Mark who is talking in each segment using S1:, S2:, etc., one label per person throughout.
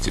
S1: Se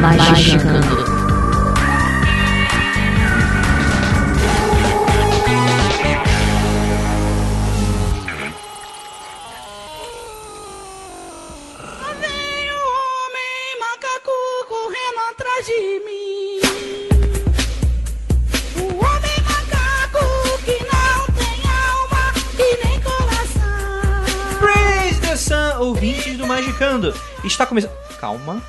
S2: Magicando.
S3: Lá vem o homem macaco correndo atrás de mim. O homem macaco que não tem alma e nem coração.
S4: Praise the Sun, ouvintes do Magicando. Está começando. Calma,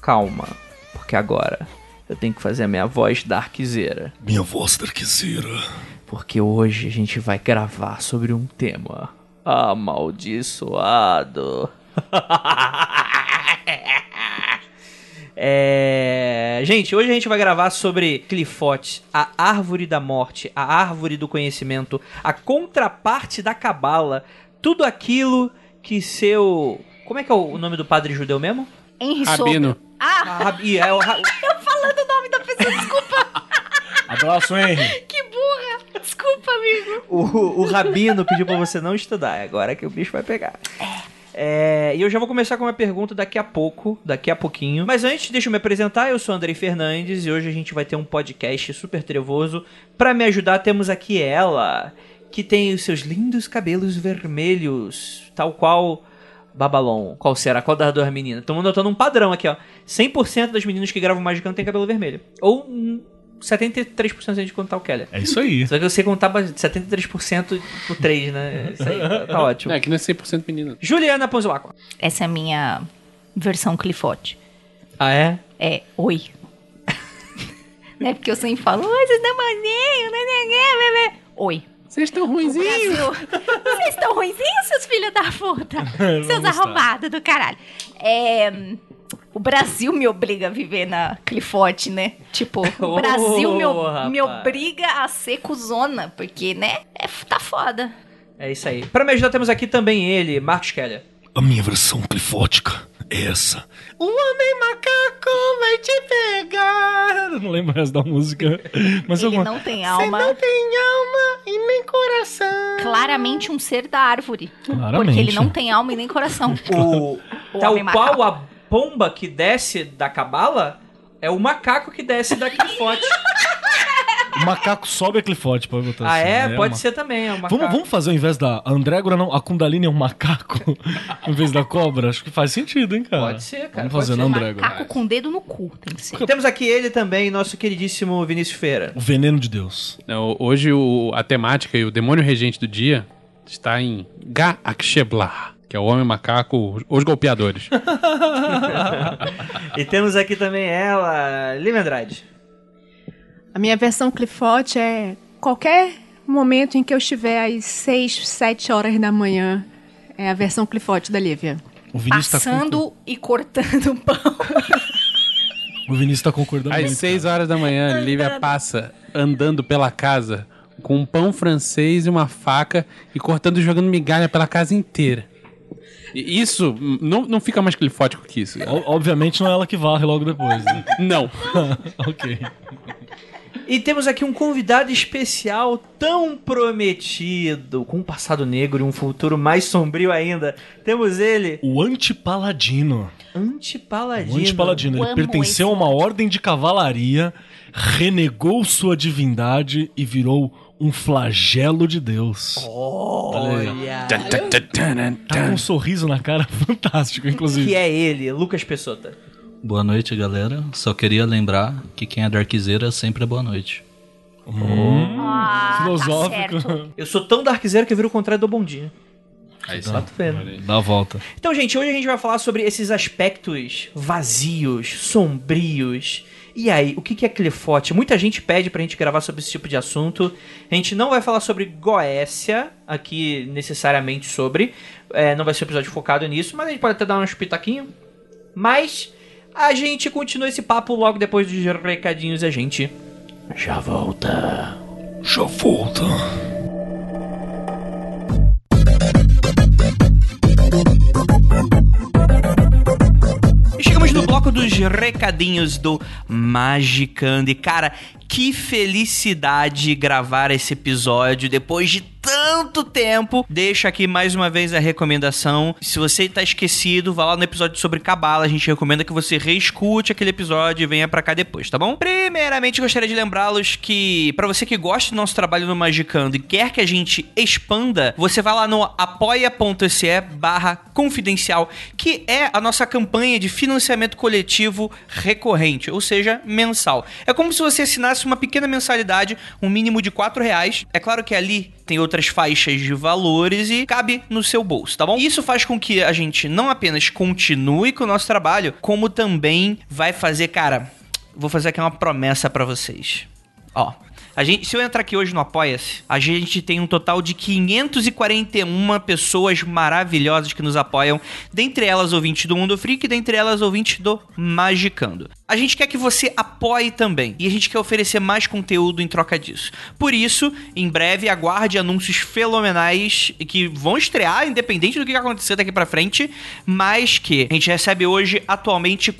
S4: calma, porque agora eu tenho que fazer a minha voz darkzeira.
S5: Minha voz darquezeira.
S4: Porque hoje a gente vai gravar sobre um tema amaldiçoado. É... Gente, hoje a gente vai gravar sobre Clifote, a árvore da morte, a árvore do conhecimento, a contraparte da cabala, tudo aquilo que seu... Como é que é o nome do padre judeu mesmo?
S6: Henry
S5: Rabino.
S6: Soto. Ah,
S4: Ah, Rabi- é o Ra-
S6: eu falando o nome da pessoa, desculpa,
S5: Abraço, Henry.
S6: que burra. Desculpa, amigo.
S4: O, o Rabino pediu pra você não estudar, é agora que o bicho vai pegar. É, e eu já vou começar com uma pergunta daqui a pouco, daqui a pouquinho. Mas antes, deixa eu me apresentar. Eu sou Andrei Fernandes e hoje a gente vai ter um podcast super trevoso. Pra me ajudar, temos aqui ela, que tem os seus lindos cabelos vermelhos, tal qual Babalon. Qual será? Qual das duas meninas? Estamos notando um padrão aqui, ó. 100% das meninas que gravam Magicano tem cabelo vermelho. Ou hum, 73% de contar o Keller.
S5: É isso aí.
S4: Só que eu sei tá contar ba- 73% por 3, né? Isso aí tá- tá ótimo.
S7: É, que não é 100% menina.
S4: Juliana Ponzilacqua.
S6: Essa é a minha versão clifote.
S4: Ah, é?
S6: É, oi. né? Porque eu sempre falo, oi, vocês estão bonzinhos, né, né, né, né, né. Oi.
S7: Vocês estão ruinzinhos.
S6: Brasil. Vocês estão ruinzinhos, seus filhos da puta? Seus arrombados do caralho. É, O Brasil me obriga a viver na clifote, né? Tipo,
S4: Ô,
S6: o Brasil me, o-
S4: rapaz.
S6: me obriga a ser cuzona, porque, né? É, f- tá foda.
S4: É isso aí. Pra me ajudar, temos aqui também ele, Marcos Keller.
S5: A minha versão clifótica é essa. O homem macaco vai te pegar. Eu não lembro o resto da música. Mas
S6: Ele
S5: alguma-
S6: não tem alma.
S5: tem alma e nem coração.
S6: Claramente um ser da árvore.
S5: Claramente.
S6: Porque ele não tem alma e nem coração.
S4: O,
S6: O
S4: tal
S6: homem macaco.
S4: qual a pomba que desce da cabala é o macaco que desce da clifote.
S5: O macaco sobe a clifote, pode um botar
S4: ah,
S5: assim.
S4: é? Pode
S5: uma-
S4: ser também. É o macaco.
S5: Vamos, vamos fazer ao invés da Andrégora, não. A Kundalini é um macaco em vez da cobra? Acho que faz sentido, hein, cara?
S4: Pode ser, cara,
S5: Vamos
S4: pode
S5: fazer né,
S4: ser.
S5: na
S6: Caco
S5: Andrégora.
S6: com o dedo no cu, tem que ser.
S4: Temos aqui ele também, nosso queridíssimo Vinícius Feira.
S5: O veneno de Deus.
S7: Não, hoje o- a temática e o demônio regente do dia está em Ga Akshebla, que é o homem macaco, os golpeadores.
S4: E temos aqui também ela, Lívia Andrade.
S8: A minha versão clifote é qualquer momento em que eu estiver às 6, 7 horas da manhã. É a versão clifote da Lívia.
S5: O Vinícius tá,
S6: Passando e cortando o pão.
S5: concor- o Vinícius tá concordando
S7: Às
S5: muito,
S7: 6
S5: cara.
S7: horas da manhã, Lívia passa andando pela casa com um pão francês e uma faca e cortando e jogando migalha pela casa inteira. E isso hum, não, não fica mais clifótico que isso.
S5: O- Obviamente não é ela que varre logo depois, né?
S7: Não.
S5: ok.
S4: E temos aqui um convidado especial tão prometido, com um passado negro e um futuro mais sombrio ainda. Temos ele,
S5: O antipaladino.
S4: Antipaladino.
S5: O antipaladino.
S6: Eu
S5: Ele
S6: amo
S5: pertenceu a
S6: esse
S5: uma ordem de cavalaria, renegou sua divindade e virou um flagelo de Deus.
S4: Olha,
S5: Tá com um sorriso na cara fantástico, inclusive.
S4: que é ele, Lucas Pessota.
S9: Boa noite, galera. Só queria lembrar que quem é darkzeira sempre é boa noite.
S6: Ah,
S5: filosófico.
S6: Tá certo.
S4: Eu sou tão darkzeiro que eu viro o contrário do bondinho.
S9: Aí
S4: Lá tu vê, né?
S5: Dá a volta.
S4: Então, gente, hoje a gente vai falar sobre esses aspectos vazios, sombrios. E aí, o que que é clifote? Muita gente pede pra gente gravar sobre esse tipo de assunto. A gente não vai falar sobre Goécia aqui, necessariamente sobre. É, não vai ser um episódio focado nisso, mas a gente pode até dar uns pitaquinhos. Mas A gente continua esse papo logo depois dos recadinhos. A gente já volta. é-
S10: Já volta.
S4: E chegamos no bloco dos recadinhos do Magicando. E, cara, que felicidade gravar esse episódio depois de tanto tempo. Deixa aqui mais uma vez a recomendação. Se você tá esquecido, vá lá no episódio sobre Cabala. A gente recomenda que você reescute aquele episódio e venha pra cá depois, tá bom? Primeiramente, gostaria de lembrá-los que, pra você que gosta do nosso trabalho no Magicando e quer que a gente expanda, você vai lá no apoia.se barra confidencial, que é a nossa campanha de financiamento coletivo recorrente, ou seja, mensal. É como se você assinasse uma pequena mensalidade, um mínimo de 4 reais. É claro que ali tem outras faixas de valores e cabe no seu bolso, tá bom? Isso faz com que a gente não apenas continue com o nosso trabalho, como também vai fazer, cara, vou fazer aqui uma promessa pra vocês. Ó, a gente, se eu entrar aqui hoje no Apoia-se, a gente tem um total de 541 pessoas maravilhosas que nos apoiam, dentre elas ouvinte do Mundo Freak, dentre elas ouvinte do Magicando. A gente quer que você apoie também e a gente quer oferecer mais conteúdo em troca disso. Por isso, em breve aguarde anúncios fenomenais que vão estrear independente do que acontecer daqui pra frente, mas que a gente recebe hoje atualmente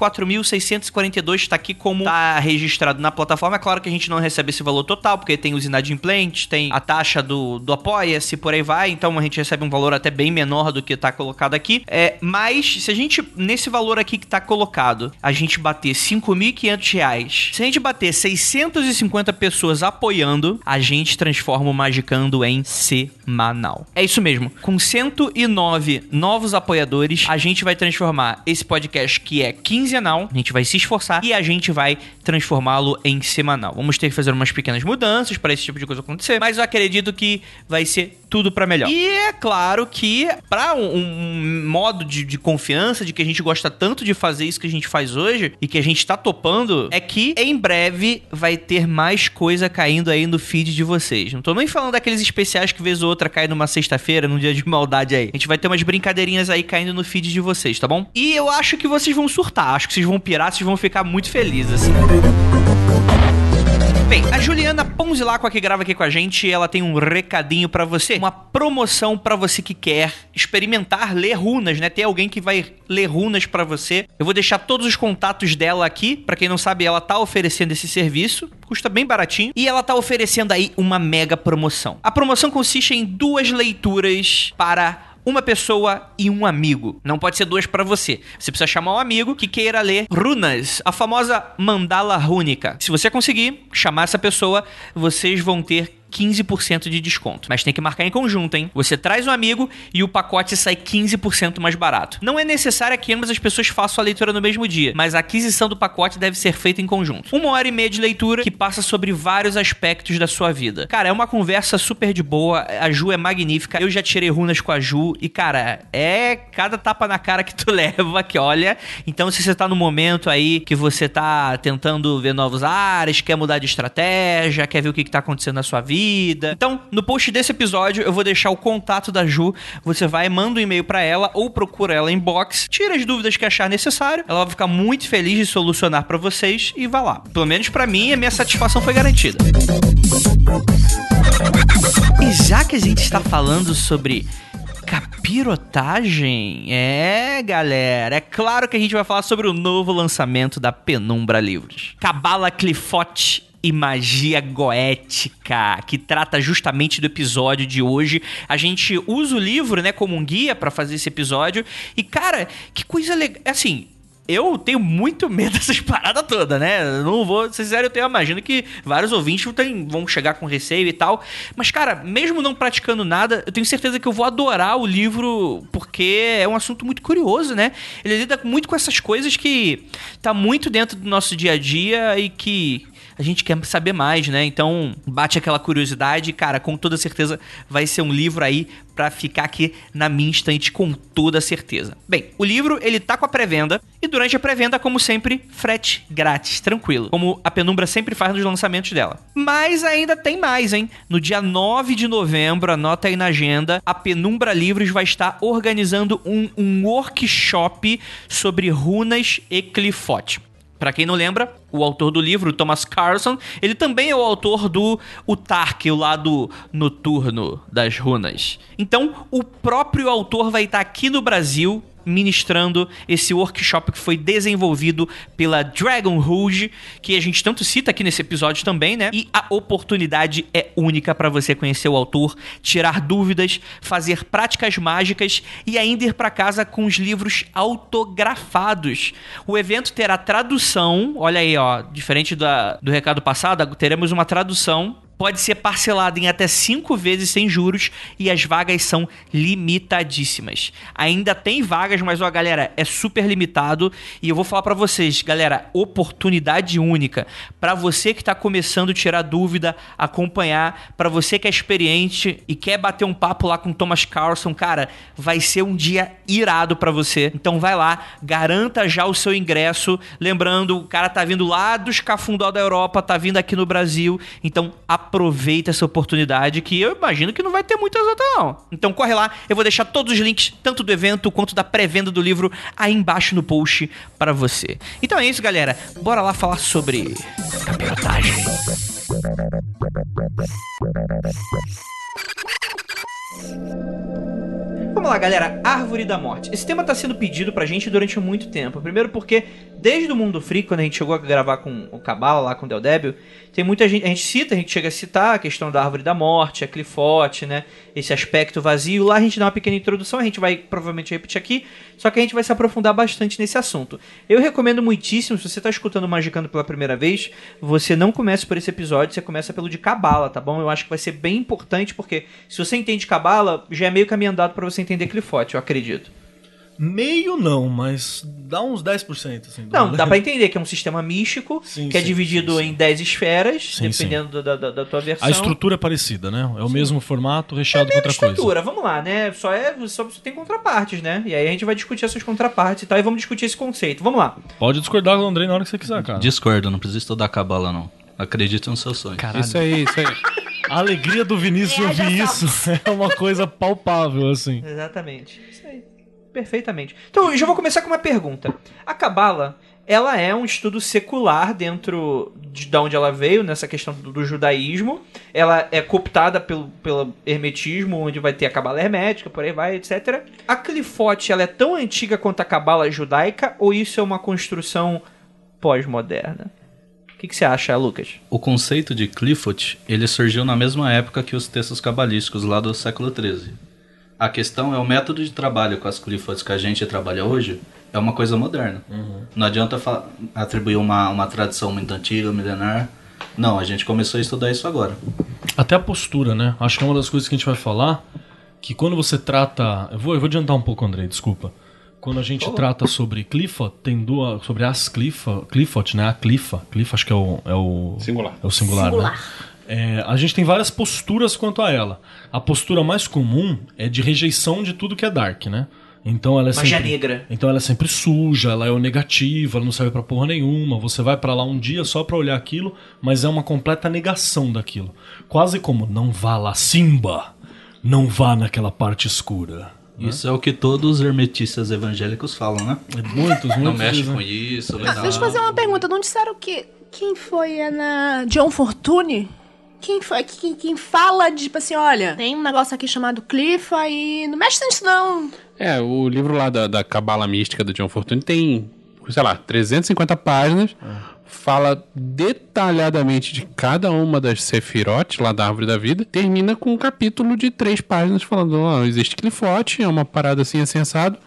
S4: 4.642 tá aqui como tá registrado na plataforma. É claro que a gente não recebe esse valor total, porque tem os inadimplentes, tem a taxa do, do apoia-se, por aí vai. Então a gente recebe um valor até bem menor do que tá colocado aqui. É, mas se a gente, nesse valor aqui que tá colocado, a gente bater 5.500 reais, se a gente bater 650 pessoas apoiando, a gente transforma o Magicando em semanal. É isso mesmo. Com 109 novos apoiadores, a gente vai transformar esse podcast que é quinzenal, a gente vai se esforçar e a gente vai transformá-lo em semanal. Vamos ter que fazer umas pequenas mudanças para esse tipo de coisa acontecer, mas eu acredito que vai ser tudo para melhor. E é claro que para um, um modo de, de confiança de que a gente gosta tanto de fazer isso que a gente faz hoje e que a gente tá topando é que em breve vai ter mais coisa caindo aí no feed de vocês. Não tô nem falando daqueles especiais que vez ou outra cai numa sexta-feira, num dia de maldade aí. A gente vai ter umas brincadeirinhas aí caindo no feed de vocês, tá bom? E eu acho que vocês vão surtar, acho que vocês vão pirar, vocês vão ficar muito felizes assim. Bem, a Juliana Ponzilacqua que grava aqui com a gente, ela tem um recadinho pra você, uma promoção pra você que quer experimentar ler runas, né? Tem alguém que vai ler runas pra você. Eu vou deixar todos os contatos dela aqui, Pra quem não sabe, ela tá oferecendo esse serviço, custa bem baratinho, e ela tá oferecendo aí uma mega promoção. A promoção consiste em duas leituras para uma pessoa e um amigo. Não pode ser duas pra você. Você precisa chamar um amigo que queira ler runas, a famosa mandala rúnica. Se você conseguir chamar essa pessoa, vocês vão ter 15% de desconto. Mas tem que marcar em conjunto, hein? Você traz um amigo e o pacote sai 15% mais barato. Não é necessário que ambas as pessoas façam a leitura no mesmo dia, mas a aquisição do pacote deve ser feita em conjunto. Uma hora e meia de leitura que passa sobre vários aspectos da sua vida. Cara, é uma conversa super de boa, a Ju é magnífica, eu já tirei runas com a Ju e, cara, é cada tapa na cara que tu leva que olha. Então, se você tá no momento aí que você tá tentando ver novos ares, quer mudar de estratégia, quer ver o que, que tá acontecendo na sua vida, vida. Então, no post desse episódio, eu vou deixar o contato da Ju. Você vai, manda um e-mail pra ela ou procura ela em box, tira as dúvidas que achar necessário. Ela vai ficar muito feliz de solucionar pra vocês e vá lá. Pelo menos pra mim, a minha satisfação foi garantida. E já que a gente está falando sobre capirotagem, é, galera, é claro que a gente vai falar sobre o novo lançamento da Penumbra Livros. Cabala Clifote e magia goética, que trata justamente do episódio de hoje. A gente usa o livro, né, como um guia pra fazer esse episódio. E cara, que coisa legal, assim, eu tenho muito medo dessas paradas todas, né? Eu Não vou, ser sincero, eu tenho, eu imagino que vários ouvintes tem- vão chegar com receio e tal. Mas, cara, mesmo não praticando nada, eu tenho certeza que eu vou adorar o livro, porque é um assunto muito curioso, né? Ele lida muito com essas coisas que tá muito dentro do nosso dia a dia e que a gente quer saber mais, né? Então, bate aquela curiosidade, cara, com toda certeza vai ser um livro aí pra pra ficar aqui na minha estante com toda certeza. Bem, o livro ele tá com a pré-venda e durante a pré-venda, como sempre, frete grátis, tranquilo, como a Penumbra sempre faz nos lançamentos dela. Mas ainda tem mais, hein? No dia 9 de novembro, anota aí na agenda, a Penumbra Livros vai estar organizando um, um workshop sobre runas e clifote. Pra quem não lembra, o autor do livro, Thomas Carlson, ele também é o autor do Utark, o lado noturno das runas. Então, o próprio autor vai estar aqui no Brasil ministrando esse workshop que foi desenvolvido pela Dragon Rouge, que a gente tanto cita aqui nesse episódio também, né? E a oportunidade é única para você conhecer o autor, tirar dúvidas, fazer práticas mágicas e ainda ir para casa com os livros autografados. O evento terá tradução, olha aí, ó, diferente da, do recado passado, teremos uma tradução pode ser parcelado em até cinco vezes sem juros e as vagas são limitadíssimas. Ainda tem vagas, mas ó, galera, é super limitado e eu vou falar pra vocês, galera, oportunidade única Pra você que tá começando a tirar dúvida, acompanhar, pra você que é experiente e quer bater um papo lá com o Thomas Carlson, cara, vai ser um dia irado pra você. Então vai lá, garanta já o seu ingresso, lembrando, o cara tá vindo lá dos cafundó da Europa, tá vindo aqui no Brasil, então aproveita essa oportunidade que eu imagino que não vai ter muitas outras não. Então corre lá, eu vou deixar todos os links, tanto do evento quanto da pré-venda do livro, aí embaixo no post pra você. Então é isso, galera. Bora lá falar sobre capirotagem. Vamos lá, galera. Árvore da Morte. Esse tema tá sendo pedido pra gente durante muito tempo. Primeiro porque, desde o Mundo Free, quando a gente chegou a gravar com o Cabala, lá com o Del Débio, tem muita gente... A gente cita, a gente chega a citar a questão da Árvore da Morte, a clifote, né? Esse aspecto vazio. Lá a gente dá uma pequena introdução, a gente vai provavelmente repetir aqui, só que a gente vai se aprofundar bastante nesse assunto. Eu recomendo muitíssimo, se você tá escutando o Magicando pela primeira vez, você não começa por esse episódio, você começa pelo de Cabala, tá bom? Eu acho que vai ser bem importante, porque se você entende Cabala, já é meio caminho andado pra você entender clifote, eu acredito.
S5: Meio não, mas dá uns 10%. Assim, do-
S4: Não, dá pra entender que é um sistema místico,
S5: Sim,
S4: que é
S5: sim,
S4: dividido
S5: sim, sim.
S4: em 10 esferas,
S5: Sim,
S4: dependendo Da, da, da tua versão.
S5: A estrutura é parecida, né? É o mesmo formato recheado com outra coisa.
S4: É estrutura, vamos lá, né? Só é só só tem contrapartes, né? E aí a gente vai discutir essas contrapartes e tal, e vamos discutir esse conceito. Vamos lá.
S5: Pode discordar com o Andrei na hora que você quiser, cara.
S11: Discordo, não precisa estudar cabala, não. Acredita no seu sonho.
S7: Isso aí, isso aí.
S5: A alegria do Vinícius
S6: É,
S5: ouvir
S6: já
S5: isso é uma coisa palpável, assim.
S4: Exatamente. Isso aí. Perfeitamente. Então, eu já vou começar com uma pergunta. A Cabala, ela é um estudo secular dentro de, da onde ela veio, nessa questão do, do judaísmo. Ela é cooptada pelo, pelo hermetismo, onde vai ter a Cabala hermética, por aí vai, etc. A Clifote, ela é tão antiga quanto a Cabala judaica, ou isso é uma construção pós-moderna? O que, que você acha, Lucas?
S11: O conceito de Clifford, ele surgiu na mesma época que os textos cabalísticos lá do século XIII. A questão é o método de trabalho com as Cliffords que a gente trabalha hoje é uma coisa moderna. Não adianta fa- atribuir uma, uma tradição muito antiga, milenar. Não, a gente começou a estudar isso agora.
S5: Até a postura, né? Acho que é uma das coisas que a gente vai falar. Que quando você trata. Eu vou, eu vou adiantar um pouco, Andrei, desculpa. Quando a gente trata sobre Clifford, tem duas. Sobre as Clifford, Clifford né? A Clifa. Clifa acho que é o. É o
S7: Singular.
S5: É o singular, né? É, a gente tem várias posturas quanto a ela. A postura mais comum é de rejeição de tudo que é dark, né? Então ela é
S4: Magia
S5: sempre-
S4: negra.
S5: então ela é sempre suja, ela é o negativo, ela não serve pra porra nenhuma. Você vai pra lá um dia só pra olhar aquilo, mas é uma completa negação daquilo. Quase como não vá lá, Simba, não vá naquela parte escura.
S11: Isso é o que todos os hermetistas evangélicos falam, né?
S5: É Muitos, muitos. né?
S11: Não É. mexe
S5: dizem-
S11: com isso,
S8: Ah, deixa eu fazer uma pergunta. Não disseram que quem foi a na John Fortune? Quem, foi, quem, quem fala de, tipo assim, olha, tem um negócio aqui chamado Cliff aí, não mexe nisso não.
S7: É, o livro lá da, da Cabala Mística do John Fortune tem, sei lá, 350 páginas.
S5: Ah.
S7: Fala detalhadamente de cada uma das Sefirotes lá da Árvore da Vida. Termina com um capítulo de três páginas falando: ó, existe clifote, é uma parada assim, assensado.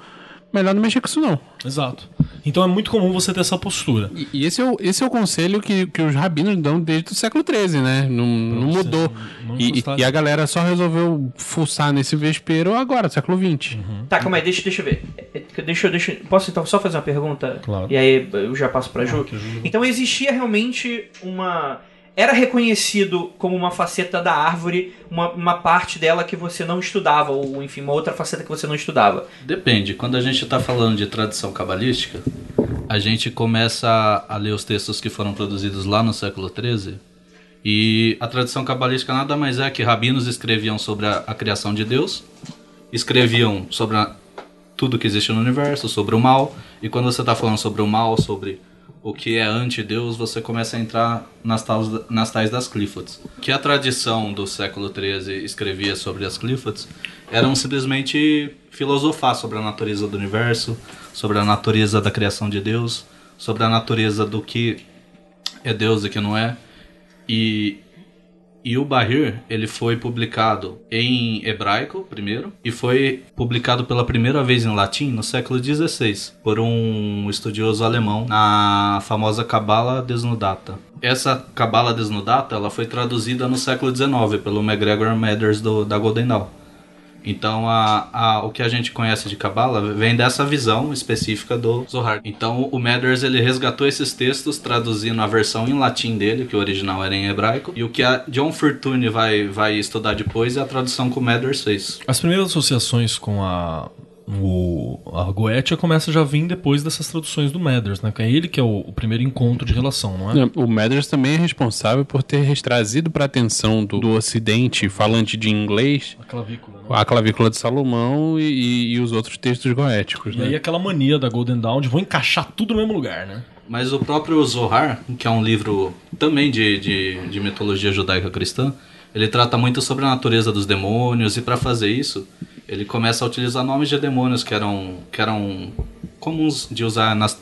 S7: Melhor não mexer com isso, não.
S5: Exato. Então é muito comum você ter essa postura.
S7: E, e esse, é o, esse é o conselho que, que os rabinos dão desde o século XIII, né? Não, não
S5: você
S7: mudou.
S5: não
S7: E-
S5: encostar.
S7: e, a galera só resolveu fuçar nesse vespeiro agora, século XX.
S4: Tá, calma aí, deixa, deixa eu ver. É, é, Deixa, eu- deixa, eu- posso então só fazer uma pergunta?
S5: Claro.
S4: E aí eu já passo pra Ju. Então existia realmente uma. era reconhecido como uma faceta da árvore, uma, uma parte dela que você não estudava, ou enfim, uma outra faceta que você não estudava.
S11: Depende. Quando a gente está falando de tradição cabalística, a gente começa a- a ler os textos que foram produzidos lá no século XIII. E a tradição cabalística nada mais é que rabinos escreviam sobre a, a criação de Deus, escreviam sobre a- tudo que existe no universo, sobre o mal. E quando você está falando sobre o mal, sobre o que é anti-Deus, você começa a entrar nas, taus, nas tais das Cliffords. O que a tradição do século XIII escrevia sobre as Cliffords eram simplesmente filosofar sobre a natureza do universo, sobre a natureza da criação de Deus, sobre a natureza do que é Deus e que não é. E, e o Bahir, ele foi publicado em hebraico primeiro e foi publicado pela primeira vez em latim no século XVI por um estudioso alemão na famosa Cabala Desnudata. Essa Cabala Desnudata, ela foi traduzida no século XIX pelo MacGregor Mathers do, da Golden Dawn. Então, a, a- o que a gente conhece de Cabala vem dessa visão específica do Zohar. Então, o Mathers ele resgatou esses textos, traduzindo a versão em latim dele, que o original era em hebraico. E o que a John Fortune vai, vai estudar depois é a tradução que o Mathers fez.
S5: As primeiras associações com a o, a Goetia começa já a vir depois dessas traduções do Mathers, né? Que é ele que é o, o primeiro encontro de relação, não é?
S7: Não, O Mathers também é responsável por ter res- trazido para a atenção do, do Ocidente, falante de inglês,
S5: A clavícula, né?
S7: a clavícula de Salomão e, e- e os outros textos goéticos.
S5: E
S7: Né?
S4: é
S5: aí aquela mania da Golden Dawn de vou encaixar tudo no mesmo lugar, né?
S11: Mas o próprio Zohar, que é um livro também de, de, de mitologia judaica cristã, ele trata muito sobre a natureza dos demônios e para fazer isso, ele começa a utilizar nomes de demônios que eram, que eram comuns de usar nas,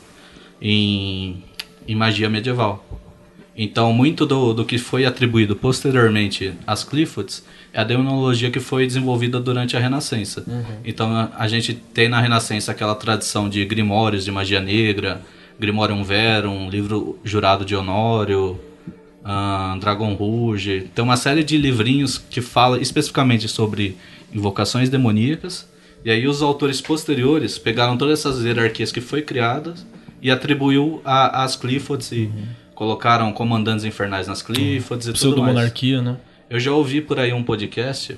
S11: em, em magia medieval. Então, muito do, do que foi atribuído posteriormente às Cliffords é a demonologia que foi desenvolvida durante a Renascença. Então, a, a gente tem na Renascença aquela tradição de grimórios de magia negra, Grimorium Verum, livro jurado de Honório, ah, Dragon Rouge. Tem uma série de livrinhos que fala especificamente sobre invocações demoníacas. E aí os autores posteriores pegaram todas essas hierarquias que foi criadas e atribuiu a- às Cliffords e
S5: Uhum.
S11: colocaram comandantes infernais nas Cliffords e tudo mais.
S5: Pseudo-monarquia, né?
S11: Eu já ouvi por aí um podcast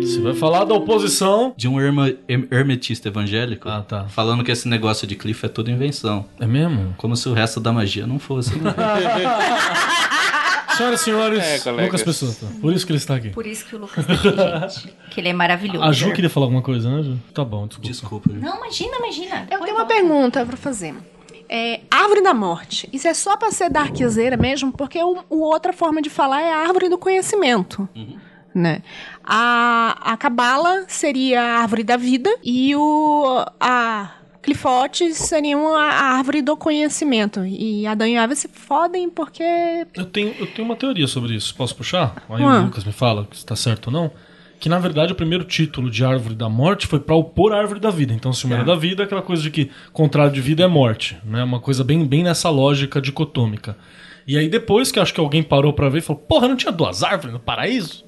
S5: Você vai falar da oposição.
S11: de um herma- hem- hermetista evangélico
S5: Ah, tá.
S11: falando que esse negócio de Cliff é tudo invenção.
S5: É mesmo?
S11: Como se o resto da magia não fosse. né?
S5: Senhoras e senhores,
S10: É, colegas.
S5: Lucas Pessoa. Por isso que ele está aqui.
S6: Por isso que o Lucas tá aqui, gente. Que ele é maravilhoso.
S5: A Ju queria falar alguma coisa, né, Ju? Tá bom, desculpa.
S11: Desculpa. gente.
S6: Não, imagina, imagina.
S8: Eu
S6: Foi
S8: tenho uma
S6: bom.
S8: pergunta pra fazer. É, árvore da morte. Isso é só pra ser darkzeira mesmo? Porque o, o outra forma de falar é a árvore do conhecimento.
S6: Uhum.
S8: Né? A, a cabala seria a árvore da vida e o a clifote seria uma a árvore do conhecimento. E Adão e Eva se fodem porque...
S5: Eu tenho, eu tenho uma teoria sobre isso. Posso puxar? Aí
S8: Ah.
S5: o Lucas me fala se tá certo ou não. Que na verdade o primeiro título de Árvore da Morte foi pra opor a Árvore da Vida. Então, se uma era da vida, aquela coisa de que contrário de vida é morte. Né? Uma coisa bem, bem nessa lógica dicotômica. E aí depois que eu acho que alguém parou pra ver e falou: Porra, não tinha duas árvores no paraíso?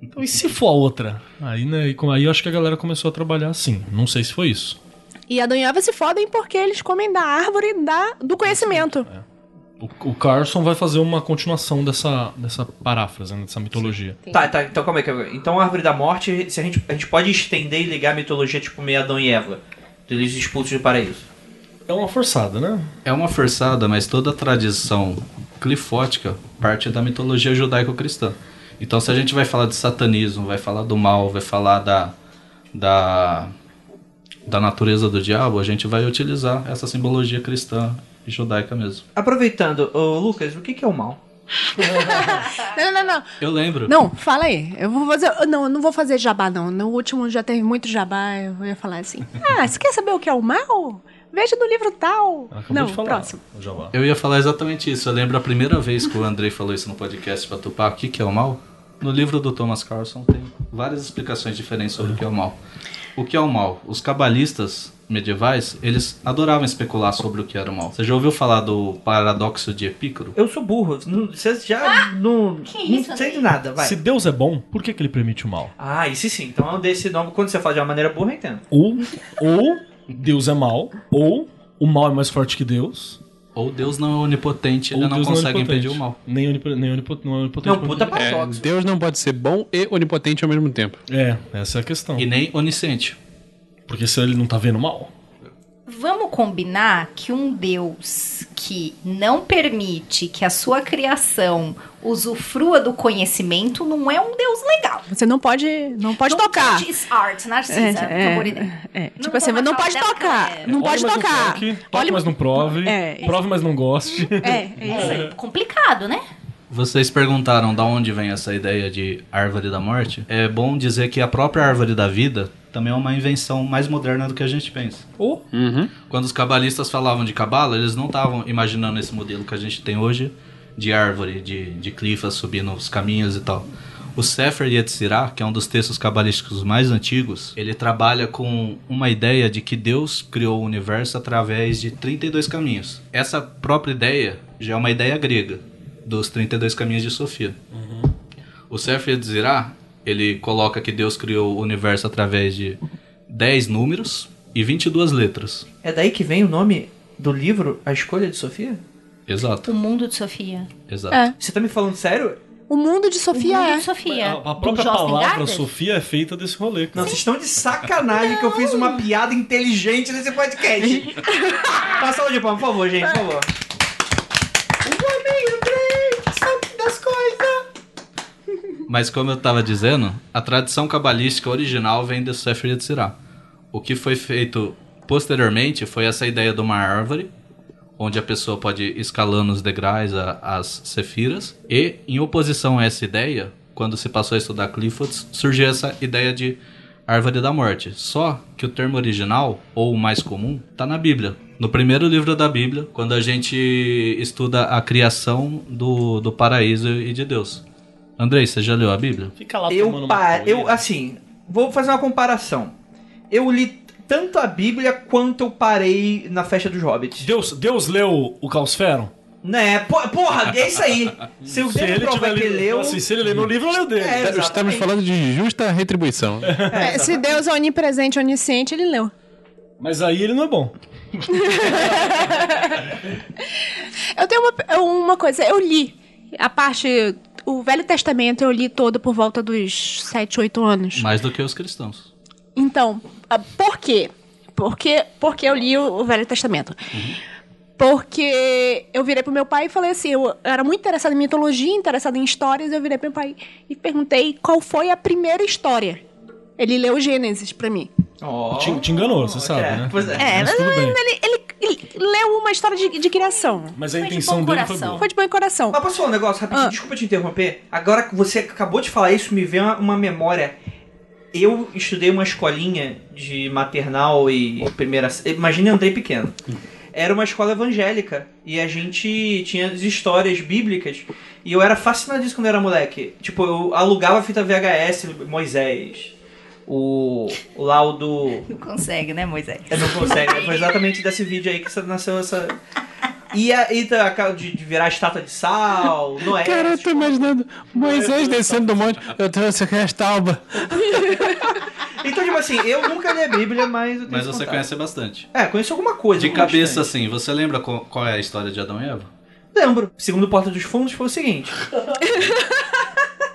S5: Então, e se for a outra? Aí, né, e com- aí eu acho que a galera começou a trabalhar assim. Não sei se foi isso.
S8: E Adão e Eva se fodem porque eles comem da árvore da, do conhecimento.
S5: O, o Carson vai fazer uma continuação dessa, dessa paráfrase, né, dessa mitologia.
S4: Tá, tá, então calma aí. calma aí. Então a Árvore da Morte, se a, gente, a gente pode estender e ligar a mitologia tipo meio Adão e Eva. Eles expulsos do paraíso.
S5: É uma forçada, né?
S11: É uma forçada, mas toda a tradição clifótica parte da mitologia judaico-cristã. Então, se a gente vai falar de satanismo, vai falar do mal, vai falar da, da, da natureza do diabo, a gente vai utilizar essa simbologia cristã e judaica mesmo.
S4: Aproveitando, ô, Lucas, o que, que é o mal?
S6: É.
S8: Não, não, não.
S11: Eu lembro.
S8: Não, fala aí. Eu vou fazer. Não, eu não vou fazer jabá, não. No último já teve muito jabá. Eu ia falar assim. Ah, você quer saber o que é o mal? Veja no livro tal.
S5: Ela acabou
S8: Não,
S5: de falar.
S8: próximo.
S5: Eu já vá.
S11: Eu ia falar exatamente isso. Eu lembro a primeira vez que o Andrei falou isso no podcast pra Tupá, o que, que é o mal? No livro do Thomas Carlson tem várias explicações diferentes sobre o que é o mal. O que é o mal? Os cabalistas medievais, eles adoravam especular sobre o que era o mal. Você já ouviu falar do paradoxo de Epícoro?
S4: Eu sou burro. não- Você já não,
S6: Ah, que isso,
S4: não sei de
S6: Andrei?
S4: nada, vai.
S5: Se Deus é bom, por que, que ele permite o mal?
S4: Ah, isso sim. Então eu dei esse nome. Quando você fala de uma maneira burra, eu entendo.
S5: Ou, ou Deus é mal, ou o mal é mais forte que Deus,
S11: Ou Deus não é onipotente, ele
S5: Ou
S11: não
S5: Deus é
S11: consegue
S5: onipotente.
S11: impedir o mal.
S5: Nem, onip, nem onipot- não é onipotente.
S4: Não, puta
S5: quanto-
S4: paradoxo.
S7: Deus não pode ser bom e onipotente ao mesmo tempo.
S5: É, essa é a questão.
S11: E nem onisciente.
S5: Porque se ele não tá vendo mal.
S6: Vamos combinar que um Deus que não permite que a sua criação usufrua do conhecimento não é um Deus legal.
S8: Você não pode, não pode
S6: Don't
S8: tocar.
S6: touch is art, Narcisa.
S8: É,
S6: favor,
S8: é, é.
S6: Não
S8: Tipo assim,
S6: vou
S8: não
S6: matar
S8: pode
S6: ela,
S8: tocar.
S6: cara.
S8: Não
S5: Olhe,
S8: pode
S5: mas
S8: tocar.
S5: Toque, toque,
S8: Olha-
S5: mas não um prove.
S8: É.
S5: Prove, mas não goste.
S8: É, é isso aí.
S6: É complicado, né?
S11: Vocês perguntaram da onde vem essa ideia de árvore da morte. É bom dizer que a própria árvore da vida também é uma invenção mais moderna do que a gente pensa.
S7: Uhum.
S11: Quando os cabalistas falavam de cabala, eles não estavam imaginando esse modelo que a gente tem hoje de árvore, de, de clifas subindo os caminhos e tal. O Sefer Yetzirah, que é um dos textos cabalísticos mais antigos, ele trabalha com uma ideia de que Deus criou o universo através de 32 caminhos. Essa própria ideia já é uma ideia grega, dos 32 caminhos de Sofia. O Sefer Yetzirah, ele coloca que Deus criou o universo através de 10 números e 22 letras.
S4: É daí que vem o nome do livro A Escolha de Sofia?
S11: Exato,
S6: O mundo de Sofia.
S11: exato.
S8: É.
S4: Você tá me falando sério?
S8: O mundo de Sofia
S6: o mundo
S8: é.
S6: de Sofia.
S5: A, a
S6: do
S5: própria
S6: Jocelyn
S5: palavra
S6: Gardner.
S5: Sofia é feita desse rolê.
S4: Não,
S5: Cara.
S4: vocês estão de sacanagem que eu fiz uma piada inteligente nesse podcast. Passada de palmas, por favor, gente, por favor.
S11: Mas como eu tava dizendo, a tradição cabalística original vem do Sefer Yetzirah. O que foi feito posteriormente foi essa ideia de uma árvore, onde a pessoa pode ir escalando os degraus, a- as sefiras. E, em oposição a essa ideia, quando se passou a estudar Clifford, surgiu essa ideia de árvore da morte. Só que o termo original, ou o mais comum, tá na Bíblia. No primeiro livro da Bíblia, quando a gente estuda a criação do, do paraíso e de Deus. Andrei, você já leu a Bíblia?
S5: Fica lá
S4: Eu,
S5: tomando
S4: pa-
S5: maconha.
S4: eu, assim, vou fazer uma comparação. Eu li tanto a Bíblia quanto eu parei na festa dos hobbits.
S5: Deus, Deus leu o Caosfero?
S4: Né? po- Porra, é isso aí. Se o Deus provar que
S5: lido-
S4: leu.
S5: assim, se ele ler meu livro, eu leio dele.
S4: É, exatamente.
S7: Estamos falando de justa retribuição.
S8: É, se Deus é onipresente, onisciente, ele leu.
S5: Mas aí ele não é bom.
S8: Eu tenho uma, uma coisa, eu li a parte. O Velho Testamento eu li todo por volta dos 7, 8 anos.
S11: Mais do que os cristãos.
S8: Então, ah, por quê? Porque, porque eu li o, o Velho Testamento. Porque eu virei pro meu pai e falei assim, eu era muito interessada em mitologia, interessada em histórias, eu virei pro meu pai e perguntei qual foi a primeira história. Ele leu Gênesis pra mim.
S4: Ó.
S5: Te, te enganou, você sabe,
S4: É,
S5: né?
S4: pois é.
S8: É,
S5: mas
S8: mas
S5: tudo bem.
S8: ele, ele- ele leu uma história de, de criação.
S5: Mas a
S6: Foi de bom
S5: intenção dele foi
S6: coração.
S5: boa.
S8: Foi de bom coração.
S4: Mas passou um negócio rapidinho,
S8: Ah.
S4: desculpa te interromper. Agora que você acabou de falar isso, me veio uma, uma memória. Eu estudei uma escolinha de maternal e primeira. Imagina Andrei pequeno. Era uma escola evangélica e a gente tinha as histórias bíblicas. E eu era fascinado disso quando eu era moleque. Tipo, eu alugava fita VHS, Moisés. O, o lá o do.
S6: Não consegue, né, Moisés?
S4: Eu não consegue. Foi exatamente desse vídeo aí que essa- nasceu essa. E a e da- de, de virar estátua de sal, é? Tipo, Noé.
S7: Cara, eu
S4: essas
S7: tô imaginando Moisés descendo do monte. Eu trouxe aqui esta alba.
S4: Então, tipo assim, eu nunca li a Bíblia, mas eu tenho
S11: Mas
S4: esse
S11: você
S4: contato.
S11: conhece bastante.
S4: É, conheço alguma coisa.
S11: De
S4: não
S11: cabeça,
S4: bastante.
S11: assim, você lembra qual, qual é a história de Adão e Eva?
S4: Lembro. Segundo Porta dos Fundos foi o seguinte.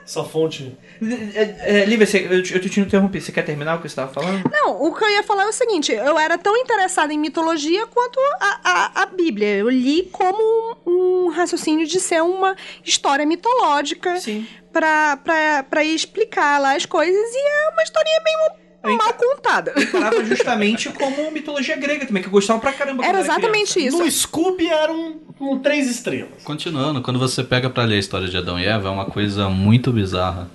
S5: Essa fonte.
S4: É, é, Lívia, você- eu, te- eu te interrompi. Você quer terminar o que você tava falando?
S8: Não, o que eu ia falar é o seguinte: eu era tão interessada em mitologia quanto a, a- a Bíblia. Eu li como um, um raciocínio de ser uma história mitológica
S4: Sim.
S8: pra- pra pra explicar lá as coisas e é uma historinha bem mo-
S4: Eu
S8: mal contada.
S4: Parava justamente como mitologia grega também, que eu gostava pra caramba. quando
S8: Era
S4: eu
S8: exatamente
S4: criança.
S8: isso.
S5: No Scooby era um, um três estrelas.
S11: Continuando, quando você pega pra ler a história de Adão e Eva, é uma coisa muito bizarra.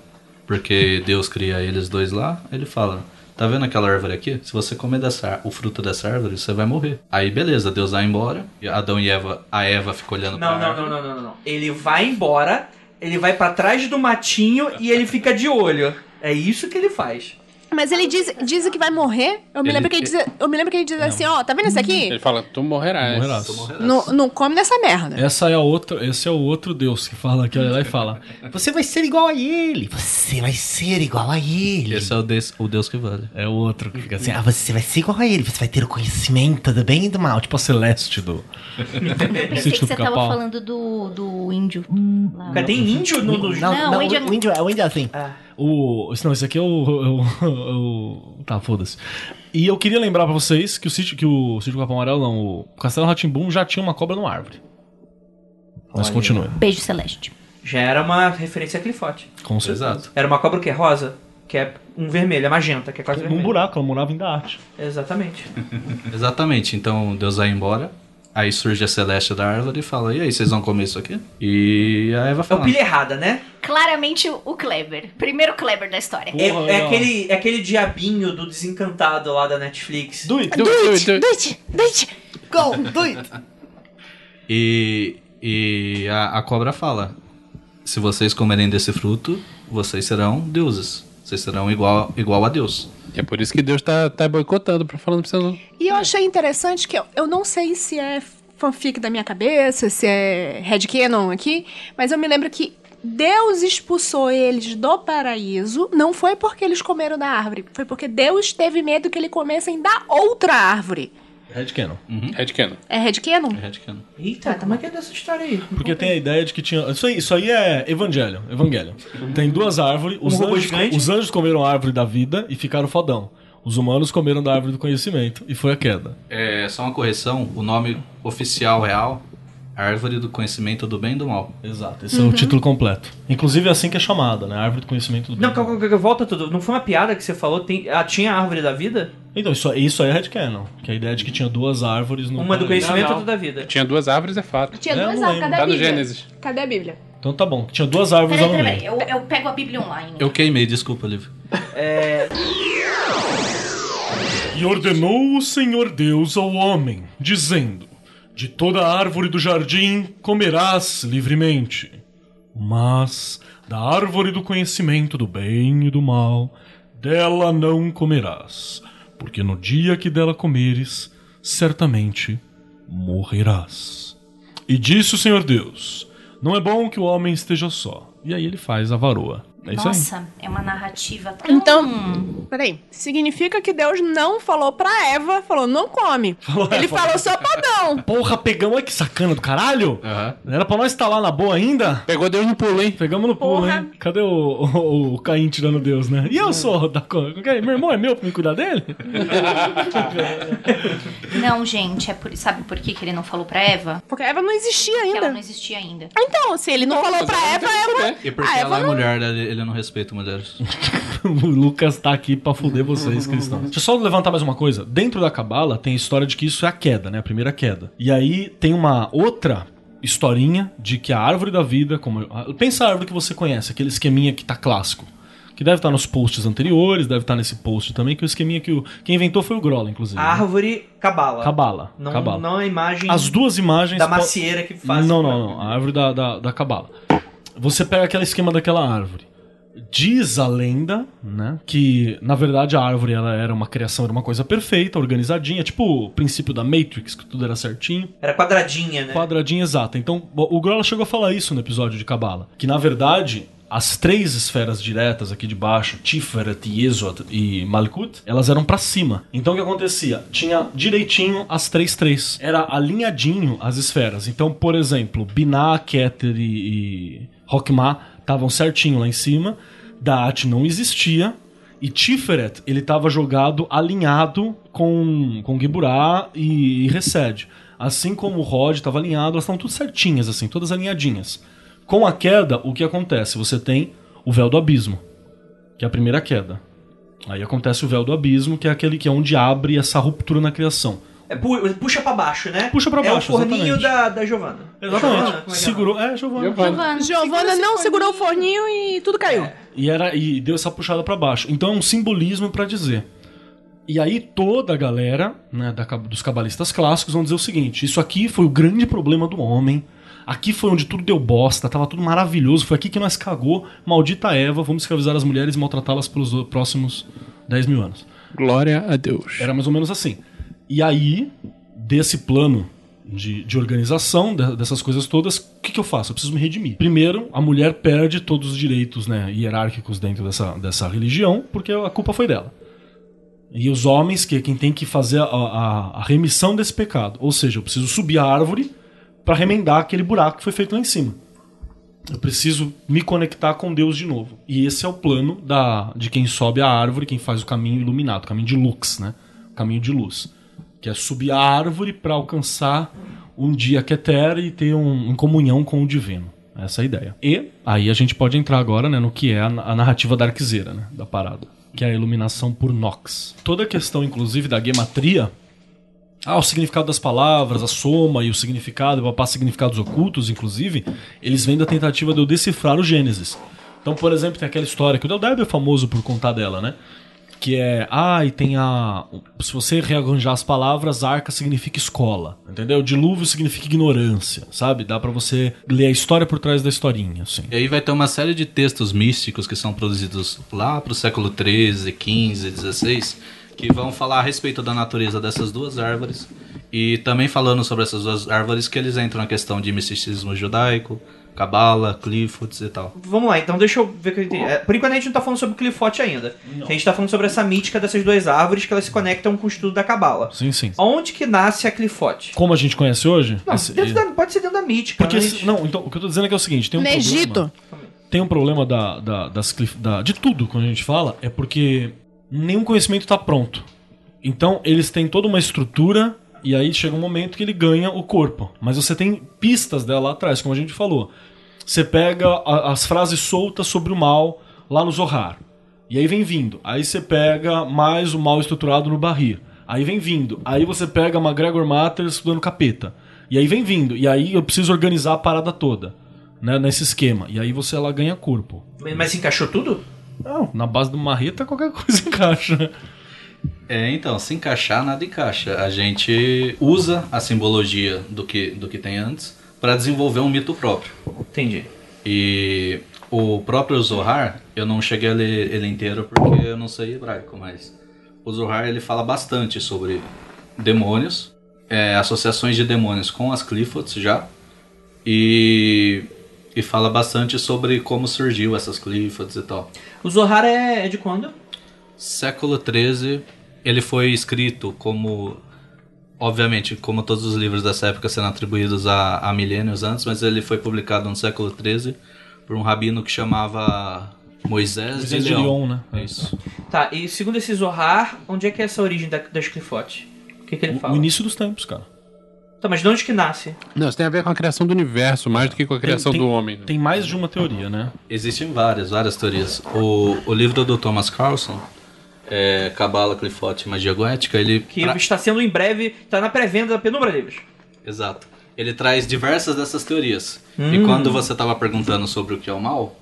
S11: Porque Deus cria eles dois lá, ele fala: Tá vendo aquela árvore aqui? Se você comer dessa, ar- o fruto dessa árvore, você vai morrer. Aí beleza, Deus vai embora, e Adão e Eva, a Eva fica olhando pra
S4: Não, não,
S11: árvore.
S4: não, não, não, não, não. Ele vai embora, ele vai pra trás do matinho e ele fica de olho. É isso que ele faz.
S8: Mas ele diz, diz que vai morrer. Eu me,
S7: Ele-
S8: lembro que ele diz, eu me lembro que ele diz assim, ó, tá vendo esse
S7: Ele
S8: aqui?
S7: fala, tu morrerás.
S5: Morrerás.
S8: Não, não come dessa merda.
S5: É, Essa é a outra, esse é o outro Deus que fala que olha lá e fala: Você vai ser igual a ele. Você vai ser igual a ele.
S11: Esse é o, des- o Deus que vale.
S5: É o outro que fica assim: Ah, você vai ser igual a ele. Você vai ter o conhecimento do bem e do mal. Tipo a Celeste do.
S6: Eu pensei
S5: Sítio
S6: que você
S5: do
S6: tava
S5: Pica-Pau.
S6: falando do, do índio.
S8: Hum.
S6: Lá.
S4: Cara, tem índio no. no...
S6: Não, o índio é- Ah.
S5: índio é o índio é assim. O, esse- não, esse aqui é o. é o- é o- tá, foda-se. E eu queria lembrar pra vocês que o sítio, que o sítio do Capão Amarelo, não, o Castelo Ratimbum já tinha uma cobra numa árvore. Mas
S4: Olha.
S5: continue,
S6: Beijo celeste.
S4: Já era uma referência a clifote.
S5: com certeza.
S11: Exato.
S4: Era uma cobra que é rosa, que é um vermelho, é magenta, que é quase
S5: Num
S4: vermelho.
S5: Um buraco, ela morava em da arte.
S4: Exatamente.
S11: Exatamente. Então Deus vai embora. Aí surge a Celeste da árvore e fala: E aí, vocês vão comer isso aqui? E a Eva
S4: É o
S11: fala:
S4: pilha errada, né?
S6: Claramente o Kleber. Primeiro Kleber da história.
S4: É,
S5: Porra,
S4: é
S5: ó.
S4: aquele, é aquele diabinho do desencantado lá da Netflix.
S5: Do it,
S7: Do it, do it.
S8: Dite, dite.
S4: Go, do it.
S11: E, e a, a cobra fala: Se vocês comerem desse fruto, vocês serão deuses. Vocês serão igual, igual a Deus.
S7: E é por isso que Deus tá, tá boicotando, pra falando pra você não.
S8: E eu achei interessante que eu, eu não sei se é fanfic da minha cabeça, se é Red Canon aqui, mas eu me lembro que Deus expulsou eles do paraíso, não foi porque eles comeram da árvore, foi porque Deus teve medo que eles comessem da outra árvore.
S5: Red Cannon.
S7: Red Cannon.
S8: É Red Canon?
S11: É Redcano.
S4: Eita, como é que é dessa história aí?
S5: Porque tem a ideia de que tinha. Isso aí, isso aí é evangelho. Evangelho. Tem duas árvores.
S6: Um
S5: Os,
S4: robô
S5: anjos,
S4: gigante?
S5: os anjos comeram a árvore da vida e ficaram fodão. Os humanos comeram da árvore do conhecimento e foi a queda.
S11: É só uma correção: o nome oficial real Árvore do Conhecimento do Bem e do Mal.
S5: Exato. Esse
S6: Uhum.
S5: é o título completo. Inclusive é assim que é chamada, né? Árvore do conhecimento do bem.
S4: Não, calma, calma, calma, volta tudo. Não foi uma piada que você falou? Tem, ah, tinha a árvore da vida?
S5: Então, isso, isso aí é Red Cannon. Que a ideia de que tinha duas árvores no.
S4: Uma do conhecimento e
S7: não.
S4: outra da vida.
S7: Tinha duas árvores, é fato.
S8: Tinha
S5: É,
S8: duas
S5: não
S8: árvores,
S5: lembro.
S8: cadê a
S7: Tá no
S8: Bíblia?
S7: Gênesis.
S8: Cadê a Bíblia?
S5: Então tá bom, que tinha duas árvores lá
S6: Peraí,
S5: no
S6: peraí,
S5: meio.
S6: peraí. Eu, eu pego a Bíblia online.
S11: Eu queimei, desculpa, Liv.
S5: E ordenou o Senhor Deus ao homem, dizendo: De toda árvore do jardim comerás livremente, mas da árvore do conhecimento do bem e do mal, dela não comerás, porque no dia que dela comeres, certamente morrerás. E disse o Senhor Deus: Não é bom que o homem esteja só. E aí ele faz a varoa. É isso aí.
S6: Nossa, é uma narrativa tão...
S8: Então, peraí, significa que Deus não falou pra Eva, falou não come. Ele falou só pra Adão.
S5: Porra, pegamos. Olha que sacana do caralho! Era pra nós estar lá na boa ainda?
S7: Pegou Deus no pulo, hein?
S5: Pegamos no pulo,
S8: Porra.
S5: hein? Cadê o, o, o Caim tirando Deus, né? E eu sou da co- ok, Meu irmão é meu pra me cuidar dele?
S6: Não, gente, é por... sabe por que, que ele não falou pra Eva?
S8: Porque a Eva não existia
S6: Porque ela
S8: ainda.
S6: não existia ainda.
S8: Então, se ele não falou pra Eva, Eva.
S11: E porque
S8: Ah, Eva
S11: ela é
S8: não-
S11: mulher, ele ele não respeita mulheres.
S5: o Lucas tá aqui pra fuder vocês, cristãos. Deixa eu só levantar mais uma coisa. Dentro da Cabala tem a história de que isso é a queda, né? A primeira queda. E aí tem uma outra historinha de que a árvore da vida, como eu- pensa a árvore que você conhece, aquele esqueminha que tá clássico. Que deve estar nos posts anteriores, deve estar nesse post também, que é o esqueminha que o, quem inventou foi o Grola, inclusive. né?
S4: A árvore cabala.
S5: Cabala.
S4: Ah, Não,
S5: Cabala.
S4: não a imagem
S5: As duas imagens.
S4: da
S5: po-
S4: macieira que faz.
S5: Não, não, não. A árvore da, da, da cabala. Você pega aquele esquema daquela árvore. Diz a lenda, né? Que, na verdade, a árvore ela era uma criação, era uma coisa perfeita, organizadinha, tipo o princípio da Matrix, que tudo era certinho.
S4: Era quadradinha, né?
S5: Quadradinha exata. Então, bo- o Grola chegou a falar isso no episódio de Cabala. Que na verdade. As três esferas diretas aqui de baixo, Tiferet, Yesod e Malkut, elas eram pra cima. Então o que acontecia? Tinha direitinho as três três. Era alinhadinho as esferas. Então, por exemplo, Binah, Keter e, e Hokmah estavam certinho lá em cima. Daat não existia. E Tiferet, ele tava jogado alinhado com, com Giburá e, e Resed. Assim como o Rod tava alinhado, elas estão tudo certinhas, assim, todas alinhadinhas. Com a queda, o que acontece? Você tem o véu do abismo, que é a primeira queda. Aí acontece o véu do abismo, que é aquele que é onde abre essa ruptura na criação.
S4: É, pu- puxa pra baixo, né?
S5: Puxa pra baixo,
S4: É o forninho
S5: exatamente.
S4: da, da Giovana. Giovana,
S5: Exatamente.
S4: como é que é?
S5: Segurou. É, Giovanna.
S6: Giovanna.
S8: Giovana não segurou o forninho e tudo caiu.
S5: E, era, e deu essa puxada pra baixo. Então é um simbolismo pra dizer. E aí toda a galera né, da cab- dos cabalistas clássicos vão dizer o seguinte: isso aqui foi o grande problema do homem. Aqui foi onde tudo deu bosta, tava tudo maravilhoso. Foi aqui que nós cagou. Maldita Eva, vamos escravizar as mulheres e maltratá-las pelos o- próximos 10 mil anos.
S7: Glória a Deus.
S5: Era mais ou menos assim. E aí, desse plano de, de organização, de- dessas coisas todas, o que, que eu faço? Eu preciso me redimir. Primeiro, a mulher perde todos os direitos né, hierárquicos dentro dessa, dessa religião, porque a culpa foi dela. E os homens, que é quem tem que fazer a, a- a remissão desse pecado. Ou seja, eu preciso subir a árvore para remendar aquele buraco que foi feito lá em cima. Eu preciso me conectar com Deus de novo. E esse é o plano da, de quem sobe a árvore, quem faz o caminho iluminado, o caminho de lux, né? O caminho de luz. Que é subir a árvore para alcançar um dia que é terra e ter um, em comunhão com o divino. Essa é a ideia. E aí a gente pode entrar agora né, no que é a, a narrativa da arquiseira, né? Da parada. Que é a iluminação por Nox. Toda a questão, inclusive, da gematria ah, o significado das palavras, a soma e o significado, papá, significados ocultos, inclusive, eles vêm da tentativa de eu decifrar o Gênesis. Então, por exemplo, tem aquela história que o Del Débio é famoso por contar dela, né? Que é, ah, e tem a. Se você rearranjar as palavras, arca significa escola, entendeu? Dilúvio significa ignorância, sabe? Dá pra você ler a história por trás da historinha, assim.
S11: E aí vai ter uma série de textos místicos que são produzidos lá pro século 13, 15, 16, que vão falar a respeito da natureza dessas duas árvores e também falando sobre essas duas árvores que eles entram na questão de misticismo judaico, cabala, clifoots e tal.
S4: Vamos lá, então deixa eu ver que eu entendi. É, Por enquanto a gente não tá falando sobre o Clifote ainda. A gente tá falando sobre essa mítica dessas duas árvores que elas se conectam com o estudo da cabala.
S5: Sim, sim.
S4: Onde que nasce a Clifote?
S5: Como a gente conhece hoje?
S4: Não,
S5: esse- é-
S4: dentro da- pode ser dentro da mítica.
S5: Porque,
S4: né?
S5: se- não, então, o que eu tô dizendo é que é o seguinte: tem um
S8: No
S5: problema.
S8: Egito.
S5: Tem um problema da, da- das clif- da- de tudo quando a gente fala, é porque nenhum conhecimento tá pronto. Então, eles têm toda uma estrutura e aí chega um momento que ele ganha o corpo. Mas você tem pistas dela lá atrás, como a gente falou. Você pega a- as frases soltas sobre o mal lá no Zohar. E aí vem vindo. Aí você pega mais o mal estruturado no Barri. Aí vem vindo. Aí você pega McGregor Matter estudando capeta. E aí vem vindo. E aí eu preciso organizar a parada toda. Né, nesse esquema. E aí você ela ganha corpo.
S4: Mas se encaixou tudo?
S5: Não, na base de uma marreta qualquer coisa encaixa.
S11: É, então, se encaixar, nada encaixa. A gente usa a simbologia do que, do que tem antes para desenvolver um mito próprio.
S4: Entendi.
S11: E o próprio Zohar, eu não cheguei a ler ele inteiro porque eu não sei hebraico, mas o Zohar ele fala bastante sobre demônios, é, associações de demônios com as Cliffords já, e, e fala bastante sobre como surgiu essas Cliffords e tal.
S4: O Zohar é, é de quando?
S11: Século 13, ele foi escrito como, obviamente, como todos os livros dessa época sendo atribuídos a, a milênios antes, mas ele foi publicado no século 13 por um rabino que chamava Moisés,
S5: Moisés
S11: de
S5: de
S11: Leão.
S5: Leão, né?
S11: É Isso.
S4: Tá, e segundo esse Zohar, onde é que é essa origem da, das Clifote? O que, que ele
S5: O,
S4: fala?
S5: o início dos tempos, cara.
S4: Tá, mas de onde que nasce?
S7: Não, isso tem a ver com a criação do universo, mais do que com a criação
S5: tem-
S7: do homem. né?
S5: Tem mais de uma teoria, né?
S11: Existem várias, várias teorias. O, o livro do Thomas Carlson, é, Cabala, Clifote e Magia Goética, ele...
S4: Que
S11: tra-
S4: está sendo em breve, tá na pré-venda da Penumbra Livros.
S11: Exato. Ele traz diversas dessas teorias. E quando você estava perguntando sobre o que é o mal,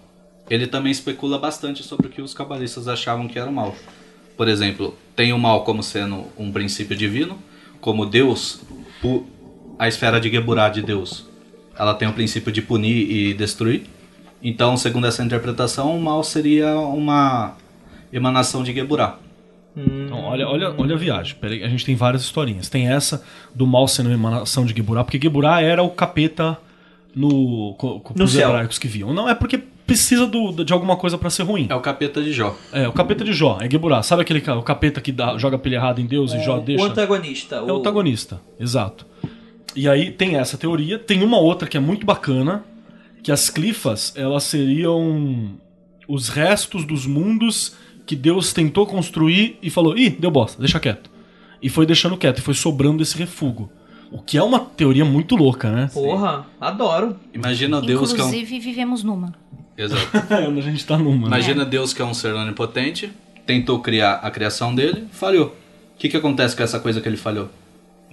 S11: ele também especula bastante sobre o que os cabalistas achavam que era o mal. Por exemplo, tem o mal como sendo um princípio divino, como Deus, pu- a esfera de Geburah de Deus, ela tem o princípio de punir e destruir. Então, segundo essa interpretação, o mal seria uma emanação de Geburah.
S5: Então, olha, olha, olha a viagem. Peraí, a gente tem várias historinhas. Tem essa do mal sendo uma emanação de Geburá, porque Geburá era o capeta no, co, co,
S4: No
S5: pros
S4: céu.
S5: hebraicos que viam. Não, é porque precisa do- de alguma coisa pra ser ruim.
S11: É o capeta de Jó.
S5: É, o capeta de Jó, é Geburá. Sabe aquele ca- o capeta que dá- joga pilha errada em Deus e Jó deixa?
S4: O antagonista.
S5: É o antagonista, exato. E aí tem essa teoria, tem uma outra que é muito bacana, que as clifas, elas seriam os restos dos mundos que Deus tentou construir e falou, ih, deu bosta, deixa quieto. E foi deixando quieto, e foi sobrando esse refúgio. O que é uma teoria muito louca, né?
S4: Porra, adoro.
S11: Imagina Deus que é um...
S6: Inclusive, vivemos numa.
S11: Exato.
S5: a gente tá numa. né?
S11: Imagina Deus que é um ser onipotente, tentou criar a criação dele, falhou. O que, que acontece com essa coisa que ele falhou?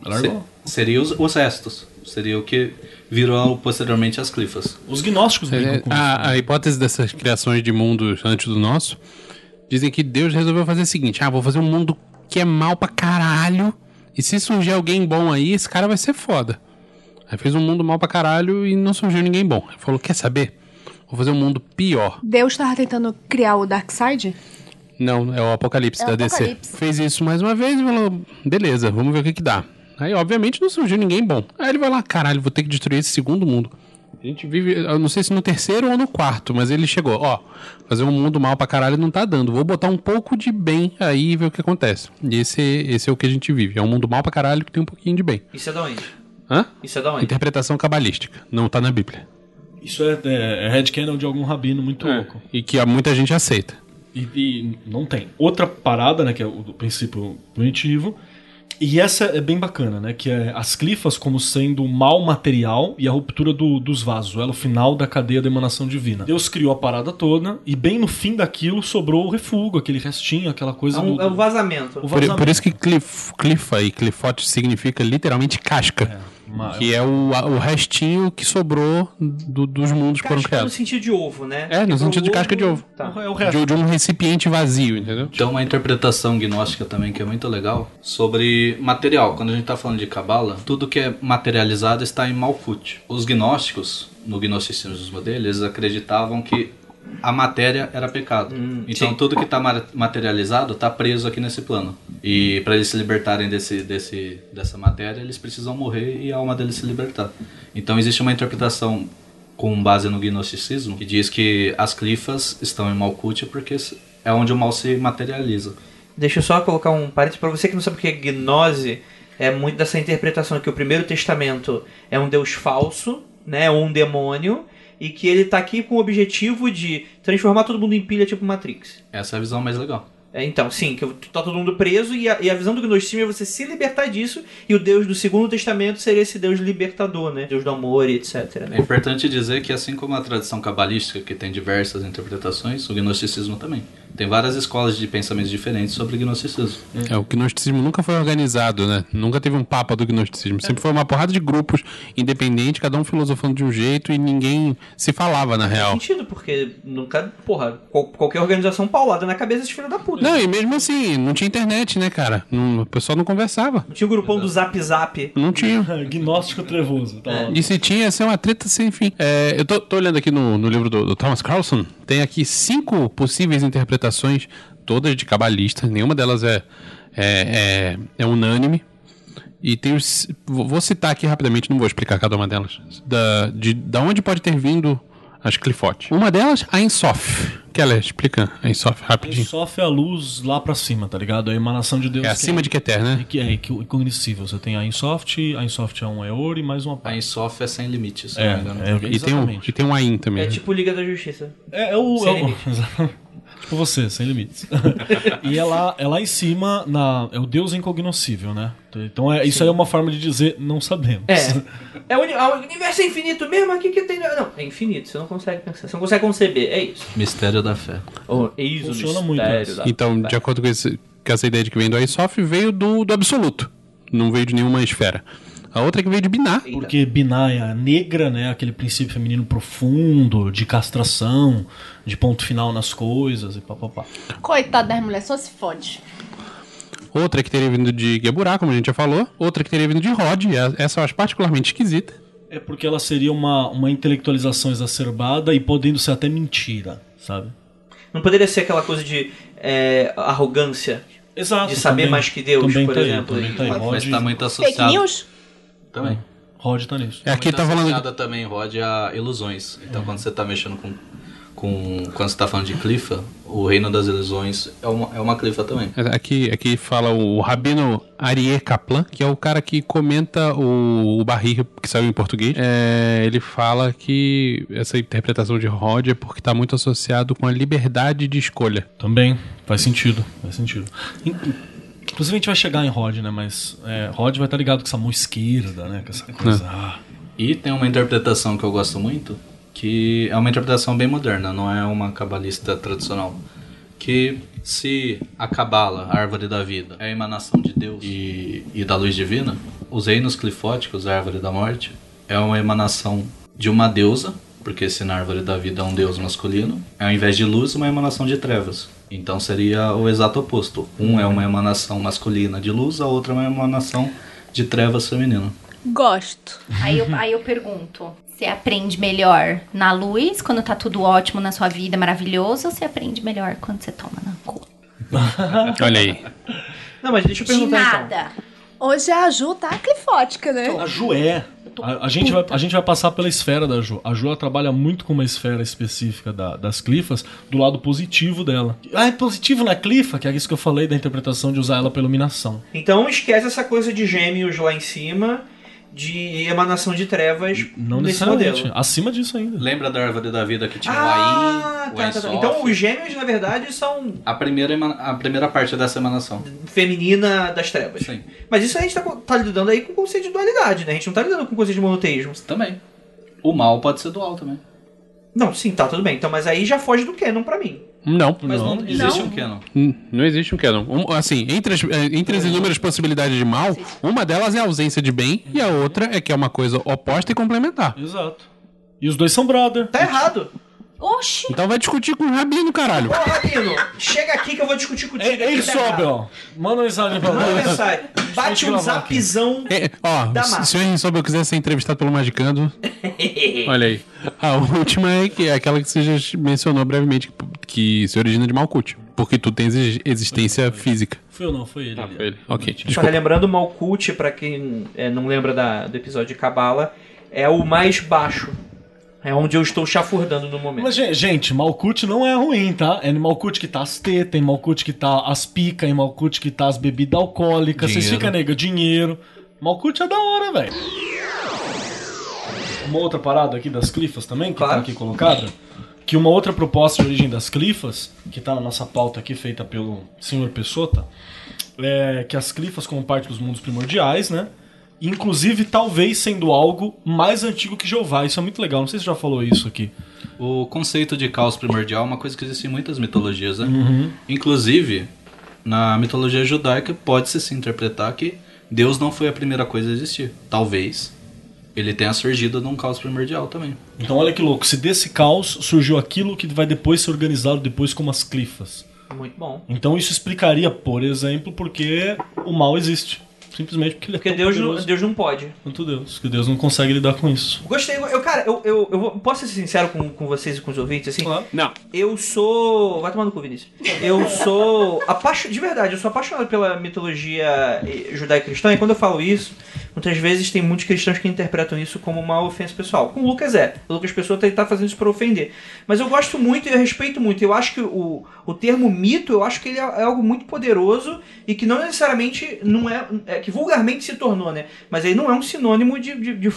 S5: Largou.
S11: Se- seria os, os restos. Seria o que virou posteriormente as clifas.
S5: Os gnósticos brincam
S7: É,
S5: com né? isso.
S7: a, a hipótese dessas criações de mundos antes do nosso dizem que Deus resolveu fazer o seguinte: ah, vou fazer um mundo que é mal pra caralho. E se surgir alguém bom aí, esse cara vai ser foda. Aí fez um mundo mal pra caralho e não surgiu ninguém bom. Ele falou: quer saber? Vou fazer um mundo pior.
S8: Deus estava tentando criar o Darkseid?
S7: Não, é o Apocalipse
S6: É o
S7: da DC.
S6: Apocalipse.
S7: Fez isso mais uma vez e falou: beleza, vamos ver o que que dá. Aí, obviamente, não surgiu ninguém bom. Aí ele vai lá: caralho, vou ter que destruir esse segundo mundo. A gente vive, eu não sei se no terceiro ou no quarto, mas ele chegou: ó, fazer um mundo mal pra caralho não tá dando. Vou botar um pouco de bem aí e ver o que acontece. E esse, esse é o que a gente vive: é um mundo mal pra caralho que tem um pouquinho de bem.
S4: Isso é da onde?
S7: Hã?
S4: Isso é da onde?
S7: Interpretação cabalística. Não tá na Bíblia.
S5: Isso é, é, é headcanon de algum rabino muito louco.
S7: E que ah, muita gente aceita.
S5: E, e não tem. Outra parada, né, que é o do princípio punitivo. E essa é bem bacana, né? Que é as clifas como sendo o mal material e a ruptura do- dos vasos. Ela é o final da cadeia da emanação divina. Deus criou a parada toda e bem no fim daquilo sobrou o refúgio, aquele restinho, aquela
S4: É
S5: coisa
S4: um,
S5: do...
S4: é um vazamento.
S5: o
S7: Por,
S5: vazamento.
S7: por isso que cliff, clifa e clifote significa literalmente casca.
S5: Uma-
S7: Que é o, a- o restinho que sobrou do- dos mundos que foram
S4: Casca no
S7: criados.
S4: sentido de ovo, né?
S7: É, no
S4: Quebrou
S7: sentido de
S4: o
S7: casca de ovo.
S4: Tá.
S5: é o resto.
S7: De, de um recipiente vazio, entendeu?
S11: Tem Então, uma interpretação gnóstica também que é muito legal sobre material. Quando a gente está falando de cabala, tudo que é materializado está em Malkuth. Os gnósticos, no gnosticismo deles, eles acreditavam que a matéria era pecado. então tudo que está materializado está preso aqui nesse plano. E para eles se libertarem desse, desse, dessa matéria, eles precisam morrer e a alma deles se libertar. Então existe uma interpretação com base no gnosticismo, que diz que as clifas estão em Malkuth porque é onde o mal se materializa.
S4: Deixa eu só colocar um parênteses pra você que não sabe o que é gnose. É muito dessa interpretação que o Primeiro Testamento é um Deus falso, né? Ou um demônio. E que ele tá aqui com o objetivo de transformar todo mundo em pilha tipo Matrix.
S11: Essa é a visão mais legal.
S4: É, então, sim, que tá todo mundo preso e a, e a visão do gnosticismo é você se libertar disso. E o Deus do Segundo Testamento seria esse Deus libertador, né? Deus do amor e etc.
S11: É
S4: né?
S11: importante dizer que, assim como a tradição cabalística, que tem diversas interpretações, o gnosticismo também. Tem várias escolas de pensamentos diferentes sobre o gnosticismo.
S7: É, o gnosticismo nunca foi organizado, né? Nunca teve um papa do gnosticismo. Sempre foi uma porrada de grupos independentes, cada um filosofando de um jeito e ninguém se falava, na real.
S4: sentido, porque nunca, porra, qual- qualquer organização paulada na cabeça de filho da puta.
S7: Não, e mesmo assim, não tinha internet, né, cara? Não, o pessoal não conversava.
S4: Não tinha o grupão do Zap Zap.
S7: Não tinha.
S5: Gnóstico trevoso. Tá lá.
S7: E se tinha, ia ser uma treta sem fim. É, eu tô, tô olhando aqui no, no livro do, do Thomas Carlson, tem aqui cinco possíveis interpretações, todas de cabalistas, nenhuma delas é, é, é, é unânime. E tem os, vou vou citar aqui rapidamente, não vou explicar cada uma delas. Da, de, da onde pode ter vindo as clifote. Uma delas, a Ensof. Que ela explica a Ensof
S5: Ele
S7: rapidinho.
S5: sofre a luz lá pra cima, tá ligado? É a emanação de Deus.
S7: É
S5: que-
S7: acima de Keter, né?
S5: Que é incognoscível. Você tem a Insoft, a Insoft é um Eori, mais uma
S11: A
S5: parte.
S11: Insof é sem limites, se
S5: É,
S11: não me engano.
S5: é,
S7: E tem, um,
S5: exatamente.
S7: e tem um Ain também.
S4: É
S7: né?
S4: tipo Liga da Justiça.
S5: É, é o.
S4: Sem
S5: é o-
S4: limites.
S5: Exatamente. tipo você, sem limites. e é lá, é lá em cima, na, é o Deus incognoscível, né? Então é, isso aí é uma forma de dizer não sabemos.
S4: É. É o uni- ah, o universo é infinito mesmo aqui que tem. Não, é infinito, você não consegue pensar, você não consegue conceber, é isso.
S11: Mistério da fé.
S4: é isso, o
S5: Funciona
S4: mistério
S5: muito essa.
S4: da-
S7: Então, de acordo com, esse- com essa ideia de que vem do Aesop, veio do, do absoluto. Não veio de nenhuma esfera. A outra é que veio de Binar.
S5: Porque binária negra, né? Aquele princípio feminino profundo, de castração, de ponto final nas coisas e papapá.
S8: Coitada das mulheres, só se fode.
S7: Outra que teria vindo de Geburá, como a gente já falou. Outra que teria vindo de Rod. e a- Essa eu acho particularmente esquisita.
S5: É porque ela seria uma, uma intelectualização exacerbada e podendo ser até mentira, sabe?
S4: Não poderia ser aquela coisa de é, arrogância.
S5: Exato.
S4: De saber
S5: também-
S4: mais que Deus,
S5: também
S4: por
S5: tá aí,
S4: exemplo,
S5: também
S4: e-
S5: tá aí.
S11: Mas
S5: Rod,
S11: está muito
S8: Fake
S11: associado.
S8: news?
S11: Também.
S5: Rod tá nisso.
S7: É aqui
S11: muito
S7: tá falando.
S11: associada também, Rod, é a ilusões. Então, quando você tá mexendo com, com... Quando você tá falando de clifa, o reino das ilusões é uma, é uma clifa também.
S7: Aqui, aqui fala o Rabino Arié Kaplan, que é o cara que comenta o, o Barriga, que saiu em português. É, ele fala que essa interpretação de Rod é porque está muito associado com a liberdade de escolha.
S5: Também, faz sentido, faz sentido. In- Inclusive a gente vai chegar em Rod, né? Mas é, Rod vai estar ligado com essa mão esquerda, né? Com essa coisa. ah,
S11: E tem uma interpretação que eu gosto muito, que é uma interpretação bem moderna, não é uma cabalista tradicional. Que se a cabala, a árvore da vida, é a emanação de Deus e, e da luz divina, os reinos clifóticos, a árvore da morte, é uma emanação de uma deusa, porque se na árvore da vida é um deus masculino, ao invés de luz, uma emanação de trevas. Então seria o exato oposto. Um é uma emanação masculina de luz, a outra é uma emanação de trevas feminina.
S8: Gosto.
S6: Aí eu, aí eu pergunto: você aprende melhor na luz, quando tá tudo ótimo na sua vida, maravilhoso, ou você aprende melhor quando você toma na cu?
S7: Olha aí.
S4: Não, mas deixa eu
S6: De
S4: perguntar então.
S6: nada.
S8: Hoje a Ju tá clifótica, né?
S5: A Ju é. A, a gente vai, a gente vai passar pela esfera da Ju. A Ju ela trabalha muito com uma esfera específica da- das clifas, do lado positivo dela. Ah, é positivo na clifa, que é isso que eu falei da interpretação de usar ela pra iluminação.
S4: Então esquece essa coisa de gêmeos lá em cima, de emanação de trevas
S5: Não
S4: nesse
S5: necessariamente.
S4: modelo.
S5: Acima disso ainda.
S11: Lembra da árvore da vida que tinha
S4: Ah,
S11: Tipo, o Ain, o
S4: tá, tá, tá.
S11: Ensof?
S4: Então os gêmeos, na verdade, são
S11: A primeira, emana- a primeira parte dessa emanação.
S4: feminina das trevas.
S11: Sim.
S4: Mas isso aí a gente tá, co- tá lidando aí com o conceito de dualidade, né? A gente não tá lidando com o conceito de monoteísmo.
S11: Também. O mal pode ser né? dual também.
S4: Não, sim, tá, tudo bem. Então, mas aí já foge do canon pra mim.
S7: Não.
S11: Mas não, existe um canon.
S7: Hum, Não existe um canon. Um, assim, entre as, eh, entre as inúmeras possibilidades de mal, uma delas é a ausência de bem e a outra é que é uma coisa oposta e complementar.
S5: Exato. E os dois são brother.
S4: Tá errado.
S6: Oxi.
S7: Então vai discutir com o Rabino, caralho.
S4: Ô, Rabino, chega aqui que eu vou discutir contigo.
S5: Ei, ei
S4: aqui, tá errado.
S5: É, Sobel, manda uma mensagem pra
S4: Manda
S5: nós.
S4: mensagem. Bate um zapzão.
S7: É, ó,
S4: Da
S7: se
S4: massa.
S7: se o Henry Sobel quiser ser entrevistado pelo Magicando, olha aí. A última é, que, é aquela que você já mencionou brevemente, que, que se origina de Malkuth. Porque tu tens ex- existência física.
S5: Foi eu não, foi
S4: Tá
S5: ele. ali.
S7: Ok,
S4: Só
S7: desculpa.
S4: relembrando, o Malkuth, pra quem é, não lembra da- do episódio de Cabala, é o mais baixo. É onde eu estou chafurdando no momento.
S5: Mas, gen- gente, Malkut não é ruim, tá? É Malkut que tá as tetas, é Malkut que tá as picas, é Malkut que tá as bebidas alcoólicas. Vocês
S7: Dinheiro.
S5: ficam nega, dinheiro. Malkut é da hora, velho. Uma outra parada aqui das clifas também, que tá
S4: Claro.
S5: aqui colocada. Que uma outra proposta de origem das clifas, que tá na nossa pauta aqui, feita pelo senhor Pessota, é que as clifas como parte dos mundos primordiais, né? Inclusive, talvez sendo algo mais antigo que Jeová. Isso é muito legal. Não sei se já falou isso aqui.
S11: O conceito de caos primordial é uma coisa que existe em muitas mitologias, né? Inclusive, na mitologia judaica, pode-se se interpretar que Deus não foi a primeira coisa a existir. Talvez ele tenha surgido num caos primordial também.
S5: Então olha que louco, se desse caos surgiu aquilo que vai depois ser organizado depois como as clifas.
S4: Muito bom.
S5: Então isso explicaria, por exemplo, porque o mal existe. Simplesmente porque ele é
S4: Porque
S5: tão
S4: Deus, não-
S5: poderoso
S4: Deus não pode.
S5: quanto Deus. Que Deus não consegue lidar com isso.
S4: Gostei. Eu, cara, eu, eu, eu vou- posso ser sincero com, com vocês e com os ouvintes, assim?
S5: Claro.
S7: Não.
S4: Eu sou. Vai tomar no cu, Vinícius. Eu sou. Apaixo... De verdade, eu sou apaixonado pela mitologia eh, judaico-cristã. E quando eu falo isso, muitas vezes tem muitos cristãos que interpretam isso como uma ofensa pessoal. Com o Lucas é. O Lucas Pessoa tá, tá fazendo isso pra ofender. Mas eu gosto muito e eu respeito muito. Eu acho que o, o termo mito, eu acho que ele é, é algo muito poderoso e que não necessariamente não é, é. que vulgarmente se tornou, né? Mas aí não é um sinônimo de, de, de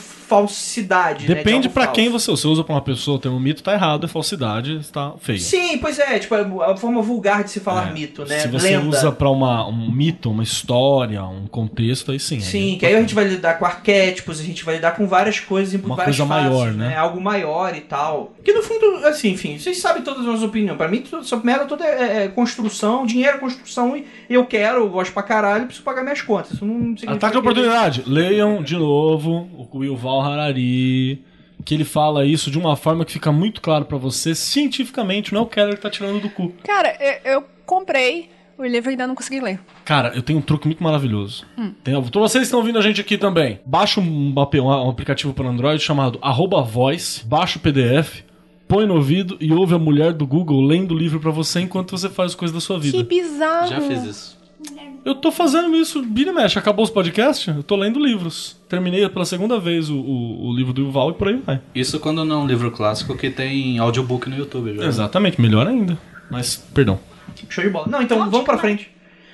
S4: falsidade. né? De
S5: Depende
S4: algo
S5: pra
S4: falso.
S5: quem você usa. Você usa pra uma pessoa, tem um mito, tá errado, é falsidade, está feio.
S4: Sim, pois é, tipo, a forma vulgar de se falar mito, né?
S5: É. Se você
S4: Lenda.
S5: usa pra uma, um mito, uma história, um contexto, aí sim. aí
S4: Sim, que aí a gente vai lidar com arquétipos, a gente vai lidar com várias coisas e
S5: Uma
S4: várias
S5: coisa
S4: faces,
S5: maior, né?
S4: Algo maior e tal. Que no fundo, assim, enfim, vocês sabem todas as minhas opiniões. Pra mim, tudo- essa merda toda é, é- é construção, dinheiro é construção e eu quero, eu gosto pra caralho, preciso pagar minhas contas. Isso não significa
S5: Ataque de
S4: que-
S5: oportunidade. Leiam de novo o Yuval Harari, que ele fala isso de uma forma que fica muito claro pra você cientificamente, não é o Keller que tá tirando do cu.
S8: Cara, eu, eu comprei o livro e ainda não consegui ler.
S5: Cara, eu tenho um truque muito maravilhoso. Tem, todos vocês que estão ouvindo a gente aqui também. Baixa um, ap- um aplicativo para Android chamado arroba voice, baixa o PDF, põe no ouvido e ouve a mulher do Google lendo o livro pra você enquanto você faz as coisas da sua
S8: Que
S5: vida.
S8: bizarro.
S11: Já fez isso.
S5: Eu tô fazendo isso, Bini mexe, acabou os podcasts, eu tô lendo livros. Terminei pela segunda vez o, o- o livro do Yuval e por aí vai.
S11: Isso quando não é um livro clássico que tem audiobook no YouTube. Já.
S5: É. Exatamente, melhor ainda. Mas, perdão.
S4: Show de bola. Não, então vamos pra frente.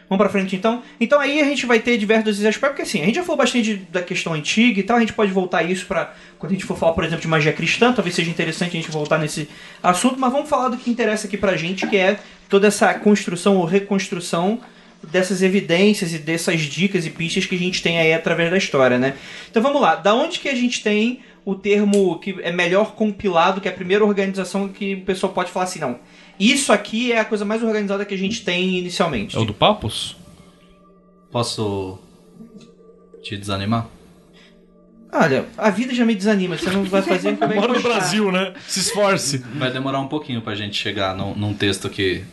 S4: Vamos pra frente então. Então aí a gente vai ter diversos aspectos, porque assim, a gente já falou bastante da questão antiga e tal, a gente pode voltar isso pra quando a gente for falar, por exemplo, de magia cristã, talvez seja interessante a gente voltar nesse assunto, mas vamos falar do que interessa aqui pra gente, que é toda essa construção ou reconstrução dessas evidências e dessas dicas e pistas que a gente tem aí através da história, né? Então vamos lá, da onde que a gente tem o termo que é melhor compilado, que é a primeira organização que o pessoal pode falar assim, não, isso aqui é a coisa mais organizada que a gente tem inicialmente.
S5: É o do Papos?
S11: Posso te desanimar?
S4: Olha, a vida já me desanima, você não vai fazer como é que
S5: Mora no
S4: eu vou
S5: Brasil, né? Se esforce.
S11: Vai demorar um pouquinho pra gente chegar num, num texto que,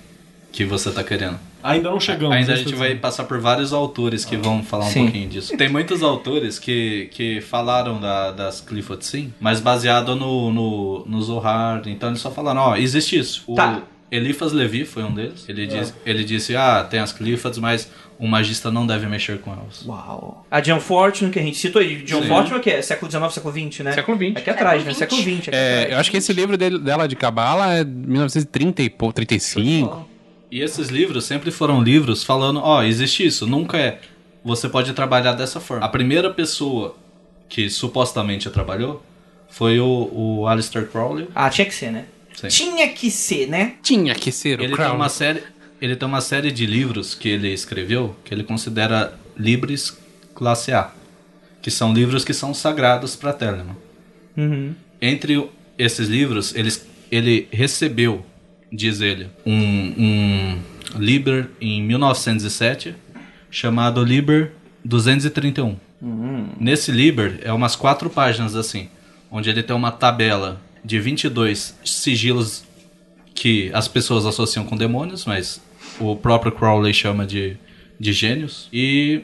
S11: que você tá querendo.
S5: Ainda não chegamos. né?
S11: Ainda a
S5: isso
S11: gente
S5: eu
S11: vai passar por vários autores que vão falar um
S4: Sim.
S11: pouquinho disso. Tem muitos autores que, que falaram da- das Clifford Sim, mas baseado no, no, no Zohar. Então eles só falaram, ó, existe isso. O,
S4: Tá.
S11: Elifas Levi foi um deles. Ele, diz- ele disse: Ah, tem as Clifads, mas o magista não deve mexer com elas.
S4: Uau. A John Fortune, que a gente citou aí. John
S11: Sim.
S4: Fortune, que é século XIX, século XX, né?
S10: Século XX.
S4: Aqui atrás, né?
S6: Século
S4: Século XX. aqui
S7: É,
S4: atrás.
S7: eu acho que esse livro dele- dela de Cabala é de 1930 e pouco, 35.
S11: E esses livros sempre foram livros falando: Ó, existe isso, nunca é. Você pode trabalhar dessa forma. A primeira pessoa que supostamente trabalhou foi o, o Alistair Crowley.
S4: Ah, tinha que ser, né?
S11: Sim.
S4: Tinha que ser, né?
S7: Tinha que ser o
S11: Ele tem,
S7: Crown. né?
S11: uma série, ele tem uma série de livros que ele escreveu que ele considera livres classe A, que são livros que são sagrados para Telemann.
S4: Uhum.
S11: Entre o- esses livros, ele, ele recebeu, diz ele, um, um Liber em 1907 chamado Liber 231. Nesse Liber, é umas quatro páginas assim, onde ele tem uma tabela de 22 sigilos que as pessoas associam com demônios, mas o próprio Crowley chama de, de gênios. E,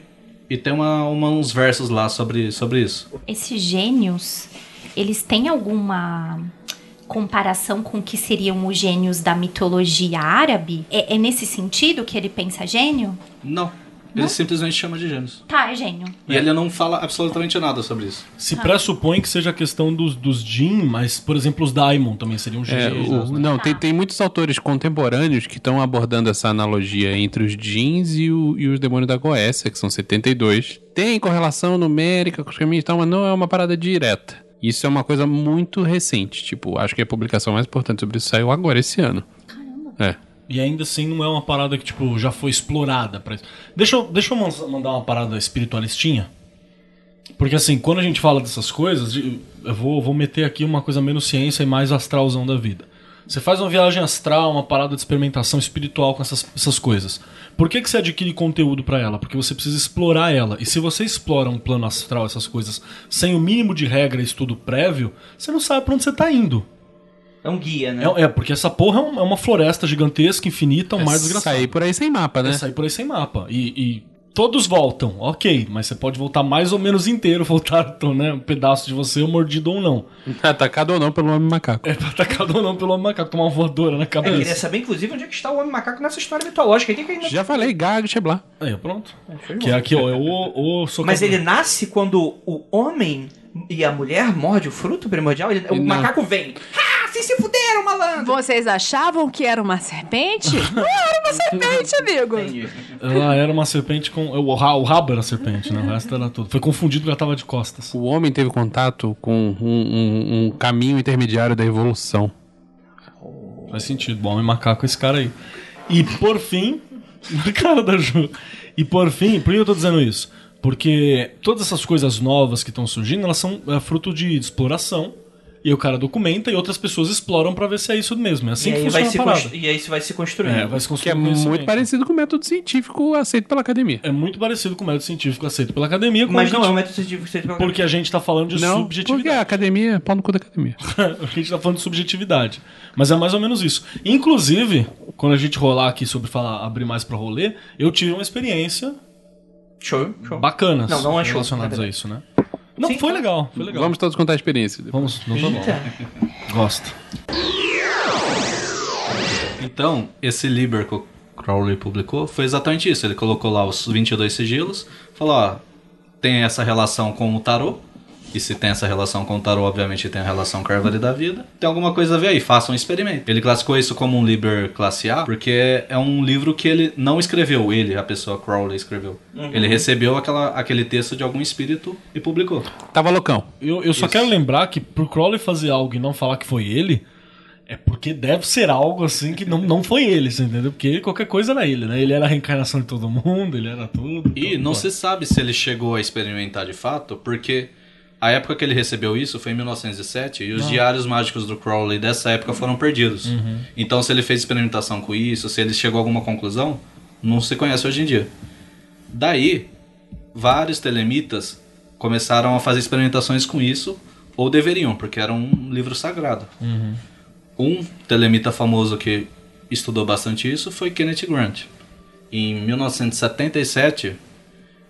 S11: e tem uma, uma- uns versos lá sobre, sobre isso.
S6: Esses gênios, eles têm alguma comparação com o que seriam os gênios da mitologia árabe? É, é nesse sentido que ele pensa gênio?
S11: Não, ele simplesmente chama de gênios.
S6: Tá, é gênio.
S11: E ele não fala absolutamente nada sobre isso.
S5: Se pressupõe que seja a questão dos, dos Jin, mas, por exemplo, os Daimon também seriam
S7: É,
S5: gênios.
S7: o-
S5: né?
S7: não, tem, tem muitos autores contemporâneos que estão abordando essa analogia entre os jeans e, o- e os demônios da Goécia, que são 72. Tem correlação numérica com os caminhos e tal, mas não é uma parada direta. Isso é uma coisa muito recente. Tipo, acho que a publicação mais importante sobre isso saiu agora, esse ano. Caramba.
S5: E ainda assim não é uma parada que, tipo, já foi explorada pra isso. Deixa eu, deixa eu man- mandar uma parada espiritualistinha. Porque assim, quando a gente fala dessas coisas, de- eu vou, vou meter aqui uma coisa menos ciência e mais astralzão da vida. Você faz uma viagem astral, uma parada de experimentação espiritual com essas, essas coisas. Por que, que você adquire conteúdo pra ela? Porque você precisa explorar ela. E se você explora um plano astral, essas coisas, sem o mínimo de regra e estudo prévio, você não sabe pra onde você tá indo.
S4: É um guia, né?
S5: É, é, porque essa porra é, um- é uma floresta gigantesca, infinita, o
S7: É.
S5: Então, mais desgraçado.
S7: Sair por aí sem mapa, né?
S5: É sair por aí sem mapa. E, e todos voltam, ok, mas você pode voltar mais ou menos inteiro, voltar então, né, um pedaço de você, mordido ou não.
S7: Atacado ou não pelo homem macaco.
S5: É atacado ou não pelo homem macaco, tomar uma voadora na
S4: Eu queria
S5: cabeça.
S4: saber, inclusive, onde é que está o homem macaco nessa história mitológica. O que que ainda...
S7: Já falei, Gaga, Cheblar.
S5: Aí, pronto. que é aqui, ó, é o, o
S4: Mas
S5: socador.
S4: ele nasce quando o homem e a mulher morde o fruto primordial? Ele- O
S7: Não.
S4: macaco vem. Ah, vocês se fuderam, malandro!
S8: Vocês achavam que era uma serpente? Não era uma serpente, amigo.
S5: Ela era uma serpente com... é O, ra- o rabo era serpente, né? O resto era tudo. Foi confundido porque ela tava de costas.
S7: O homem teve contato com um- um- um caminho intermediário da evolução.
S5: Faz sentido. Bom, homem macaco é esse cara aí. E por fim. na cara da Ju. E por fim, por que eu tô dizendo isso? Porque todas essas coisas novas que estão surgindo, elas são é, fruto de exploração. E aí o cara documenta e outras pessoas exploram pra ver se é isso mesmo. É assim
S4: e,
S5: que
S4: aí vai
S5: funciona
S4: se
S5: a parada.
S4: constru- e aí isso vai se construindo.
S5: É, vai se
S7: Que é
S5: construindo
S7: muito
S5: conhecimento.
S7: parecido com o método científico aceito pela academia.
S5: É muito parecido com o método científico aceito pela academia. quando
S4: Mas
S5: a
S4: não é um
S5: gente-
S4: método científico que você tem pra-
S5: Porque a gente tá falando de
S7: Não, porque
S5: subjetividade.
S7: a academia é pau no cu da academia.
S5: a gente tá falando de subjetividade. Mas é mais ou menos isso. Inclusive, quando a gente rolar aqui sobre falar, abrir mais pra rolê, eu tive uma experiência
S4: Show, show.
S5: bacanas
S4: Não, não é show,
S5: relacionadas
S4: na
S5: a
S4: verdade.
S5: isso, né? Não,
S4: Sim,
S5: foi
S4: tá.
S5: legal, foi legal.
S7: Vamos todos contar a experiência.
S5: Vamos, não tá bom. Gosto.
S11: Então, esse Liber que o Crowley publicou foi exatamente isso. Ele colocou lá os 22 sigilos, falou: ó, tem essa relação com o tarô. E se tem essa relação com o tarô, obviamente tem a relação com a árvore da vida. Tem alguma coisa a ver aí, faça um experimento. Ele classificou isso como um Liber classe A, porque é um livro que ele não escreveu, ele, a pessoa Crowley escreveu. Ele recebeu aquela, aquele texto de algum espírito e publicou.
S7: Tava loucão.
S5: Eu, eu só quero lembrar que pro Crowley fazer algo e não falar que foi ele, é porque deve ser algo assim que não, não foi ele, você entendeu? Porque ele, qualquer coisa era ele, né? Ele era a reencarnação de todo mundo, ele era tudo.
S11: E
S5: tudo,
S11: não
S5: pô.
S11: se sabe se ele chegou a experimentar de fato, porque a época que ele recebeu isso foi em 1907 e os diários mágicos do Crowley dessa época foram perdidos. Então, se ele fez experimentação com isso, se ele chegou a alguma conclusão, não se conhece hoje em dia. Daí, vários telemitas começaram a fazer experimentações com isso, ou deveriam, porque era um livro sagrado. Um telemita famoso que estudou bastante isso foi Kenneth Grant. Em 1977,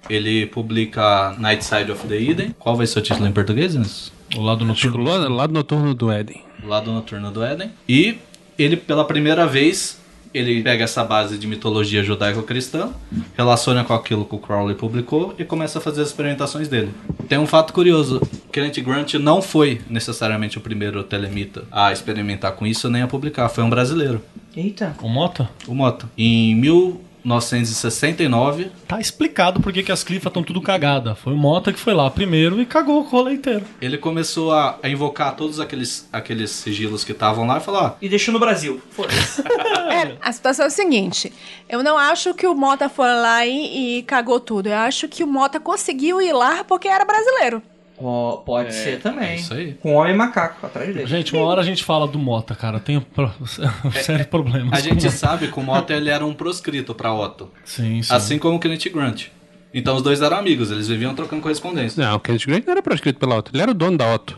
S11: ele publica Night Side of the Eden. Qual vai ser o título em português, Inês?
S5: O lado noturno.
S7: Lado, lado noturno do Éden.
S11: Lado Noturno do Éden. E ele, pela primeira vez, ele pega essa base de mitologia judaico-cristã, relaciona com aquilo que o Crowley publicou e começa a fazer as experimentações dele. Tem um fato curioso: Kenneth Grant não foi necessariamente o primeiro telemita a experimentar com isso nem a publicar, foi um brasileiro,
S4: Eita.
S5: O Mota?
S11: o Mota. Em 1969,
S5: Tá explicado por que que as clifas estão tudo cagada. Foi o Mota que foi lá primeiro e cagou o rolê inteiro.
S11: ele começou a, a invocar todos aqueles, aqueles sigilos que estavam lá e falou: ó,
S4: E deixou no Brasil. Foda-se.
S8: É, a situação é o seguinte: eu não acho que o Mota foi lá e, e cagou tudo. Eu acho que o Mota conseguiu ir lá porque era brasileiro.
S4: Ó, pode ser também.
S11: é isso aí.
S4: Com homem e macaco atrás dele.
S5: Gente, uma hora a gente fala do Mota, cara. Tem um pro... sérios problemas.
S11: A gente
S5: com-
S11: sabe que o Mota ele era um proscrito pra Otto,
S5: Sim, sim.
S11: assim como o Kenneth Grant. Então os dois eram amigos, eles viviam trocando correspondência.
S7: Não, o Kenneth Grant não era proscrito pela Otto, ele era o dono da Otto.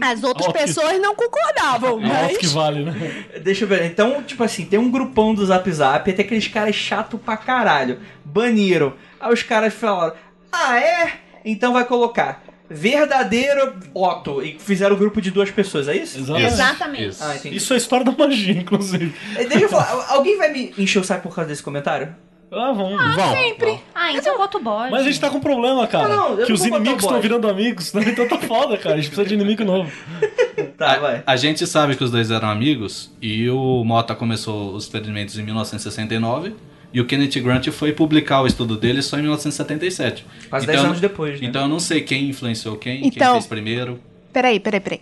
S8: As outras pessoas não concordavam,
S5: É
S8: mas.
S5: alto que vale, né?
S4: Deixa eu ver. Então, tipo assim, tem um grupão do Zap Zap, até aqueles caras chato pra caralho. Baniram. Aí os caras falaram: Ah, é? Então vai colocar verdadeiro Otto. E fizeram o grupo de duas pessoas, é isso?
S5: Exatamente.
S6: Exatamente.
S11: Isso.
S4: Ah, entendi.
S5: Isso é a história da magia, inclusive.
S4: Eh, Deixa eu falar, al- alguém vai me encher o saco por causa desse comentário?
S5: Ah, vamos.
S7: Bom,
S6: Ah, então bota o bode.
S5: Mas a gente tá com um problema, cara.
S4: Não, não, eu
S5: que
S4: não
S5: os
S4: vou botar
S5: inimigos
S4: o boy.
S5: estão virando amigos, né? Então tá foda, cara. A gente precisa de inimigo novo.
S4: Tá, vai.
S11: A gente sabe que os dois eram amigos e o Mota começou os experimentos em 1969 e o Kenneth Grant foi publicar o estudo dele só em 1977.
S4: Quase 10 anos depois, né?
S11: Então eu não sei quem influenciou quem, quem
S8: Então-
S11: fez primeiro.
S8: Peraí, peraí, peraí.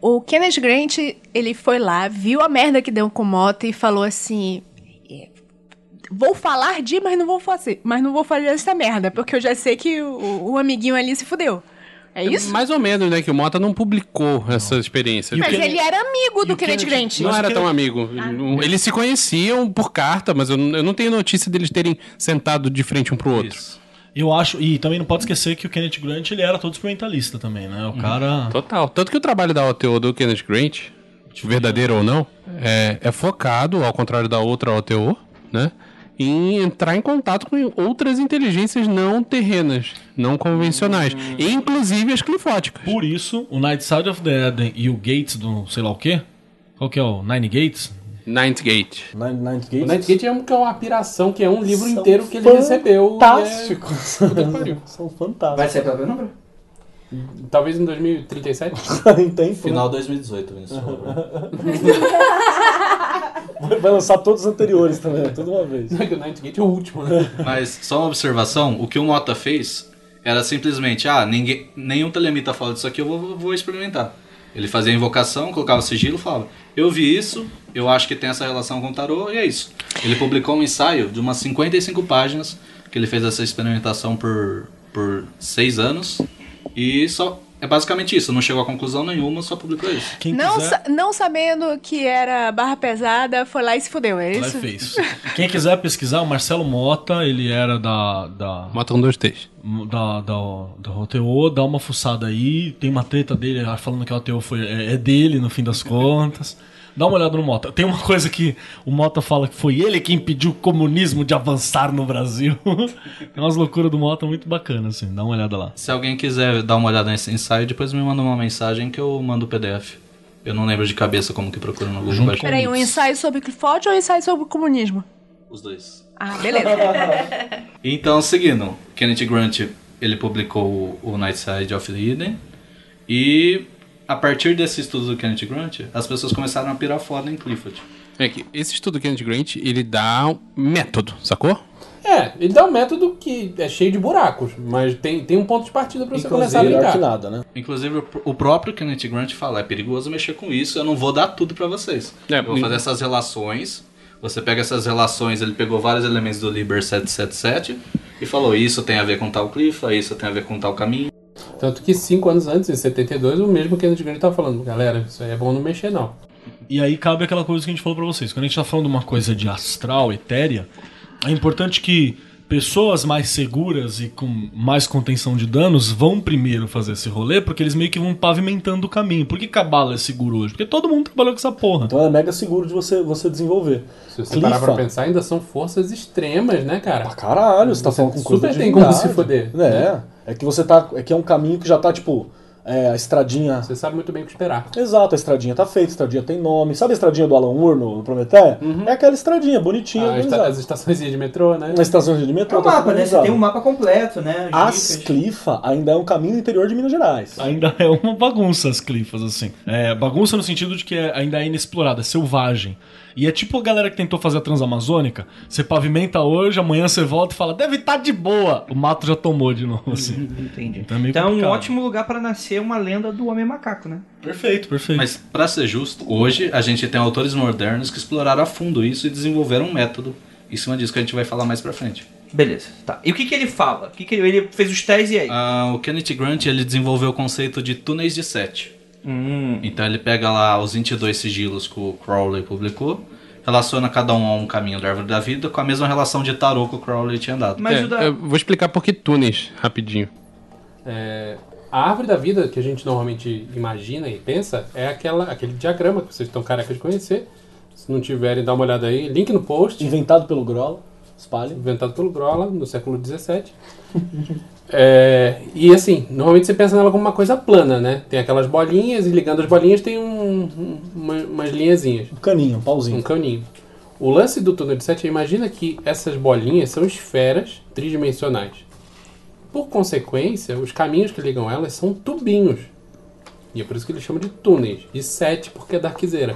S8: O Kenneth Grant, ele foi lá, viu a merda que deu com o Mota e falou assim: "É, Vou falar de, mas não vou fazer. Mas não vou fazer essa merda, porque eu já sei que o, o amiguinho ali se fudeu. É isso?
S7: mais ou menos, né? Que o Mota não publicou essa experiência.
S8: Mas ele era amigo
S5: e o
S8: do Kenneth
S5: Kenneth- é
S8: Grant.
S7: Não
S5: Mas
S7: era
S5: que-
S7: tão amigo.
S8: Ah,
S7: Eles se conheciam por carta, mas eu não, eu não tenho notícia deles terem sentado de frente um pro outro.
S11: Isso.
S5: Eu acho. E também não pode esquecer que o Kenneth Grant ele era todo experimentalista também, né?
S11: Uhum.
S5: O cara.
S7: Total. Tanto que o trabalho da OTO do Kenneth Grant, verdadeiro ou não, é, é focado, ao contrário da outra OTO, né? Em entrar em contato com outras inteligências não terrenas, não convencionais, inclusive as clifóticas.
S5: Por isso, o Nightside of the Eden e o Gates do sei lá o quê. Qual que é o Nine Gates?
S7: Ninth Gate.
S5: Nine,
S10: O
S5: Gates?
S10: Nightgate é, um, que é uma apiração, que é um livro
S5: São
S10: inteiro que ele recebeu. é
S5: Fantástico!
S10: que pariu.
S5: São fantásticos.
S4: Vai sair pela penumbra?
S7: e é- talvez em 2037.
S5: Tem tempo,
S11: Final 2018, Vinícius.
S4: Uhum.
S11: falou.
S5: né? Vai lançar todos os anteriores também, né? tudo uma vez.
S10: o Ninth Gate é o último, né?
S11: Mas só uma observação, o que o Mota fez era simplesmente, ah, ninguém, nenhum telemita fala disso aqui, eu vou, vou experimentar. Ele fazia a invocação, colocava o sigilo, falava, eu vi isso, eu acho que tem essa relação com o tarô, e é isso. Ele publicou um ensaio de umas 55 páginas, que ele fez essa experimentação por, por seis anos, e só... É basicamente isso, não chegou a conclusão nenhuma, só publicou isso.
S5: Quem
S8: Não,
S5: quiser,
S8: sa- não sabendo que era barra pesada, foi lá e se fudeu, é
S5: lá
S8: isso?
S5: fez. Quem quiser pesquisar, o Marcelo Mota, ele era da. da
S7: Matam um, dois textos.
S5: da, da, da OTO, dá uma fuçada aí, tem uma treta dele ela falando que a OTO foi, é, é dele no fim das contas. Dá uma olhada no Mota. Tem uma coisa que o Mota fala que foi ele que impediu o comunismo de avançar no Brasil. Tem umas loucuras do Mota muito bacanas, assim. Dá uma olhada lá.
S11: Se alguém quiser dar uma olhada nesse ensaio, depois me manda uma mensagem que eu mando o PDF. Eu não lembro de cabeça como que procura no Google.
S5: Junto
S11: mas-
S5: com-
S8: Peraí, um ensaio sobre clifote ou um ensaio sobre comunismo?
S11: Os dois.
S8: Ah, beleza.
S11: Então, seguindo, Kenneth Grant ele publicou o, o Nightside of the Eden e a partir desse estudo do Kenneth Grant, as pessoas começaram a pirar foda em Clifford.
S7: É que esse estudo do Kenneth Grant, ele dá um método, sacou?
S10: É, ele dá um método que é cheio de buracos, mas tem, tem um ponto de partida pra você começar a
S5: é
S10: brincar.
S12: nada, né?
S11: Inclusive, o- o próprio Kenneth Grant fala, é perigoso mexer com isso, eu não vou dar tudo pra vocês.
S7: É,
S11: eu vou
S7: e-
S11: fazer essas relações, você pega essas relações, ele pegou vários elementos do Liber 777 e falou, isso tem a ver com tal Clifa, isso tem a ver com tal caminho.
S10: Tanto que cinco anos antes, em 72, o mesmo Kenneth Grant tá falando, galera, isso aí é bom não mexer, não.
S5: E aí cabe aquela coisa que a gente falou pra vocês. Quando a gente tá falando de uma coisa de astral, etérea, é importante que pessoas mais seguras e com mais contenção de danos vão primeiro fazer esse rolê, porque eles meio que vão pavimentando o caminho. Por que Cabala é seguro hoje? Porque todo mundo trabalhou com essa porra.
S12: Então é mega seguro de você, você desenvolver.
S10: Se você
S12: Clifa.
S10: parar pra pensar, ainda são forças extremas, né, cara?
S12: Pra caralho, você tá falando com coisa
S10: Super
S12: de
S10: tem como
S12: divindade.
S10: se foder.
S12: É, é que você tá. É que é um caminho que já tá, tipo.
S13: é, a estradinha.
S7: Você sabe muito bem o que esperar.
S13: Exato, a estradinha tá feita, a estradinha tem nome. Sabe a estradinha do Alan Moore no, no Prometeia?
S5: Uhum.
S13: É aquela estradinha bonitinha,
S7: Ah, esta-
S13: organizada.
S7: as estações de metrô, né?
S13: Na estação de metrô,
S4: É um
S13: tá
S4: mapa, né? Você
S13: organizado.
S4: tem um mapa completo, né? Os dicas.
S13: Asclifa ainda é um caminho do interior de Minas Gerais.
S5: Ainda é uma bagunça as clifas, assim. É, bagunça no sentido de que é- ainda é inexplorada, é selvagem. E é tipo a galera que tentou fazer a Transamazônica. Você pavimenta hoje, amanhã você volta e fala, deve estar de boa. O mato já tomou de novo, assim.
S4: Entendi.
S5: Então é meio
S4: Então é um
S5: complicado.
S4: ótimo lugar pra nascer uma lenda do homem macaco, né?
S5: Perfeito, perfeito.
S11: Mas, pra ser justo, hoje a gente tem autores modernos que exploraram a fundo isso e desenvolveram um método em cima disso que a gente vai falar mais pra frente.
S4: Beleza, tá. E o que que ele fala? O que que ele, ele fez os testes e aí?
S11: Ah, o Kenneth Grant ele desenvolveu o conceito de túneis de sete.
S4: Hum,
S11: Então ele pega lá os 22 sigilos que o Crowley publicou, relaciona cada um a um caminho da árvore da vida com a mesma relação de tarô que o Crowley tinha dado.
S4: mas
S14: É,
S4: o da...
S14: Eu vou explicar por que túneis, rapidinho.
S7: É, a árvore da vida que a gente normalmente imagina e pensa é aquela, aquele diagrama que vocês estão carecas de conhecer. Se não tiverem, dá uma olhada aí. Link no post,
S13: Inventado pelo Grola, espalha.
S7: inventado pelo Grola no século XVII. É, e assim, normalmente você pensa nela como uma coisa plana, né? Tem aquelas bolinhas e ligando as bolinhas tem um, um- uma- umas linhazinhas.
S13: Um caninho, um pauzinho.
S7: Um caninho. O lance do túnel de 7 é imagina que essas bolinhas são esferas tridimensionais. Por consequência, os caminhos que ligam elas são tubinhos. E é por isso que eles chamam de túneis. E 7 porque é darkzeira.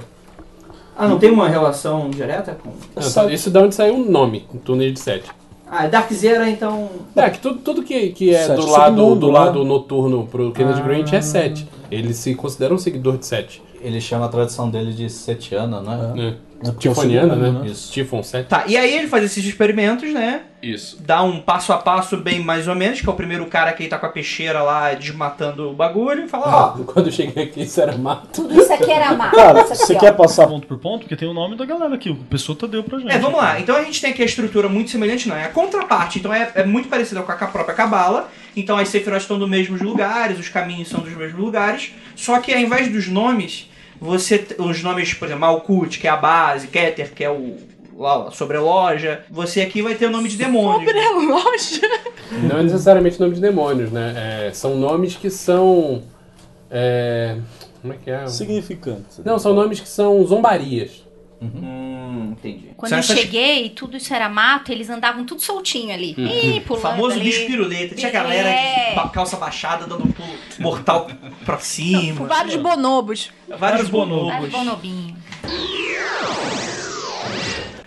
S4: Ah, não tem uma relação direta com...
S13: Sabe-
S7: Isso dá onde saiu o nome, o túnel de 7.
S4: Ah, Dark Zera, então...
S7: É, que tudo, tudo que, que é
S13: Sete
S7: do lado,
S13: submundo,
S7: do
S13: né? Ah.
S7: lado noturno pro Kenneth Grant é 7. Ele se considera um seguidor de 7.
S11: Ele chama a tradução dele de setiana, né?
S7: Né?
S13: É porque é o
S7: Tifoniana,
S13: segundo ano,
S7: né?
S13: né?
S7: Isso. Tifon 7.
S4: Tá, e aí ele faz esses experimentos, né?
S11: Isso.
S4: dá um passo a passo bem mais ou menos, que é o primeiro cara que tá com a peixeira lá desmatando o bagulho e fala, ó,
S7: Ah, Quando eu cheguei aqui, isso era
S4: tá
S7: mato.
S6: Isso aqui era mato.
S13: Cara,
S6: isso aqui,
S13: você
S6: ó.
S13: quer passar
S5: Ponto por ponto, porque tem o nome da galera aqui. O pessoal tá deu pra gente.
S4: é, vamos lá. Então a gente tem aqui a estrutura muito semelhante, não, é a contraparte, então é, é muito parecida com a ca- própria cabala. Então as sefirot estão dos mesmos lugares, os caminhos são dos mesmos lugares, só que ao invés dos nomes, você t- os nomes, por exemplo, Malkut, que é a base, Keter, que é o lá, sobre a loja, você aqui vai ter o nome de demônio.
S8: Sobre a loja.
S7: Não é necessariamente nome de demônios, né? É, são nomes que são. é, como é que é?
S13: significante.
S7: Não, são nomes que são zombarias.
S4: Hum, entendi.
S6: Quando
S4: São
S6: eu
S4: essas-
S6: cheguei, tudo isso era mato, eles andavam tudo soltinho ali. Ih,
S4: Uhum. O
S6: pulando
S4: famoso
S6: ali. é.
S4: bicho piruleta. Tinha galera de ba- calça baixada dando um pulo mortal pra cima.
S8: Vários bonobos.
S4: Vários bonobos.
S6: Vários bonobinhos.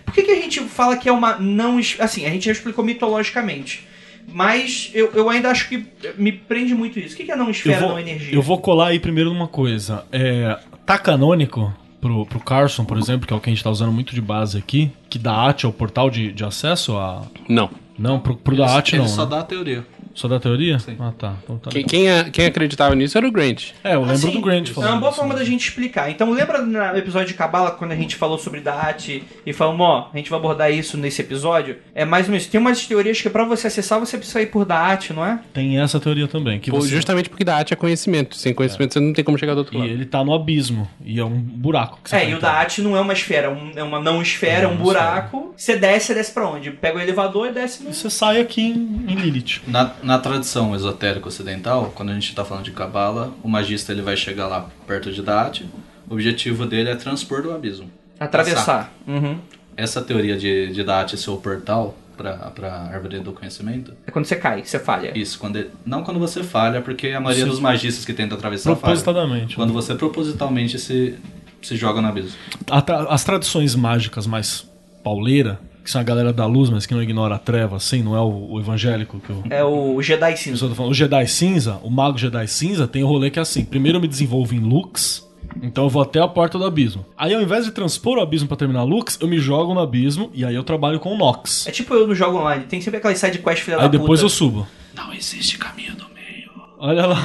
S4: Por que, que a gente fala que é uma não. es- Assim, a gente já explicou mitologicamente. Mas eu, eu ainda acho que me prende muito isso. O que, que é não esfera,
S5: Eu vou,
S4: não energia?
S5: eu vou colar aí primeiro numa coisa. É, tá canônico pro, pro Carson, por exemplo, que é o que a gente tá usando muito de base aqui, que da AT é o portal de, de acesso a.
S14: Não.
S5: Não, pro, pro da AT
S11: Ele
S5: não.
S11: só
S5: né?
S11: dá a teoria.
S5: Só da teoria? Ah, tá. Então tá.
S14: Quem, quem a- quem acreditava nisso era o Grant.
S5: É, eu lembro
S4: Assim,
S5: do Grant
S4: É
S5: falando.
S4: uma boa
S5: isso,
S4: forma
S5: né?
S4: da gente explicar. Então, lembra no episódio de Cabala, quando a gente falou sobre Dati e falamos, ó, a gente vai abordar isso nesse episódio? É mais ou menos. Tem umas teorias que é pra você acessar você precisa ir por Dati, não é?
S5: Tem essa teoria também. Que
S14: Pô,
S5: você...
S14: Justamente porque da arte é conhecimento. Sem conhecimento você não tem como chegar do outro
S5: E
S14: lado.
S5: ele tá no abismo. E é um buraco. Que você
S4: É,
S5: tá
S4: e o
S5: entrando.
S4: da arte não é uma esfera, é um- é uma não esfera, é um
S5: Não
S4: buraco. Você desce, você desce pra onde? Pega o elevador e desce no.
S5: Você sai aqui em, em Lilith.
S11: Na, na tradição esotérica ocidental, quando a gente está falando de cabala, o magista ele vai chegar lá perto de Daat. O objetivo dele é transpor do abismo.
S4: Atravessar. Uhum.
S11: Essa teoria de, de Daat ser o portal para a árvore do conhecimento.
S4: É quando você cai, você falha.
S11: Isso, quando ele- não quando você falha, porque a maioria dos magistas que tenta atravessar falha.
S5: Propositadamente.
S11: Quando você propositalmente se, se joga no abismo.
S5: A tra- as tradições mágicas mais pauleira, que são a galera da luz, mas que não ignora a treva, assim, não é o, o evangélico que eu.
S4: É o Jedi
S5: que eu
S4: Cinza.
S5: só tô tá falando. O Jedi Cinza, o Mago Jedi Cinza, tem o rolê que é assim: primeiro eu me desenvolvo em Lux, então eu vou até a porta do abismo. Aí ao invés de transpor o abismo pra terminar Lux, eu me jogo no abismo e aí eu trabalho com o Nox.
S4: É tipo eu no jogo online, tem sempre aquela side quest filha
S5: Aí
S4: da
S5: depois eu
S4: puta.
S5: subo.
S11: Não existe caminho do meio.
S5: Olha lá.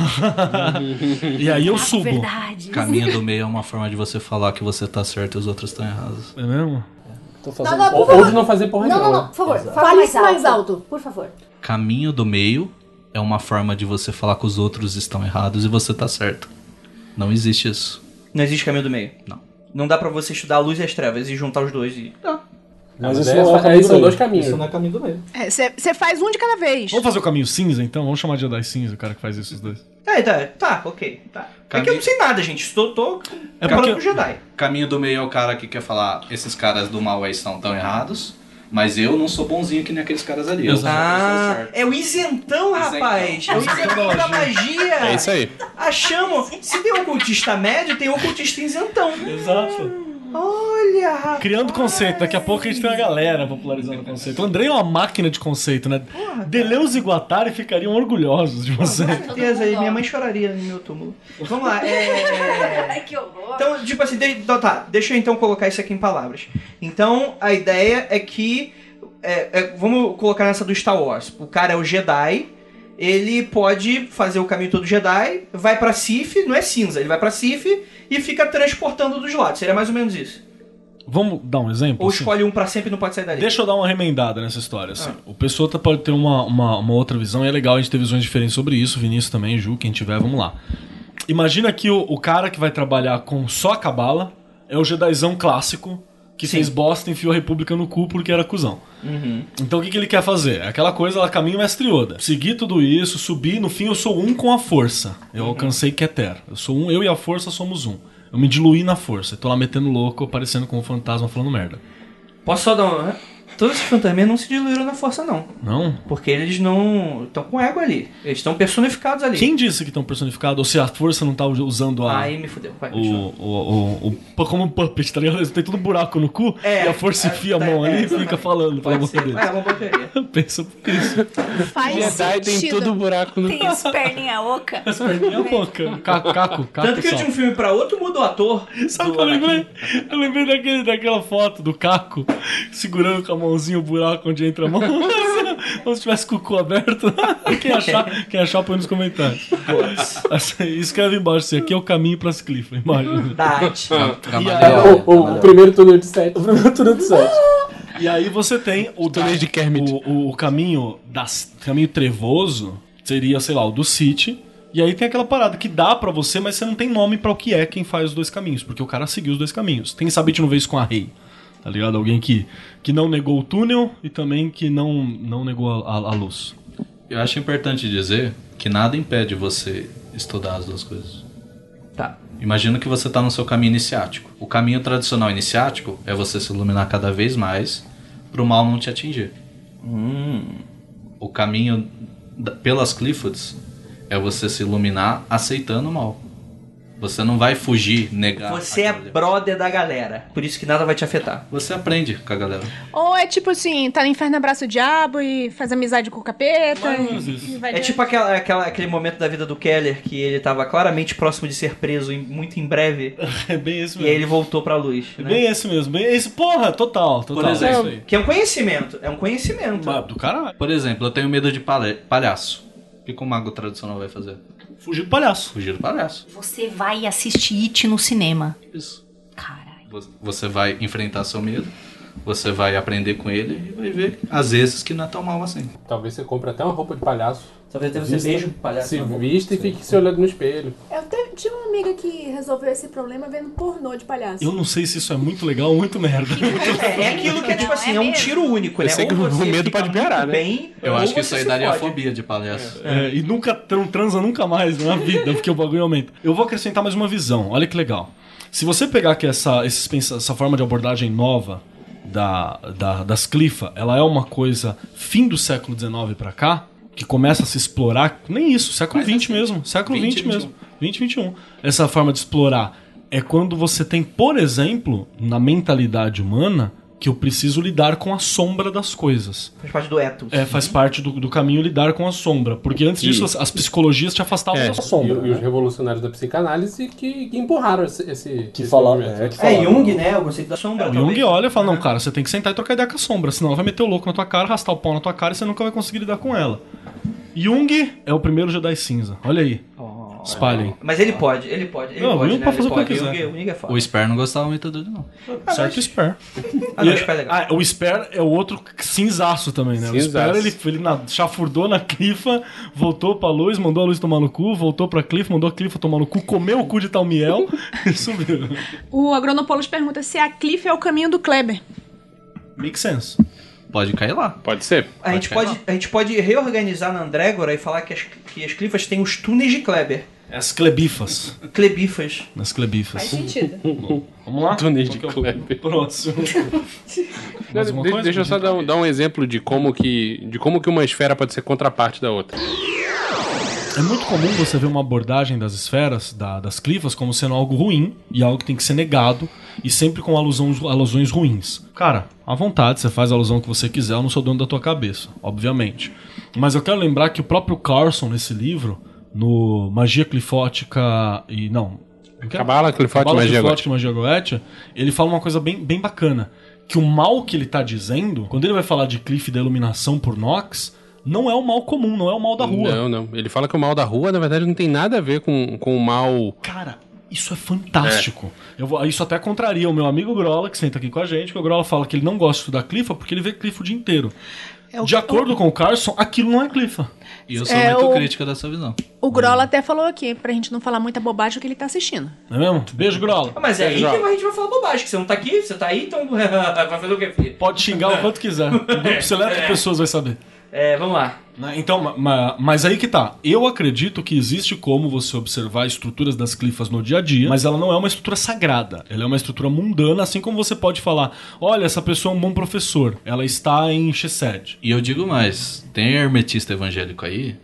S5: e aí eu
S6: Ah,
S5: subo.
S6: Verdade.
S11: Caminho do meio é uma forma de você falar que você tá certo e os outros estão errados.
S5: É mesmo?
S13: Tô
S15: Não,
S13: fazendo
S15: não,
S7: Ou,
S15: por favor.
S7: ou de não fazer porra
S15: Não, não,
S7: nenhuma.
S15: não, por favor, fala
S16: Fale
S15: mais
S16: isso
S15: alto.
S16: mais alto, por favor.
S11: Caminho do meio é uma forma de você falar que os outros estão errados e você tá certo. Não existe isso.
S4: Não existe caminho do meio.
S11: Não.
S4: Não dá pra você estudar a luz e as trevas e juntar os dois e.
S13: Mas
S7: Mas
S13: isso
S7: é-
S13: não é o caminho
S7: aí são
S13: dele.
S7: dois caminhos.
S11: Tá. é caminho do meio.
S8: Você faz um de cada vez.
S5: Vamos fazer o caminho cinza então? Vamos chamar de Jedi Cinza, o cara que faz isso os dois.
S4: É, tá, tá, ok. Tá. É que eu não sei nada, gente. Estou tô
S5: É
S4: falando pro
S5: porque-
S4: Jedi.
S11: Caminho do meio é o cara que quer falar, esses caras do mal aí são tão errados, mas eu não sou bonzinho que nem aqueles caras ali. Eu sou a pessoa
S4: Ah,
S11: certa.
S4: é o isentão, rapaz. É o isentão da magia.
S7: É isso aí.
S4: Achamos. Se tem ocultista médio, tem ocultista isentão.
S5: Exato.
S4: Olha, rapaz.
S5: Criando conceito, daqui a pouco a gente tem uma galera popularizando o conceito. O Andrei é uma máquina de conceito, né? Deleuze e Guattari ficariam orgulhosos de você.
S4: Com certeza,
S6: Todo mundo
S4: e minha
S6: ama.
S4: mãe choraria no meu túmulo. Vamos lá, é.
S6: que horror.
S4: Então, tipo assim, de- então tá, deixa eu então colocar isso aqui em palavras. Então, a ideia é que. é, é, vamos colocar nessa do Star Wars. O cara é o Jedi, ele pode fazer o caminho todo Jedi, vai pra Sif, não é cinza, ele vai pra Sif e fica transportando dos lados. Seria mais ou menos isso.
S5: Vamos dar um exemplo?
S4: Ou
S5: assim?
S4: escolhe um pra sempre e não pode sair dali.
S5: Deixa eu dar uma remendada nessa história. Assim. O pessoal tá- pode ter uma, uma, uma outra visão e é legal a gente ter visões diferentes sobre isso. Vinícius também, Ju, quem tiver, vamos lá. Imagina que o, o cara que vai trabalhar com só a cabala é o Jedizão clássico que fez bosta e enfiou a República no cu porque era cuzão. Então o que, que ele quer fazer? É Aquela coisa, ela caminha o mestre Yoda. Seguir tudo isso, subir, no fim eu sou um com a força. Eu alcancei Keter. Eu sou um, eu e a força somos um. Eu me diluí na força. Eu tô lá metendo louco, aparecendo como um fantasma falando merda.
S4: Posso só dar uma. Todos esses fantasminhas não se diluíram na força, não.
S5: Não?
S4: Porque eles não. estão com ego ali. Eles estão personificados ali.
S5: Quem disse que estão personificados? Ou se a força não tá usando a.
S4: Aí me fudeu. Vai,
S5: o,
S4: continua.
S5: o, o, o- como um puppet, tá ligado? Eles Tem todo um buraco no cu
S4: É,
S5: e a força
S4: é,
S5: enfia a
S4: tá,
S5: mão
S4: é,
S5: ali e
S4: exatamente.
S5: fica falando pela
S4: Pode
S5: boca
S4: ser.
S5: dele.
S4: É uma boa teoria.
S5: Pensa por isso.
S8: Faz
S7: Jedi tem
S8: sentido.
S7: tudo buraco no.
S17: Tem os perninha oca.
S5: Minha boca. Caco, caco, caco.
S4: Tanto que
S5: só.
S4: de um filme pra outro muda o ator.
S5: Sabe é o
S4: do
S5: que eu
S4: Anakin.
S5: lembrei? Eu lembrei daquele, daquela foto do Caco segurando com a mãozinha o buraco onde entra a mão. Como se tivesse com o cu aberto. Quem achar, quem achar põe nos comentários. Assim, Escreve embaixo assim, aqui é o caminho pras Cliff. Embaixo.
S4: Verdade.
S7: Camaleão.
S10: O- o- o primeiro túnel de 7.
S12: O primeiro túnel do set.
S5: E aí você tem o, da-
S7: túneis de Kermit.
S5: o, o- o caminho das caminho trevoso seria, sei lá, o do City. E aí tem aquela parada que dá pra você, mas você não tem nome pra o que é quem faz os dois caminhos, porque o cara seguiu os dois caminhos. Tem Sabit não vez com a Rei, tá ligado? Alguém que, que não negou o túnel e também que não, não negou a, a- a luz.
S11: Eu acho importante dizer que nada impede você estudar as duas coisas.
S4: Tá.
S11: Imagina que você está no seu caminho iniciático. O caminho tradicional iniciático é você se iluminar cada vez mais para o mal não te atingir.
S4: Hum.
S11: O caminho da- pelas Cliffords é você se iluminar aceitando o mal. Você não vai fugir, negar.
S4: Você é
S11: aquilo ali.
S4: brother da galera. Por isso que nada vai te afetar.
S11: Você aprende com a galera.
S8: Ou é tipo assim, tá no inferno abraça o diabo e faz amizade com o capeta. e- e vai
S4: É
S8: de-
S4: tipo aquela, aquela- aquele momento da vida do Keller que ele tava claramente próximo de ser preso em- muito em breve.
S5: É bem esse
S4: e aí
S5: mesmo.
S4: ele voltou pra luz.
S5: É
S4: né?
S5: bem esse mesmo. Bem esse, porra, total, total.
S11: Por exemplo.
S5: É isso aí.
S4: Que é um conhecimento. É um conhecimento.
S5: Mas Do caralho.
S11: Por exemplo, eu tenho medo de palha- palhaço. O que que o mago tradicional vai fazer?
S5: Fugir do palhaço.
S11: Fugir do palhaço.
S6: Você vai assistir It no cinema.
S11: Isso.
S6: Caralho.
S11: Vo- Você vai enfrentar seu medo, você vai aprender com ele e vai ver, às vezes, que não é tão mal assim.
S10: Talvez você compre até uma roupa de palhaço.
S4: Talvez
S11: um
S4: até
S10: Vista-
S4: palhaço.
S12: é
S10: Se
S4: na boca.
S10: vista e fique se olhando no espelho.
S18: Eu te- tinha uma amiga que resolveu esse problema vendo pornô de palhaço.
S5: Eu não sei se isso é muito legal ou muito merda.
S4: É, é aquilo que é tipo
S17: Não,
S4: assim,
S17: é
S4: é um
S17: mesmo.
S4: tiro único, né?
S7: sei
S4: Ou
S7: que o
S4: você
S7: medo
S4: fica
S7: pode piorar,
S4: muito
S7: né?
S4: Bem,
S11: Eu
S4: É, ou
S11: acho que
S4: você
S11: isso aí
S4: se
S11: daria
S4: fode.
S11: fobia de palhaço.
S5: É, e nunca tran- transa nunca mais na vida, porque o bagulho aumenta. Eu vou acrescentar mais uma visão, olha que legal. Se você pegar que essa, esses pensa- essa forma de abordagem nova da, da- das clifa, ela é uma coisa fim do século XIX pra cá, que começa a se explorar, nem isso, século XX mesmo, século
S11: 20,
S5: XX mesmo, 20, 21. Essa forma de explorar é quando você tem, por exemplo, na mentalidade humana, que eu preciso lidar com a sombra das coisas.
S4: Faz parte do ethos.
S5: É, faz parte do, do caminho lidar com a sombra. Porque antes disso, as, as psicologias te afastavam
S4: É.
S14: É.
S5: da
S12: A
S5: sombra.
S10: E,
S12: sombra.
S10: e os
S12: né?
S10: revolucionários da psicanálise que, que empurraram esse, esse,
S12: Que
S10: esse
S12: falaram.
S10: movimento.
S12: É, que
S4: É,
S12: falaram.
S4: Jung, né? O conceito da sombra.
S5: É, O
S4: talvez.
S5: Jung olha e fala:
S4: É.
S5: Não, cara, você tem que sentar e trocar ideia com a sombra, senão ela vai meter o louco na tua cara, arrastar o pau na tua cara e você nunca vai conseguir lidar com ela. Jung é o primeiro Jedi cinza. Olha aí. Espalhem.
S4: Mas ele pode, ele pode. Ele
S5: Não,
S4: pode,
S5: Jung
S4: né?
S5: pode fazer
S4: ele
S5: o que
S4: pode.
S5: quiser.
S4: Jung, Jung é foda.
S11: O Sper não gostava muito dele, não.
S5: Certo, o Sper.
S4: Ah, não, espera, legal.
S5: Ah, o Sper é o outro cinzaço também, né?
S7: Cinzaço.
S5: O Sper, ele, ele na- chafurdou na clifa, voltou pra luz, mandou a luz tomar no cu, voltou pra clifa, mandou a clifa tomar no cu, comeu o cu de tal miel e subiu.
S8: O Agronopoulos pergunta se a Cliff é o caminho do Kleber.
S5: Make sense.
S11: Pode cair lá.
S7: Pode ser.
S4: A gente, pode, a gente pode reorganizar na Andrégora e falar que as, que as clifas têm os túneis de Kleber.
S5: As clebifas.
S4: Clebifas.
S5: Nas
S18: Faz
S5: clebifas.
S18: sentido.
S5: Vamos lá?
S7: Túneis de
S5: Qual que é o
S7: Kleber.
S5: Próximo. Mais uma
S7: De-
S5: coisa
S7: deixa eu
S5: que
S7: só
S5: a gente
S7: dar um,
S5: tá-
S7: dar um exemplo de como que de como que uma esfera pode ser contraparte da outra.
S5: É muito comum você ver uma abordagem das esferas, da- das clifas, como sendo algo ruim e algo que tem que ser negado, e sempre com alusões, alusões ruins. Cara, à vontade, você faz a alusão que você quiser, eu não sou dono da tua cabeça, obviamente. Mas eu quero lembrar que o próprio Carlson, nesse livro, no Magia Clifótica e. Não. como que é?
S7: Cabala, clifote,
S5: Cabala
S7: magia
S5: Clifótica e Magia Goetia, ele fala uma coisa bem, bem bacana. Que o mal que ele tá dizendo, quando ele vai falar de Cliff e da iluminação por Nox, não é o mal comum, não é o mal da rua.
S7: Não, não. Ele fala que o mal da rua, na verdade, não tem nada a ver com, com o mal.
S5: Cara, isso é fantástico. Eu vou- isso até contraria o meu amigo Grola, que senta aqui com a gente, que o Grola fala que ele não gosta de estudar clifa porque ele vê clifa o dia inteiro. de acordo com É o Carson, aquilo não é clifa.
S11: E eu sou
S8: É,
S11: muito
S8: o-
S11: crítica dessa visão.
S8: O Grola até falou aqui, pra gente não falar muita bobagem o que ele tá assistindo.
S5: Não é mesmo? Beijo, Grola.
S4: Ah, Mas é aí que
S7: Joga.
S4: a gente vai falar bobagem, que você não tá aqui, você tá aí, então vai fazer o que, filho?
S5: Pode xingar o quanto quiser. O grupo seleto de pessoas vai saber.
S4: É, vamos lá.
S5: Né, Então, ma- ma- mas aí que tá. Eu acredito que existe como você observar estruturas das clifas no dia a dia, mas ela não é uma estrutura sagrada. Ela é uma estrutura mundana, assim como você pode falar: olha, essa pessoa é um bom professor, ela está em Chesed.
S11: E eu digo mais, tem hermetista evangélico aí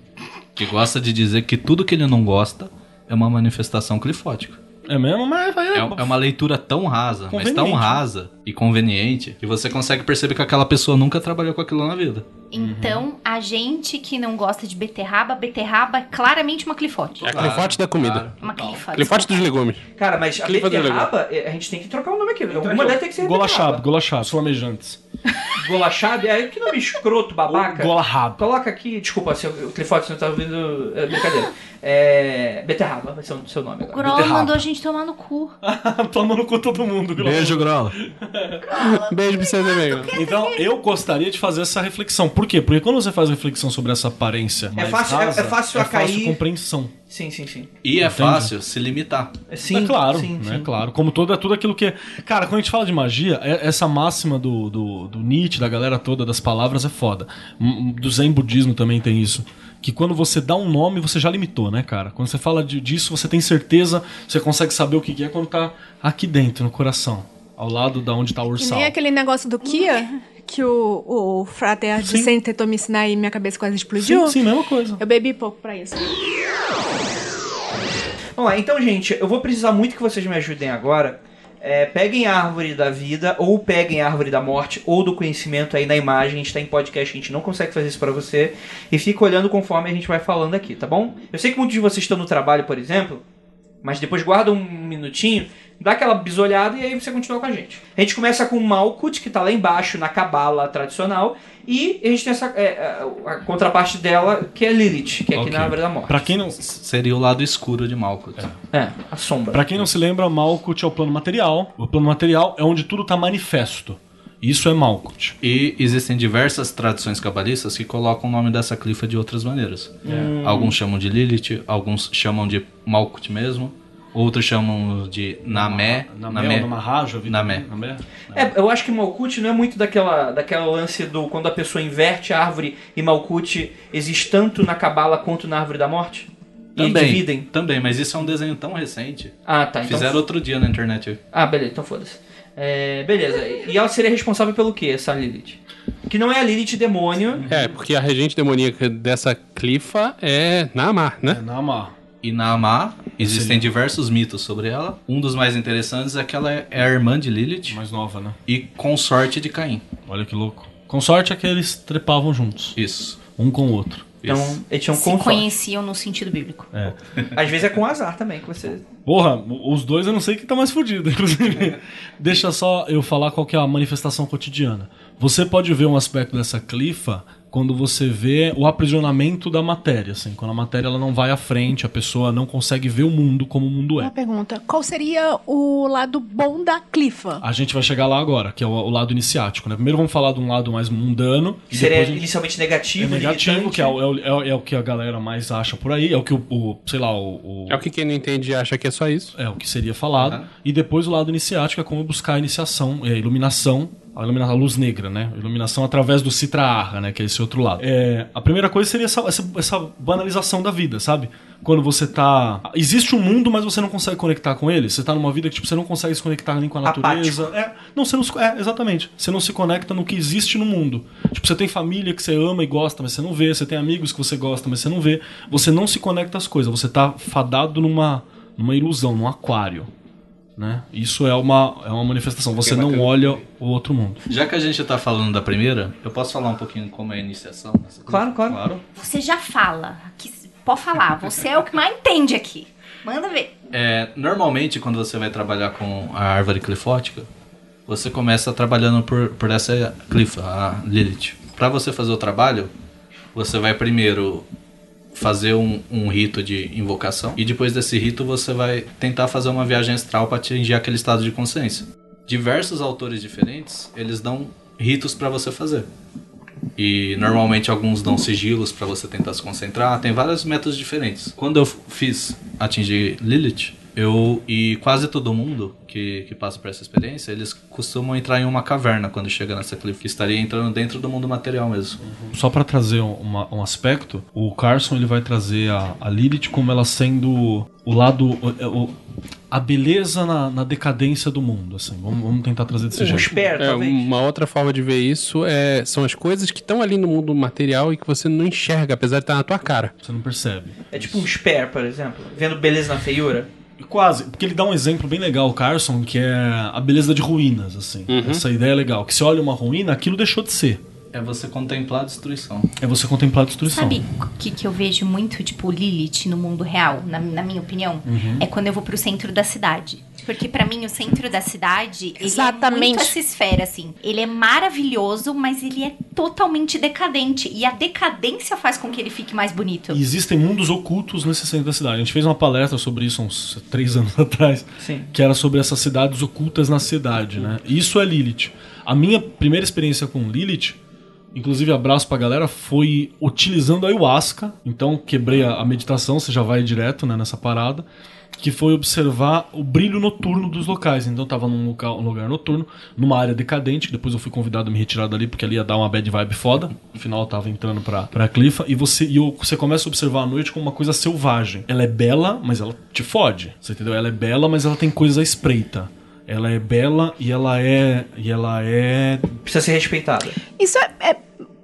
S11: que gosta de dizer que tudo que ele não gosta é uma manifestação clifótica.
S5: É mesmo? Mas aí
S11: É, é uma leitura tão rasa, mas tão
S4: né?
S5: Conveniente.
S11: rasa e conveniente, que você consegue perceber que aquela pessoa nunca trabalhou com aquilo na vida.
S6: Então, a gente que não gosta de beterraba, beterraba é claramente uma clifote.
S7: É a clifote da comida.
S6: Uma clifa.
S7: Clifote dos legumes.
S4: Cara, mas a
S7: Clifa do
S4: beterraba, é, a gente tem que trocar o nome aqui. Alguma deve ter que ser
S5: Golachab, golachab, flamejantes.
S4: beterraba. Golachab, é que nome escroto, babaca.
S5: Golahab.
S4: Coloca aqui, desculpa, se o Clifote não tá ouvindo, é brincadeira. É, beterraba vai ser o seu nome
S6: O
S4: agora.
S6: Grola
S5: beterraba.
S6: mandou a gente tomar no cu.
S5: Toma no cu todo mundo, Grola.
S11: Grola.
S7: Beijo pra vocês amigos.
S5: Então, eu gostaria de fazer essa reflexão. Por quê? Porque quando você faz reflexão sobre essa aparência mais
S4: fácil- é-
S5: rasa,
S4: é fácil a cair.
S5: compreensão.
S4: Sim, sim, sim.
S11: E é fácil se limitar.
S4: Sim,
S5: é claro,
S4: sim,
S5: né?
S4: sim.
S5: Claro. Como toda, tudo aquilo que. é- Cara, quando a gente fala de magia, é- essa máxima do, do, do Nietzsche, da galera toda, das palavras, é foda. Hum, Do Zen budismo também tem isso. Que quando você dá um nome, você já limitou, né, cara? Quando você fala de- disso, você tem certeza, você consegue saber o que que é quando tá aqui dentro, no coração. Ao lado da onde tá o
S8: Que
S5: ursal.
S8: nem aquele negócio do Kia, que o, o frater de
S5: Sim.
S8: Sem tentou me ensinar e minha cabeça quase explodiu.
S5: Sim, sim, mesma coisa.
S8: Eu bebi pouco pra isso.
S4: Vamos lá, então, gente, eu vou precisar muito que vocês me ajudem agora. É, peguem a árvore da vida, ou peguem a árvore da morte, ou do conhecimento aí na imagem. A gente tá em podcast, a gente não consegue fazer isso pra você. E fica olhando conforme a gente vai falando aqui, tá bom? Eu sei que muitos de vocês estão no trabalho, por exemplo, mas depois guarda um minutinho, dá aquela bisolhada e aí você continua com a gente. A gente começa com Malkut, que tá lá embaixo, na cabala tradicional, e a gente tem essa, é, a, a contraparte dela, que é Lilith, que é aqui
S5: Ok.
S4: na árvore da morte.
S5: Pra quem não.
S11: Seria o lado escuro de Malkuth.
S4: É, a sombra.
S5: Pra quem não se lembra, Malkuth é o plano material. O plano material é onde tudo tá manifesto. Isso é Malkuth.
S11: E existem diversas tradições cabalistas que colocam o nome dessa clifa de outras maneiras.
S4: Hum.
S11: Alguns chamam de Lilith, alguns chamam de Malkuth mesmo, outros chamam de Namé.
S5: Namé, Namahá, já vi.
S11: Namé.
S5: Namé.
S4: É, eu acho que Malkuth não é muito daquela, daquela lance do quando a pessoa inverte a árvore e Malkuth existe tanto na Cabala quanto na Árvore da Morte? E
S11: Também,
S4: dividem.
S11: também, mas isso é um desenho tão recente.
S4: Ah, tá. Então...
S11: Fizeram outro dia na internet.
S4: Ah, beleza, então foda-se. É, beleza. E ela seria responsável pelo que, essa Lilith? Que não é a Lilith demônio.
S7: É, porque a regente demoníaca dessa clifa é Namar, né?
S5: Namá.
S11: E na Amá, existem diversos mitos sobre ela. Um dos mais interessantes é que ela é a irmã de Lilith
S5: Mais nova, né?
S11: e consorte de Caim.
S5: Olha que louco. Com sorte é que eles trepavam juntos,
S11: Isso.
S5: um com o outro.
S4: Então,
S11: isso.
S4: eles tinham
S6: Se
S4: consorte.
S6: conheciam no sentido bíblico.
S4: Às vezes é com azar também que você.
S5: Porra, o- os dois eu não sei que tá mais fudido, inclusive. Deixa só eu falar qual que é a manifestação cotidiana. Você pode ver um aspecto dessa clifa quando você vê o aprisionamento da matéria, assim, quando a matéria ela não vai à frente, a pessoa não consegue ver o mundo como o mundo é.
S8: Uma pergunta: qual seria o lado bom da clifa?
S5: A gente vai chegar lá agora, que é o, o lado iniciático, né? Primeiro vamos falar de um lado mais mundano.
S4: Que
S5: e
S4: seria
S5: depois a gente-
S4: inicialmente
S5: é
S4: negativo, Um
S5: negativo,
S4: limitante.
S5: que é o, é o- é o- é o que a galera mais acha por aí, é o que o, o- sei lá, o, o-
S7: É o que quem não entende e acha que é só isso.
S5: é o que seria falado.
S11: Aham.
S5: E depois o lado iniciático é como buscar a iniciação, é, a iluminação a, ilumina- a luz negra, né? A iluminação através do Citra Arra, né? Que é esse outro lado. É, a primeira coisa seria essa, essa- essa banalização da vida, sabe? Quando você tá. Existe um mundo, mas você não consegue conectar com ele. Você tá numa vida que tipo, você não consegue se conectar nem com a natureza. É, não, você não se, é, exatamente. Você não se conecta no que existe no mundo. Tipo, você tem família que você ama e gosta, mas você não vê. Você tem amigos que você gosta, mas você não vê. Você não se conecta às coisas. Você tá fadado numa, numa ilusão, num aquário. Né? Isso é uma, é uma manifestação. Você não olha o outro mundo.
S11: Já que a gente tá falando da primeira, eu posso falar um pouquinho como é a iniciação? nessa coisa?
S4: Claro, claro.
S6: Você já fala. Aqui, pode falar. Você é o que mais entende aqui. Manda ver.
S11: É, normalmente, quando você vai trabalhar com a árvore clifótica, você começa trabalhando por, por essa clifa, a Lilith. Para você fazer o trabalho, você vai primeiro fazer um, um rito de invocação e depois desse rito você vai tentar fazer uma viagem astral para atingir aquele estado de consciência. Diversos autores diferentes, eles dão ritos para você fazer. E normalmente alguns dão sigilos para você tentar se concentrar, tem vários métodos diferentes. Quando eu f- fiz atingir Lilith, eu e quase todo mundo que, que passa por essa experiência, eles costumam entrar em uma caverna quando chega nessa cliff, que estaria entrando dentro do mundo material mesmo.
S5: Só pra trazer uma- um aspecto, o Carson ele vai trazer a, a Lilith como ela sendo o lado. o- o- a beleza na, na decadência do mundo. assim. Vamos, vamos tentar trazer desse jeito.
S7: É,
S5: um-
S7: uma outra forma de ver isso é, são as coisas que estão ali no mundo material e que você não enxerga, apesar de estar na tua cara.
S5: Você não percebe.
S4: É tipo um spare, por exemplo. Vendo beleza na feiura.
S5: Quase, porque ele dá um exemplo bem legal, o Carson, que é a beleza de ruínas, assim. Essa ideia é legal. Que se olha uma ruína, aquilo deixou de ser.
S11: É você contemplar a destruição.
S5: É você contemplar a destruição.
S6: Sabe o que, que eu vejo muito, tipo, Lilith no mundo real, na, na minha opinião?
S5: Uhum.
S6: É quando eu vou pro centro da cidade. Porque pra mim, o centro da cidade, ele é
S8: Exatamente.
S6: muito essa esfera, assim. Ele é maravilhoso, mas ele é totalmente decadente. E a decadência faz com que ele fique mais bonito.
S5: E existem mundos ocultos nesse centro da cidade. A gente fez uma palestra sobre isso há uns três anos atrás,
S4: Sim.
S5: que era sobre essas cidades ocultas na cidade, né? Isso é Lilith. A minha primeira experiência com Lilith, inclusive abraço pra galera, foi utilizando a ayahuasca. Então quebrei a, a meditação, você já vai direto né, nessa parada. Que foi observar o brilho noturno dos locais. Então eu tava num local- um lugar noturno, numa área decadente, que depois eu fui convidado a me retirar dali, porque ali ia dar uma bad vibe foda. Afinal, eu tava entrando pra, pra clifa. E você e eu- você começa a observar a noite como uma coisa selvagem. Ela é bela, mas ela te fode. Você entendeu? Ela é bela, mas ela tem coisa à espreita. Ela é bela e ela é. E ela é
S4: Precisa ser respeitada.
S8: Isso é, é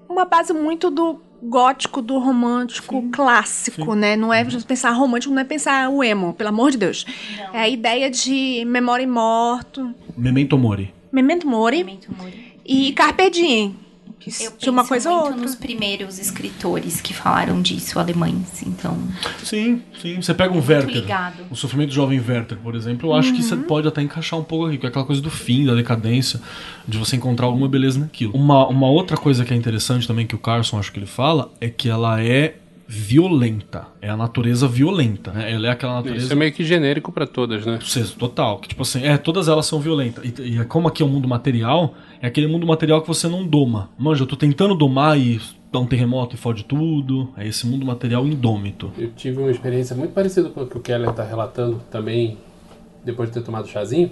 S8: uma base muito do gótico, do romântico clássico, né? Não é pensar romântico, não é pensar o emo, pelo amor de Deus. É a ideia de memória morto,
S5: Memento Mori.
S8: memento mori
S6: Memento mori.
S8: e carpe diem. Que
S6: Eu
S8: de uma
S6: penso
S8: coisa ou
S6: muito
S8: outra.
S6: nos primeiros escritores que falaram disso, alemães. Então,
S5: Sim, sim. Você pega um
S6: muito
S5: Werther.
S6: ligado.
S5: O sofrimento do jovem Werther, por exemplo, eu acho que você pode até encaixar um pouco aqui, porque é aquela coisa do fim, da decadência, de você encontrar alguma beleza naquilo. Uma, uma outra coisa que é interessante também, que o Carson acho que ele fala, é que ela é violenta. É a natureza violenta. né? Ela é aquela natureza.
S7: Isso é meio que genérico pra todas, né?
S5: Vocês, total. Que, tipo assim, é, todas elas são violentas. E, e como aqui é o mundo material, é aquele mundo material que você não doma. Manja, eu tô tentando domar e dá um terremoto e fode tudo. É esse mundo material indômito.
S10: Eu tive uma experiência muito parecida com o que o Keller está relatando também, depois de ter tomado chazinho,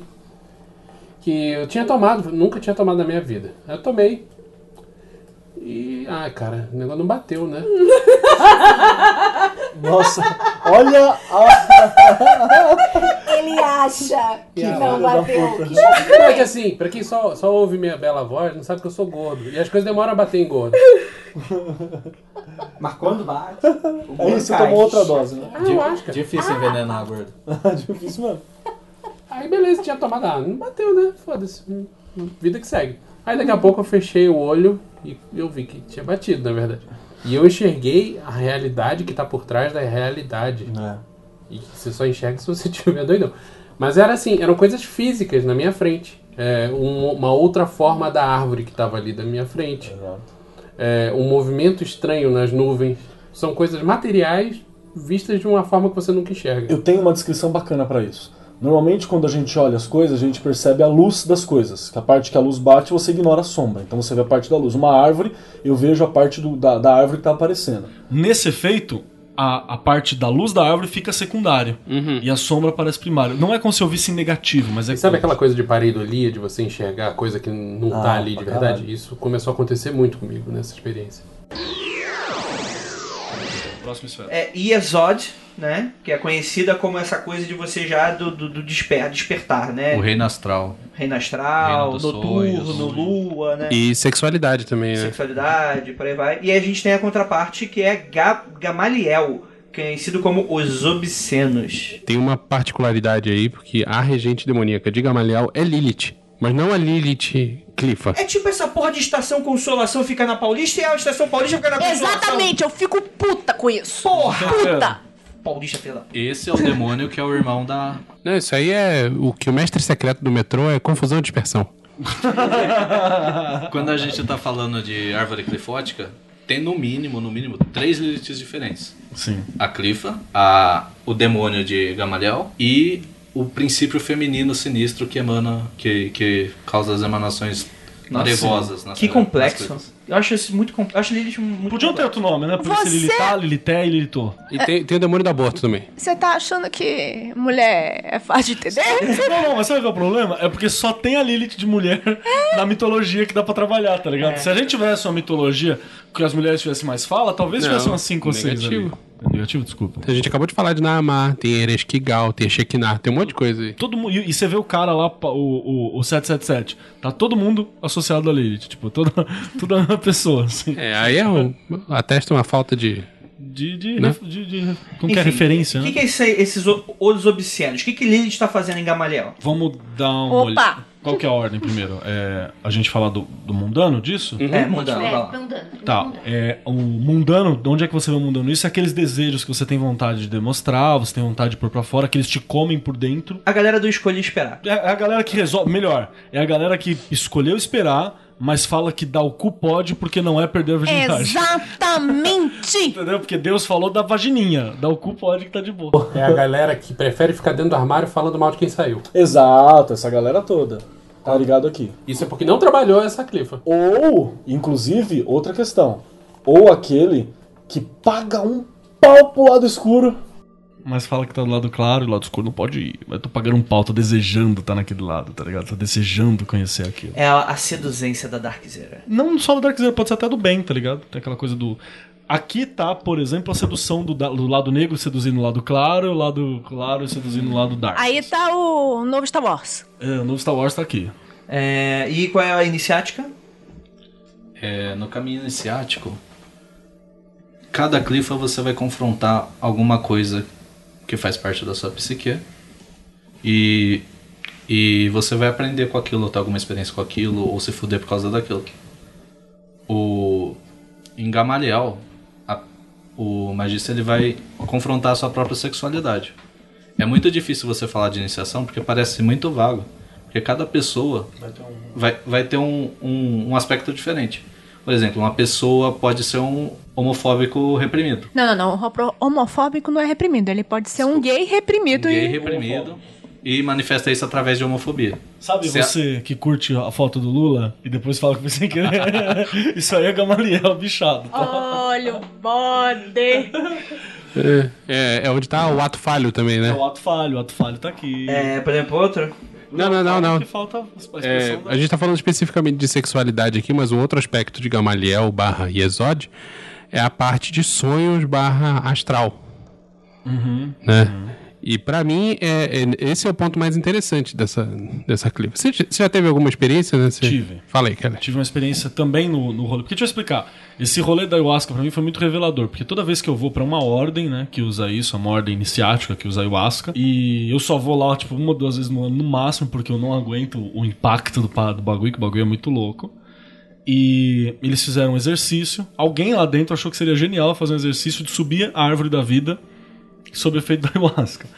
S10: que eu tinha tomado, nunca tinha tomado na minha vida. Aí Eu tomei. E, ah, cara, o negócio não bateu, né?
S12: Nossa, olha a
S18: Ele acha que
S10: Que
S18: não
S12: filha da
S18: bateu.
S12: puta.
S10: Mas que assim, pra quem só, só ouve minha bela voz, não sabe que eu sou gordo. E as coisas demoram a bater em gordo.
S17: Mas quando bate, o
S12: É
S17: gordo
S12: isso,
S17: cai.
S12: tomou outra dose, né?
S10: Ah, eu acho, cara.
S17: É Difícil envenenar gordo.
S12: Difícil mesmo.
S10: Aí beleza, tinha tomado. Ah, não bateu, né? Foda-se. Hum, hum, Vida que segue. Aí daqui a pouco eu fechei o olho e eu vi que tinha batido, na verdade. E eu enxerguei a realidade que tá por trás da realidade.
S12: É.
S10: E que você só enxerga se você tiver doidão. Mas era assim, eram coisas físicas na minha frente. É, um- uma outra forma da árvore que estava ali da minha frente. É, um movimento estranho nas nuvens. São coisas materiais vistas de uma forma que você nunca enxerga.
S12: Eu tenho uma descrição bacana pra isso. Normalmente, quando a gente olha as coisas, a gente percebe a luz das coisas. Que a parte que a luz bate, você ignora a sombra. Então você vê a parte da luz. Uma árvore, eu vejo a parte do- da, da árvore que tá aparecendo.
S5: Nesse efeito, a, a parte da luz da árvore fica secundário.
S12: Uhum.
S5: E a sombra parece primário. Não é como se eu visse em negativo, mas é
S10: Sabe aquela coisa de pareidolia, de você enxergar coisa que não tá
S5: Ah,
S10: ali de
S5: pra
S10: verdade?
S5: caralho.
S10: Isso começou a acontecer muito comigo nessa experiência.
S5: Próxima esfera.
S4: É Iezod, né? Que é conhecida como essa coisa de você já do, do, do desper- despertar, né?
S11: O reino astral.
S4: Reino astral,
S11: Reino dos
S4: noturno,
S11: sonhos.
S4: lua, né?
S7: E sexualidade também, né?
S4: Sexualidade, por aí vai. E a gente tem a contraparte que é Ga- Gamaliel, conhecido como os obscenos.
S7: Tem uma particularidade aí, porque a regente demoníaca de Gamaliel é Lilith, mas não a Lilith Clifa.
S4: É tipo essa porra de estação consolação fica na Paulista e a estação Paulista fica na consolação.
S8: Exatamente, eu fico puta com isso.
S4: Porra!
S8: Puta!
S4: Paulista pela.
S11: Esse é o demônio que é o irmão da.
S7: Não, isso aí é o que o mestre secreto do metrô é confusão e dispersão.
S11: Quando a gente tá falando de árvore clifótica, tem no mínimo, no mínimo, três Liliths diferentes.
S5: Sim.
S11: A clifa, a, o demônio de Gamaliel e o princípio feminino sinistro que emana, que, que causa as emanações marevosas. nas-
S4: Que
S11: nas
S4: complexo.
S11: clifas.
S4: Eu acho isso muito complexo. Eu acho Lilith muito
S5: Podiam ter outro nome, né? Podia ser
S8: Você-
S5: Lilitá, Lilité e Lilitô.
S7: E tem, tem o demônio do aborto também.
S8: Você tá achando que mulher é fácil de entender?
S5: Não, não, mas sabe qual é o problema? É porque só tem a Lilith de mulher na mitologia que dá pra trabalhar, tá ligado?
S4: É.
S5: Se a gente tivesse uma mitologia que as mulheres tivessem mais fala, talvez
S7: Não,
S5: tivesse umas 5 ou 6 ali.
S7: negativo.
S5: É Negativo, desculpa.
S7: A gente acabou de falar de Naamá, tem Ereshkigal, tem Shekinah, tem um monte de coisa aí.
S5: Todo mundo, e e você vê o cara lá, pa- o, o, o 777, tá todo mundo associado a Lilith, tipo, toda, toda a mesma pessoa, assim.
S7: É, aí é um, atesta uma falta de.
S5: De, de,
S7: Né?
S5: ref- de, de, como que é a
S4: Enfim,
S5: referência,
S4: O
S5: né?
S4: que, que é isso aí, esses o- os obscenos? O que, que Lilith está fazendo em Gamaliel?
S5: Vamos dar uma
S8: Opa!
S5: olhada. Qual que é a ordem primeiro? É, a gente falar do, do mundano disso?
S4: É, mudando,
S6: É,
S4: vai lá.
S6: mundano.
S5: Tá,
S6: mundano.
S5: é, o mundano, de onde é que você vê o mundano? Isso é aqueles desejos que você tem vontade de demonstrar, você tem vontade de pôr pra fora, que eles te comem por dentro.
S4: A galera do Escolha Esperar.
S5: É a galera que resolve, melhor, é a galera que escolheu esperar, mas fala que dar o cu pode porque não é perder a virgindade.
S8: Exatamente!
S5: Entendeu? Porque Deus falou da vagininha, dar o cu pode que tá de boa.
S10: É a galera que prefere ficar dentro do armário falando mal de quem saiu.
S12: Exato, essa galera toda. Tá ligado aqui.
S10: Isso é porque não trabalhou essa clifa.
S12: Ou, inclusive, outra questão. Ou aquele que paga um pau pro lado escuro.
S5: Mas fala que tá do lado claro e do lado escuro não pode ir. Mas eu tô pagando um pau, tô desejando tá naquele lado, tá ligado? Tô desejando conhecer aquilo.
S4: É a, a seduzência da Dark Zera.
S5: Não só do Dark Zero, pode ser até do bem, tá ligado? Tem aquela coisa do. Aqui tá, por exemplo, a sedução do, da- do lado negro seduzindo o lado claro, o lado claro seduzindo o lado dark.
S8: Aí tá o novo Star Wars.
S5: É, o novo Star Wars tá aqui.
S4: É, e qual é a iniciática?
S11: É, no caminho iniciático, cada clifa você vai confrontar alguma coisa que faz parte da sua psique e, e você vai aprender com aquilo, ter alguma experiência com aquilo ou se fuder por causa daquilo. O em Gamaliel, a- o magista ele vai confrontar a sua própria sexualidade. É muito difícil você falar de iniciação porque parece muito vago, porque cada pessoa vai, vai ter um, um, um aspecto diferente. Por exemplo, uma pessoa pode ser um homofóbico reprimido.
S8: Não, não, não. homo- Homofóbico não é reprimido. Ele pode ser um gay reprimido
S11: Gay
S8: e.
S11: reprimido e manifesta isso através de homofobia.
S5: Sabe
S11: Certo.
S5: você que curte a foto do Lula e depois fala que foi sem querer? Isso aí é Gamaliel bichado, tá?
S8: Olha o bode!
S7: É, é onde tá o ato falho também,
S5: É
S7: né?
S5: o ato falho, o ato falho tá aqui.
S4: É, por exemplo, outro?
S7: Não, não, não, não.
S5: Que falta a expressão
S7: É,
S5: da-
S7: a gente tá falando especificamente de sexualidade aqui, mas um outro aspecto de Gamaliel barra Yesod é a parte de sonhos barra astral. Né? E pra mim, é, é- esse é o ponto mais interessante dessa, dessa clipe. Você, já- você já teve alguma experiência? Né? Você-
S5: Tive.
S7: Fala aí, cara.
S5: Tive uma experiência também no, no rolê. Porque deixa eu explicar. Esse rolê da ayahuasca pra mim foi muito revelador. Porque toda vez que eu vou pra uma ordem, né, que usa isso, uma ordem iniciática que usa ayahuasca, e eu só vou lá, tipo, uma ou duas vezes no ano no máximo, porque eu não aguento o impacto do, pa- do bagulho, que o bagulho é muito louco. E eles fizeram um exercício. Alguém lá dentro achou que seria genial fazer um exercício de subir a árvore da vida sob efeito da ayahuasca.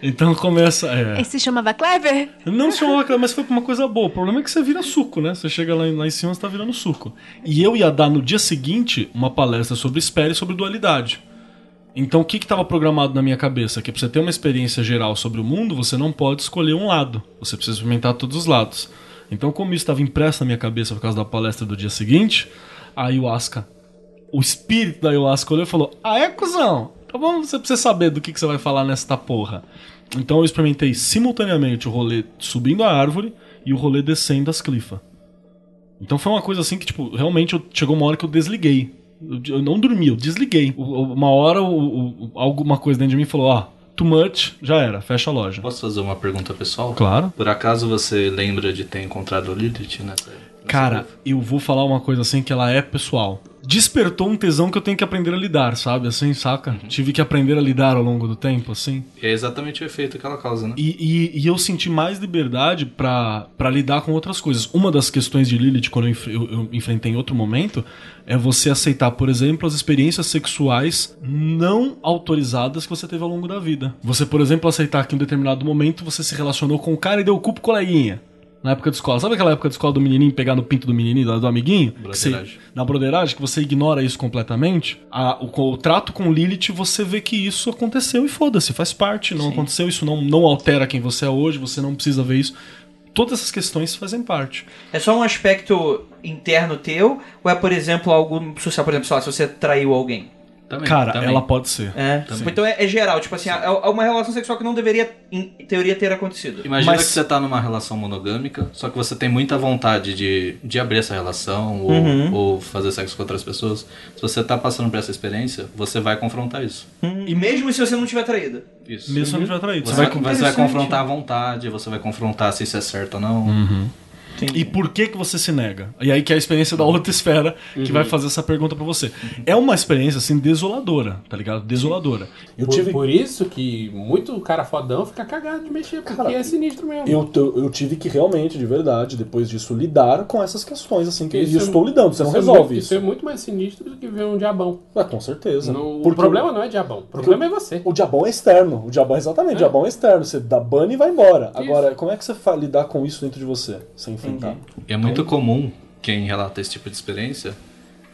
S5: Então começa. é.
S8: Esse se chamava Clever?
S5: Não se chamava aquela, mas foi pra uma coisa boa. O problema é que você vira suco, né? Você chega lá, em- lá em cima, você tá virando suco. E eu ia dar no dia seguinte uma palestra sobre espera e sobre dualidade. Então o que que tava programado na minha cabeça? Que pra você ter uma experiência geral sobre o mundo, você não pode escolher um lado. Você precisa experimentar todos os lados. Então como isso estava impresso na minha cabeça por causa da palestra do dia seguinte, a Ayahuasca, o espírito da Ayahuasca olhou e falou, ah é, cuzão? Então vamos, você precisa saber do que, que você vai falar nesta porra. Então eu experimentei simultaneamente o rolê subindo a árvore e o rolê descendo as clifas. Então foi uma coisa assim que, tipo, realmente eu- chegou uma hora que eu desliguei. Eu, eu não dormi, eu desliguei. O- o- Uma hora o- o- alguma coisa dentro de mim falou, ó, too much, já era, fecha a loja.
S11: Posso fazer uma pergunta pessoal?
S5: Claro.
S11: Por acaso você lembra de ter encontrado o Lilith nessa...
S5: Cara, eu vou falar uma coisa assim que ela é pessoal. Despertou um tesão que eu tenho que aprender a lidar, sabe? Assim, saca? Tive que aprender a lidar ao longo do tempo, assim.
S11: É exatamente o efeito que ela causa, né?
S5: E, e- e eu senti mais liberdade pra pra lidar com outras coisas. Uma das questões de Lilith, quando eu, enf- eu- eu enfrentei em outro momento, é você aceitar, por exemplo, as experiências sexuais não autorizadas que você teve ao longo da vida. Você, por exemplo, aceitar que em um determinado momento você se relacionou com o cara e deu o cu pro coleguinha. Na época de escola. Sabe aquela época de escola do menininho pegar no pinto do menininho, do- do amiguinho? Que você-
S11: Broderagem.
S5: na broderagem, que você ignora isso completamente, a- o, co- o trato com Lilith, você vê que isso aconteceu e foda-se, faz parte, não aconteceu, isso não, não altera quem você é hoje, você não precisa ver isso. Todas essas questões fazem parte.
S4: É só um aspecto interno teu? Ou é, por exemplo, algo social? Por exemplo, sei lá, se você traiu alguém?
S5: Cara, ela pode ser.
S4: É,
S5: Também.
S4: então é, é geral, tipo assim, é é uma relação sexual que não deveria, em teoria, ter acontecido.
S11: Imagina que você tá numa relação monogâmica, só que você tem muita vontade de, de abrir essa relação ou,
S4: Uhum.
S11: ou fazer sexo com outras pessoas. Se você tá passando por essa experiência, você vai confrontar isso.
S4: E mesmo se você não tiver traído.
S11: Isso.
S5: Mesmo se não tiver traído,
S11: Você,
S5: você
S4: é
S5: vai-
S11: vai, você vai
S5: Interessante.
S11: confrontar a vontade, você vai confrontar se isso é certo ou não.
S5: E por que que você se nega? E aí que é a experiência da outra esfera que
S11: Uhum.
S5: vai fazer essa pergunta pra você. É uma experiência, assim, desoladora, tá ligado? Desoladora.
S7: Eu por, por isso que muito cara fodão fica cagado de mexer, porque é sinistro mesmo.
S19: Eu, t- eu tive que realmente, de verdade, depois disso, lidar com essas questões, assim, que eu estou lidando. Você não
S7: isso é
S19: resolve
S7: muito-
S19: isso.
S7: Isso é muito mais sinistro do que ver um diabão.
S19: Ah, com certeza.
S7: No-
S19: Porque
S7: o problema não é diabão. O problema é você.
S19: O diabão é externo. O diabão, exatamente, o diabão é externo. Você dá ban e vai embora. Agora, como é que você fa- lidar com isso dentro de você, sem tá? enfrentar?
S11: É
S4: Então-
S11: muito comum quem relata esse tipo de experiência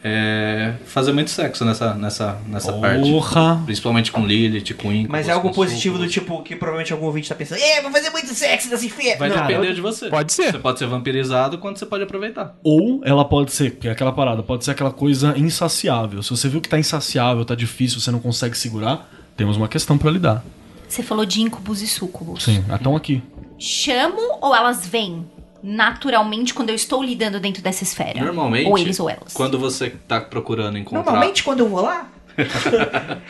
S11: é fazer muito sexo nessa, nessa, nessa parte.
S5: Porra!
S11: Principalmente com Lilith, com Inco.
S4: Mas é algo positivo do tipo que provavelmente algum ouvinte tá pensando, é, vou fazer muito sexo nesse inferno.
S11: Vai
S4: Não,
S11: depender de você.
S5: Pode ser.
S11: Você pode ser vampirizado quando você pode aproveitar.
S5: Ou ela pode ser, porque é aquela parada, pode ser aquela coisa insaciável. Se você viu que tá insaciável, tá difícil, você não consegue segurar, temos uma questão pra lidar.
S6: Você falou de incubos e sucubos.
S5: Sim, então aqui.
S6: Chamo ou elas vêm naturalmente quando eu estou lidando dentro dessa esfera?
S11: Normalmente,
S6: Ou eles É. ou elas.
S11: quando você tá procurando encontrar...
S4: Normalmente quando eu vou lá,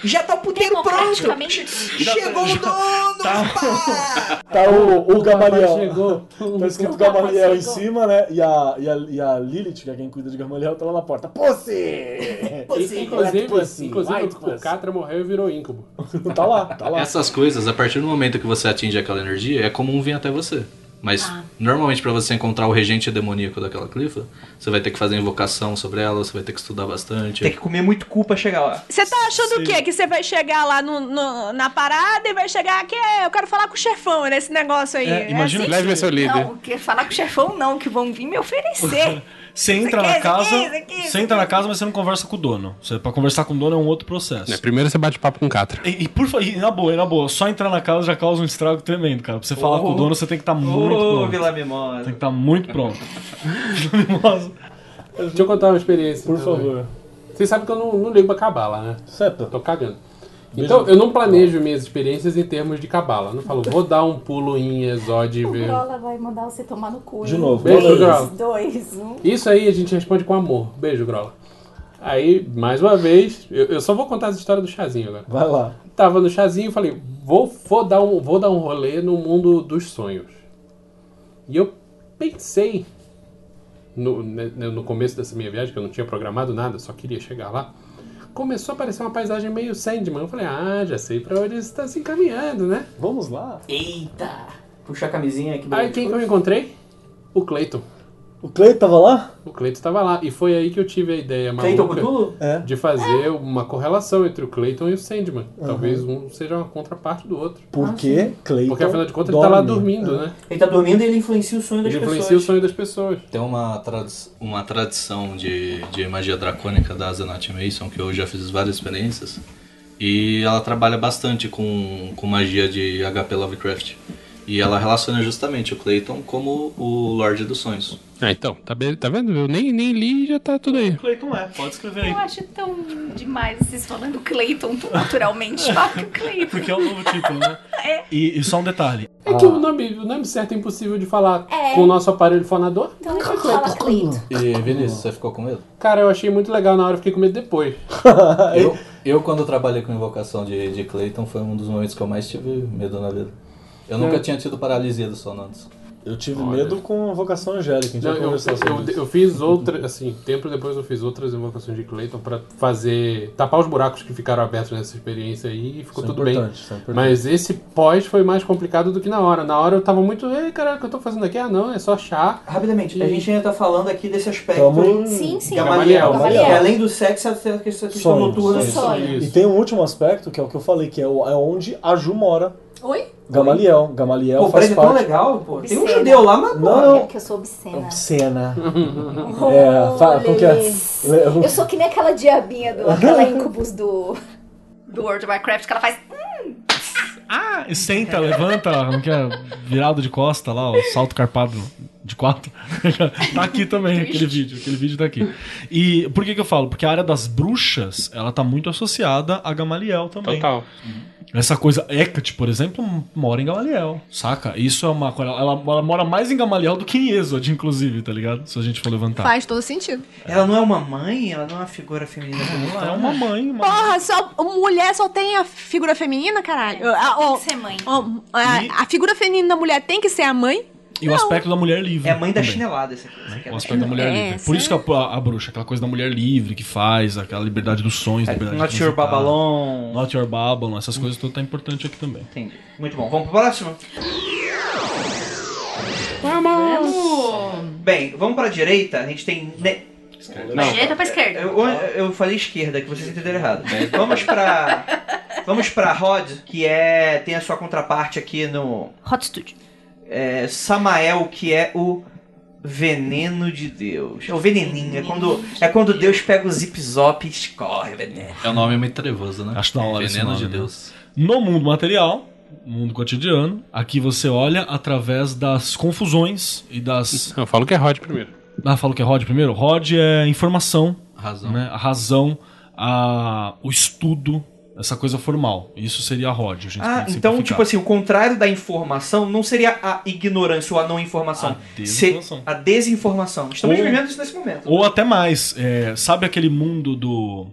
S4: já tá o puteiro pronto. Chegou o dono,
S19: Tá o, o Gamaliel.
S7: Chegou.
S19: Tá escrito Gamaliel em cima, né? E a, e, a, e a Lilith, que é quem cuida de Gamaliel, tá lá na porta. Pussy!
S7: inclusive,
S19: Pussy,
S7: inclusive
S19: white
S7: o Catra morreu e virou íncubo.
S19: Tá lá, tá lá.
S11: Essas coisas, a partir do momento que você atinge aquela energia, é comum vir até você. Mas, normalmente, pra você encontrar o regente demoníaco daquela clifa, você vai ter que fazer invocação sobre ela, você vai ter que estudar bastante.
S4: Tem que comer muito cu pra chegar lá.
S8: Você tá achando o quê? Que você vai chegar lá no- no- na parada e vai chegar aqui, é, eu quero falar com o chefão nesse negócio aí.
S5: É, imagina que Leve você- seu líder.
S20: Não, que falar com o chefão não, que vão vir me oferecer.
S5: Você entra
S20: Isso
S5: na
S20: aqui,
S5: casa,
S20: isso aqui, isso
S5: você entra na casa, mas você não conversa com o dono. Você para conversar com o dono é um outro processo.
S7: Né?
S21: É, primeiro você bate papo com o Catra.
S5: E, e por fa- e na boa, e na boa, só entrar na casa já causa um estrago tremendo, cara. Pra você falar
S4: Oh.
S5: com o dono, você tem que estar muito
S4: Ô,
S5: pronto.
S4: Vila Mimosa.
S5: Tem que estar muito pronto.
S7: Deixa eu contar uma experiência.
S19: Por
S7: então.
S19: favor.
S7: Vocês sabem que eu não, não ligo pra cabala, né?
S19: Certo.
S7: Tô cagando. Então, eu não planejo minhas experiências em termos de cabala. Não falo, vou dar um pulo em Exod e
S22: O
S7: ver.
S6: um
S22: Grola vai mandar você tomar no cu.
S8: assim.
S7: De
S22: hein?
S7: novo,
S22: Três,
S7: vamos, Grola.
S22: dois, um.
S7: Isso aí a gente responde com amor. Beijo, Grola. Aí, mais uma vez, eu, eu só vou contar as histórias do chazinho agora.
S19: Vai lá.
S7: Tava no chazinho e falei, vou, vou, dar um, vou dar um rolê no mundo dos sonhos. E eu pensei no, né, no começo dessa minha viagem, que eu não tinha programado nada, só queria chegar lá. Começou a aparecer uma paisagem meio Sandman. Eu falei, ah, já sei pra onde isso tá se encaminhando, né?
S19: Vamos lá.
S7: Eita!
S4: Puxar a camisinha aqui.
S7: Aí quem que eu encontrei? O Cleiton.
S19: O Cleiton tava lá?
S7: O Cleiton tava lá. E foi aí que eu tive a ideia
S4: Clayton
S7: maluca
S4: Cthulhu?
S7: de fazer uma correlação entre o Cleiton e o Sandman.
S19: Aham.
S7: Talvez um seja uma contraparte do outro.
S19: Por Ah, quê? sim. Clayton
S7: Porque afinal de contas ele tá lá
S19: dorme. É.
S7: dormindo, né?
S4: Ele tá dormindo e ele influencia o sonho das
S7: Ele influencia
S4: pessoas.
S7: o sonho das pessoas.
S11: Tem uma, tradi- uma tradição de, de magia dracônica da Zenat Mason, que eu já fiz várias experiências, e ela trabalha bastante com, com magia de HP Lovecraft. E ela relaciona justamente o Clayton como o Lorde dos Sonhos.
S7: Ah, então, tá, be- tá vendo? Eu nem, nem li e já tá tudo aí.
S5: Clayton é, pode escrever
S23: Eu acho tão demais vocês falando Clayton tão naturalmente. Fala que o Clayton.
S5: Porque é o novo título, né? E, e só um detalhe.
S10: É que o nome, o nome certo é impossível de falar
S23: É.
S10: com o nosso aparelho fonador.
S23: Então deixa eu falar Clayton.
S17: E Vinícius, você ficou com medo?
S10: Cara, eu achei muito legal na hora, eu fiquei com medo depois.
S17: Eu, eu quando trabalhei com invocação de, de Clayton, foi um dos momentos que eu mais tive medo na vida. Eu nunca
S10: Não.
S17: tinha tido paralisia dos sonantes.
S12: Eu tive medo com a vocação angélica, a gente
S10: Não,
S12: já
S10: eu,
S12: conversou sobre
S10: eu,
S12: isso.
S10: eu fiz outra, assim, tempo depois eu fiz outras invocações de Clayton pra fazer tapar os buracos que ficaram abertos nessa experiência aí e ficou
S12: Isso é
S10: tudo bem.
S12: importante, isso é importante.
S10: Mas esse pós foi mais complicado do que na hora. Na hora eu tava muito, ei, caralho, o que eu tô fazendo aqui? Ah, não, é só chá.
S17: Rapidamente,
S10: E-
S17: a gente ainda tá falando aqui desse aspecto
S12: Tamo-
S6: Sim, é sim.
S17: Gamaliel.
S12: Gamaliel.
S17: Que além do sexo, tem a questão
S12: Sonhos,
S17: noturna
S12: sonhos.
S17: dos sonhos.
S12: E
S5: então,
S12: tem um último aspecto, que é o que eu falei, que é, o- é onde a Ju mora.
S8: Oi?
S12: Gamaliel. Gamaliel
S17: Pô, o
S12: faz
S17: prédio é tão
S12: parte.
S17: legal, pô. Tem um
S6: Obscena.
S17: judeu lá, mas
S12: Não,
S6: É
S12: não.
S6: que eu sou obscena.
S12: Cena. é, fala, como que é? Le-
S18: Eu sou que nem aquela diabinha do aquela incubus do.
S23: Do World of Warcraft que ela faz.
S5: Ah, senta, levanta, não quer virado de costa lá, o salto carpado de quatro. tá aqui também aquele vídeo, aquele vídeo tá aqui. E por que que eu falo? Porque a área das bruxas, ela tá muito associada a Gamaliel também. Uhum.
S7: Total.
S5: Essa coisa, Hecate, por exemplo, m- mora em Gamaliel, saca? Isso é uma coisa, ela, ela mora mais em Gamaliel do que em Êxodo, inclusive, tá ligado? Se a gente for levantar.
S8: Tá. Faz todo sentido.
S4: Ela não é uma mãe? Ela não é uma figura feminina?
S5: Ela é uma mãe, uma
S8: Porra, só mulher só tem a figura feminina, caralho. A, ó,
S23: Ser mãe.
S8: ó, a-
S5: E-
S8: a figura feminina da mulher tem que ser a mãe?
S5: E o aspecto da mulher livre.
S4: É a mãe da
S5: também.
S4: chinelada, essa aqui. Essa aqui é
S5: O
S4: da
S5: aspecto da
S4: chinelada.
S5: mulher
S8: É,
S5: livre. Por isso que a, a- a bruxa, aquela coisa da mulher livre que faz, aquela liberdade dos sonhos, liberdade
S4: É, Not
S5: de
S4: Your
S5: transitar.
S4: Babalon.
S5: Not Your É, Babylon, essas coisas tudo tá importante aqui também.
S4: Entendi. Muito bom. Vamos pro próximo? Vamos! Bem, vamos pra direita. A gente tem. ne-
S23: Da direita pra esquerda.
S4: Eu, eu falei esquerda, que vocês entenderam errado. Vamos pra. Vamos pra Rod, que é. tem a sua contraparte aqui no.
S6: Hot Studio.
S4: é, Samael, que é o veneno de Deus. É o veneninho. É quando, é quando Deus pega o zip-zop e escorre o veneno.
S11: É um nome muito trevoso, né?
S5: Acho da hora esse
S11: Veneno
S5: nome,
S11: de
S5: né?
S11: Deus.
S5: No mundo material, mundo cotidiano, aqui você olha através das confusões e das.
S7: Eu falo que é Rod primeiro.
S5: Ah, falo que é Rod primeiro? Rod é informação,
S11: Razão.
S5: né? A razão, a... o estudo, essa coisa formal. Isso seria a Rod, a
S4: Ah,
S5: gente pode
S4: então,
S5: simplificar.
S4: tipo assim, o contrário da informação não seria a ignorância ou a não informação.
S5: A desinformação.
S4: Se- a desinformação. Estamos
S5: Ou-
S4: vivendo isso nesse momento.
S5: Ou até mais, é, sabe aquele mundo do.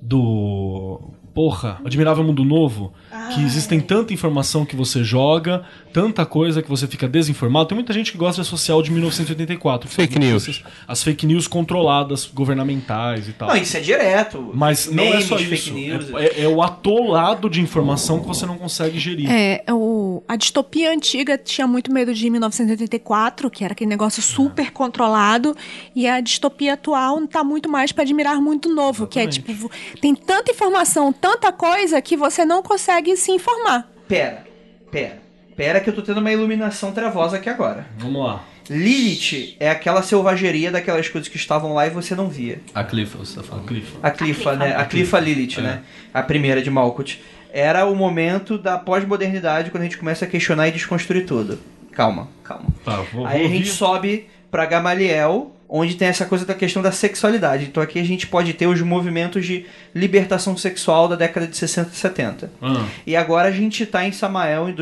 S5: Do. Porra, Admirável Mundo Novo? Que existem tanta informação que você joga, tanta coisa que você fica desinformado. Tem muita gente que gosta de associar o de 1984.
S7: Fake
S5: As
S7: news.
S5: notícias- As fake news controladas, governamentais e tal.
S4: Não, isso é direto.
S5: Mas não é
S4: Memes,
S5: só
S4: fake
S5: isso.
S4: news.
S5: É, é- é o atolado de informação que você não consegue gerir.
S8: É, o, a distopia antiga tinha muito medo de 1984, que era aquele negócio
S5: Ah.
S8: super controlado, e a distopia atual tá muito mais pra admirar muito novo, que é tipo, vo- tem tanta informação, tanta coisa que você não consegue se informar.
S4: Pera, pera. Pera que eu tô tendo uma iluminação trevosa aqui agora.
S5: Vamos lá.
S4: Lilith é aquela selvageria daquelas coisas que estavam lá e você não via.
S11: A Cliff, você tá falando.
S5: Cliff.
S4: A Clifa, né? A Clifa Lilith, né?
S5: É.
S4: A primeira de Malkuth. Era o momento da pós-modernidade quando a gente começa a questionar e desconstruir tudo. Calma, calma.
S5: Tá,
S4: Aí
S5: vou, vou
S4: a gente
S5: ouvir.
S4: sobe pra Gamaliel, onde tem essa coisa da questão da sexualidade. Então aqui a gente pode ter os movimentos de libertação sexual da década de 60 e 70.
S5: Ah,
S4: E agora a gente tá em Samael em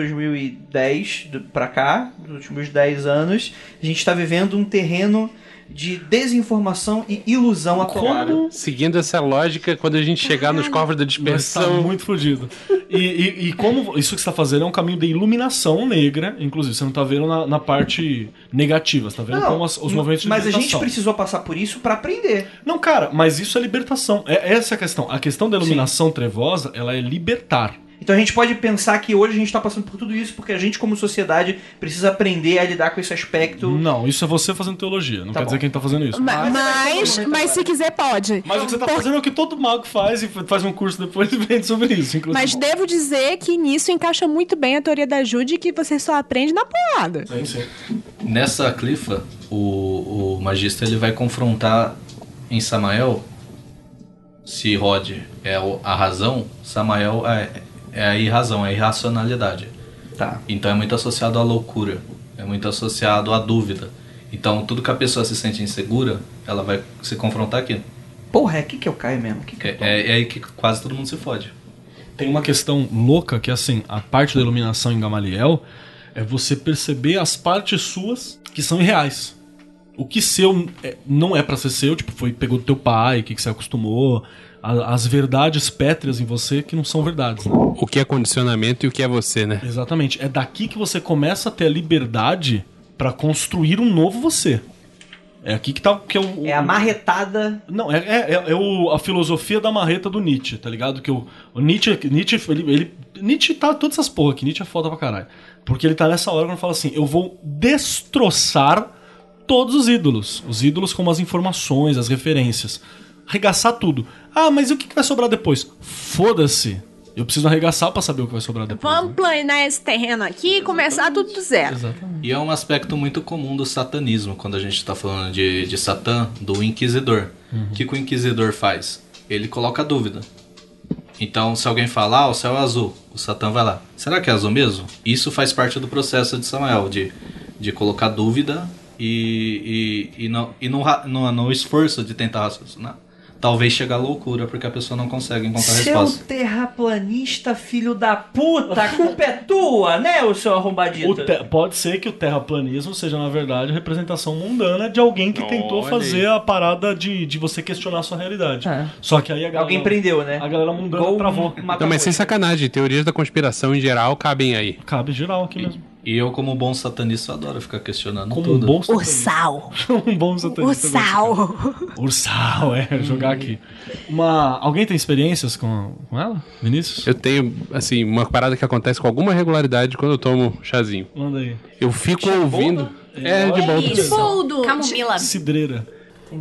S4: 2010 do- pra cá, nos últimos 10 anos. A gente tá vivendo um terreno de desinformação e ilusão atual.
S7: Cara, seguindo essa lógica, quando a gente chegar nos corvos da
S5: Mas tá
S7: dispersão.
S5: muito fodido. E, e- e como isso que você tá fazendo é um caminho de iluminação negra, inclusive, você não tá vendo na, na parte negativa, você tá vendo como as- os movimentos de
S4: mas a gente
S5: libertação.
S4: precisou passar por isso pra aprender.
S5: Não, cara, mas isso é libertação. É essa é a questão. A questão da iluminação trevosa, ela é libertar.
S4: Então a gente pode pensar que hoje a gente tá passando por tudo isso porque a gente, como sociedade, precisa aprender a lidar com esse aspecto.
S5: Não, isso é você fazendo teologia. Não
S4: Tá
S5: quer
S4: bom.
S5: dizer quem tá fazendo isso.
S8: Ma- Mas, mas se quiser, pode.
S5: Mas o que você tá fazendo é o que todo mago faz e faz um curso depois e vende sobre isso, inclusive.
S8: Mas devo dizer que nisso encaixa muito bem a teoria da Judy, que você só aprende na porrada.
S5: Sim, sim.
S11: Nessa clifa, o, o magista ele vai confrontar em Samael se Rod é o- a razão, Samael é, é a irrazão, é a irracionalidade.
S4: Tá.
S11: Então é muito associado à loucura, é muito associado à dúvida. Então tudo que a pessoa se sente insegura, ela vai se confrontar aqui.
S4: Porra, é aqui que eu caio mesmo. Que
S11: É, é, é aí que quase todo mundo se fode.
S5: Tem uma questão louca que, assim, a parte da iluminação em Gamaliel é você perceber as partes suas que são irreais. O que seu é, não é pra ser seu, tipo, foi pegou do teu pai, que, que você acostumou, a- as verdades pétreas em você que não são verdades. Né?
S24: O que é condicionamento e o que é você, né?
S5: Exatamente. É daqui que você começa a ter a liberdade pra construir um novo você. É aqui que tá que é, o,
S4: É a marretada.
S5: Não, é, é, é- é o- a filosofia da marreta do Nietzsche, tá ligado? Que o, o Nietzsche, Nietzsche ele, ele- Nietzsche tá todas essas porra aqui, Nietzsche é foda pra caralho. Porque ele tá nessa hora quando fala assim: eu vou destroçar todos os ídolos. Os ídolos como as informações, as referências. Arregaçar tudo. Ah, mas e o que, que vai sobrar depois? Foda-se. Eu preciso arregaçar pra saber o que vai sobrar depois.
S8: Vamos planejar esse terreno aqui e começar tudo do zero.
S11: E é um aspecto muito comum do satanismo, quando a gente está falando de, de Satã, do inquisidor.
S5: Uhum.
S11: O que, que o inquisidor faz? Ele coloca dúvida. Então, se alguém falar, ah, o céu é azul, o Satã vai lá. Será que é azul mesmo? Isso faz parte do processo de Samuel, de, de colocar dúvida e, e, e, não, e no, ra- no, no esforço de tentar raciocinar. Talvez chegar à loucura, porque a pessoa não consegue encontrar a
S4: Seu
S11: resposta.
S4: terraplanista, filho da puta, a culpa é tua, né, o seu arrombadito?
S5: O te- Pode ser que o terraplanismo seja, na verdade, a representação mundana de alguém que tentou
S4: Olha
S5: fazer
S4: aí.
S5: a parada de, de você questionar a sua realidade. Só que aí a galera.
S4: Alguém prendeu, né?
S5: A galera mundana travou.
S4: tá
S7: Então,
S24: Não, mas sem sacanagem, teorias da conspiração em geral cabem aí.
S5: Cabe geral aqui mesmo.
S11: E eu, como bom satanista, adoro ficar questionando
S5: Como um
S11: tudo.
S5: bom
S8: Ursal.
S5: um bom satanista.
S8: Ursal.
S5: Ursal, é, jogar aqui. Uma... Alguém tem experiências com, com ela? Vinícius?
S24: Eu tenho, assim, uma parada que acontece com alguma regularidade quando eu tomo chazinho.
S5: Manda aí.
S24: Eu fico ouvindo. É, de
S25: Isso.
S24: volta.
S8: um
S6: Ah.
S25: Camomila.
S5: Cidreira.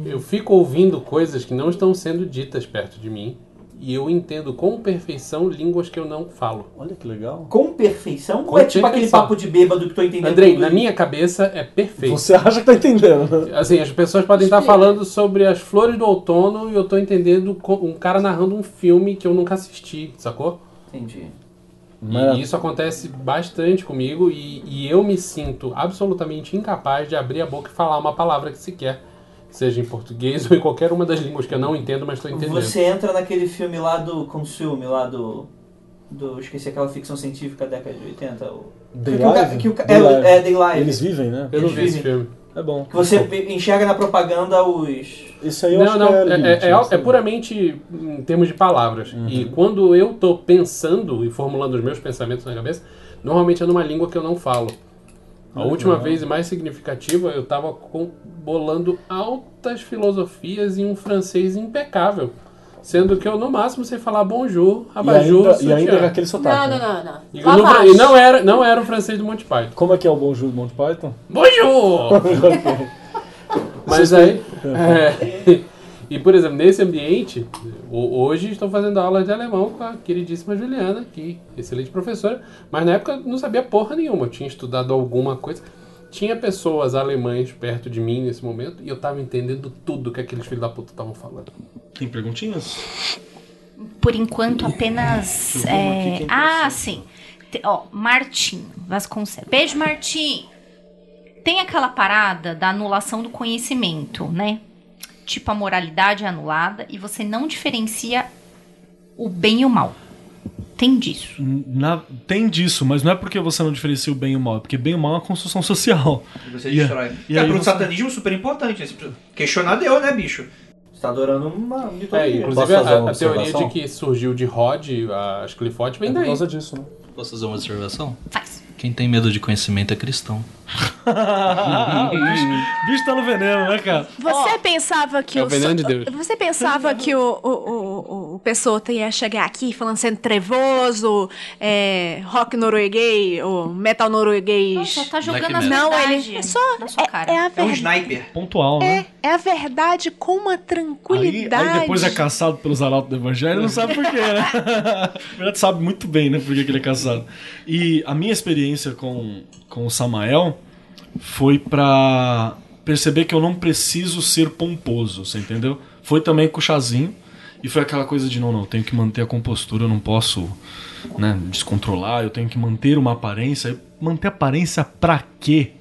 S7: Eu fico ouvindo coisas que não estão sendo ditas perto de mim e eu entendo com perfeição línguas que eu não falo.
S26: Olha que legal.
S27: Com perfeição?
S7: Com
S27: Ou é tipo aquele
S7: perfeição.
S27: papo de bêbado que tô entendendo?
S7: Andrei,
S27: tudo?
S7: na minha cabeça é perfeito.
S26: Você acha que tá entendendo, né?
S7: Assim, as pessoas podem estar falando sobre as flores do outono e eu tô entendendo co- um cara narrando um filme que eu nunca assisti, sacou?
S27: Entendi.
S26: Mas-
S7: E isso acontece bastante comigo e, e eu me sinto absolutamente incapaz de abrir a boca e falar uma palavra que sequer. Seja em português ou em qualquer uma das línguas que eu não entendo, mas estou entendendo.
S27: Você entra naquele filme lá do Consume, lá do. do esqueci aquela ficção científica da década de 80. O,
S26: Day
S27: que o ca-
S26: Live?
S27: que o ca-
S26: Day
S27: é, o-
S26: Live.
S27: é, Day Live.
S26: Eles vivem, né?
S27: Eu não Eles vi esse vivem.
S7: filme.
S26: É bom.
S27: Que você enxerga na propaganda os.
S26: Isso aí eu
S7: Não,
S26: acho
S7: não,
S26: que é,
S7: é,
S26: limite,
S7: é- é-
S26: né?
S7: é puramente em termos de palavras. E
S26: Uhum.
S7: quando eu tô pensando e formulando os meus pensamentos na cabeça, normalmente é numa língua que eu não falo. A
S26: Ah,
S7: última
S26: legal.
S7: vez e mais significativa, eu tava com- bolando altas filosofias em um francês impecável. Sendo que eu, no máximo, sei falar bonjour,
S26: E
S7: abajur,
S26: ainda, e ainda
S7: sutiã.
S26: é aquele sotaque.
S3: Não,
S26: né?
S3: não, não, não.
S7: E, no fra- e não, era, não era o francês do Monty Python.
S26: Como é que é o bom jogo do Monty Python?
S7: Bonjour! Mas aí. é, e por exemplo, nesse ambiente, ho- hoje estou fazendo aula de alemão com a queridíssima Juliana, que é excelente professora, mas na época eu não sabia porra nenhuma, eu tinha estudado alguma coisa. Tinha pessoas alemães perto de mim nesse momento e eu tava entendendo tudo que aqueles filhos da puta estavam falando.
S5: Tem perguntinhas?
S6: Por enquanto, apenas.
S5: Deixa eu ver uma
S6: é,
S5: aqui que é
S6: Ah, sim. Te- Ó, Martim Vasconcelos. Beijo, Martim. Tem aquela parada da anulação do conhecimento, né? Tipo, a moralidade é anulada e você não diferencia o bem e o mal. Tem disso.
S5: Na- Tem disso, mas não é porque você não diferencia o bem e o mal, é porque bem e o mal é uma construção social.
S4: E Você
S5: E-
S4: destrói.
S5: E
S4: é,
S5: aí
S4: pro
S5: você-
S4: satanismo super importante. esse- Questionar deu, né, bicho? Você tá adorando uma
S7: É,
S4: mitologia.
S7: inclusive a, a teoria de que surgiu de Rod, as Clifford, vem
S26: É por
S7: daí.
S26: causa disso, né?
S11: Posso fazer uma observação?
S6: Faz.
S11: Quem tem medo de conhecimento é cristão.
S5: o bicho, bicho tá no veneno, né, cara?
S8: Você pensava que
S5: É o
S8: o.
S5: veneno de Deus.
S8: Você pensava que o, o, o, o- o Pessoto ia chegar aqui falando sendo trevoso, é, rock norueguês, ou metal norueguês. Não,
S6: só tá jogando Black as
S8: as
S6: metal.
S8: Não,
S6: verdades
S8: ele é só. É, é a
S4: É um
S8: verdade.
S4: sniper.
S5: Pontual, né?
S8: É, é a verdade com uma
S5: Aí,
S8: tranquilidade.
S5: aí depois é caçado pelos arautos do evangelho e não sabe por quê, né? Na verdade, sabe muito bem, né, por que que ele é caçado. E a minha experiência com, com o Samael foi pra perceber que eu não preciso ser pomposo, você entendeu? Foi também com o chazinho. E foi aquela coisa de, não, não, eu tenho que manter a compostura, eu não posso né, descontrolar, eu tenho que manter uma aparência. Eu- Manter aparência pra quê?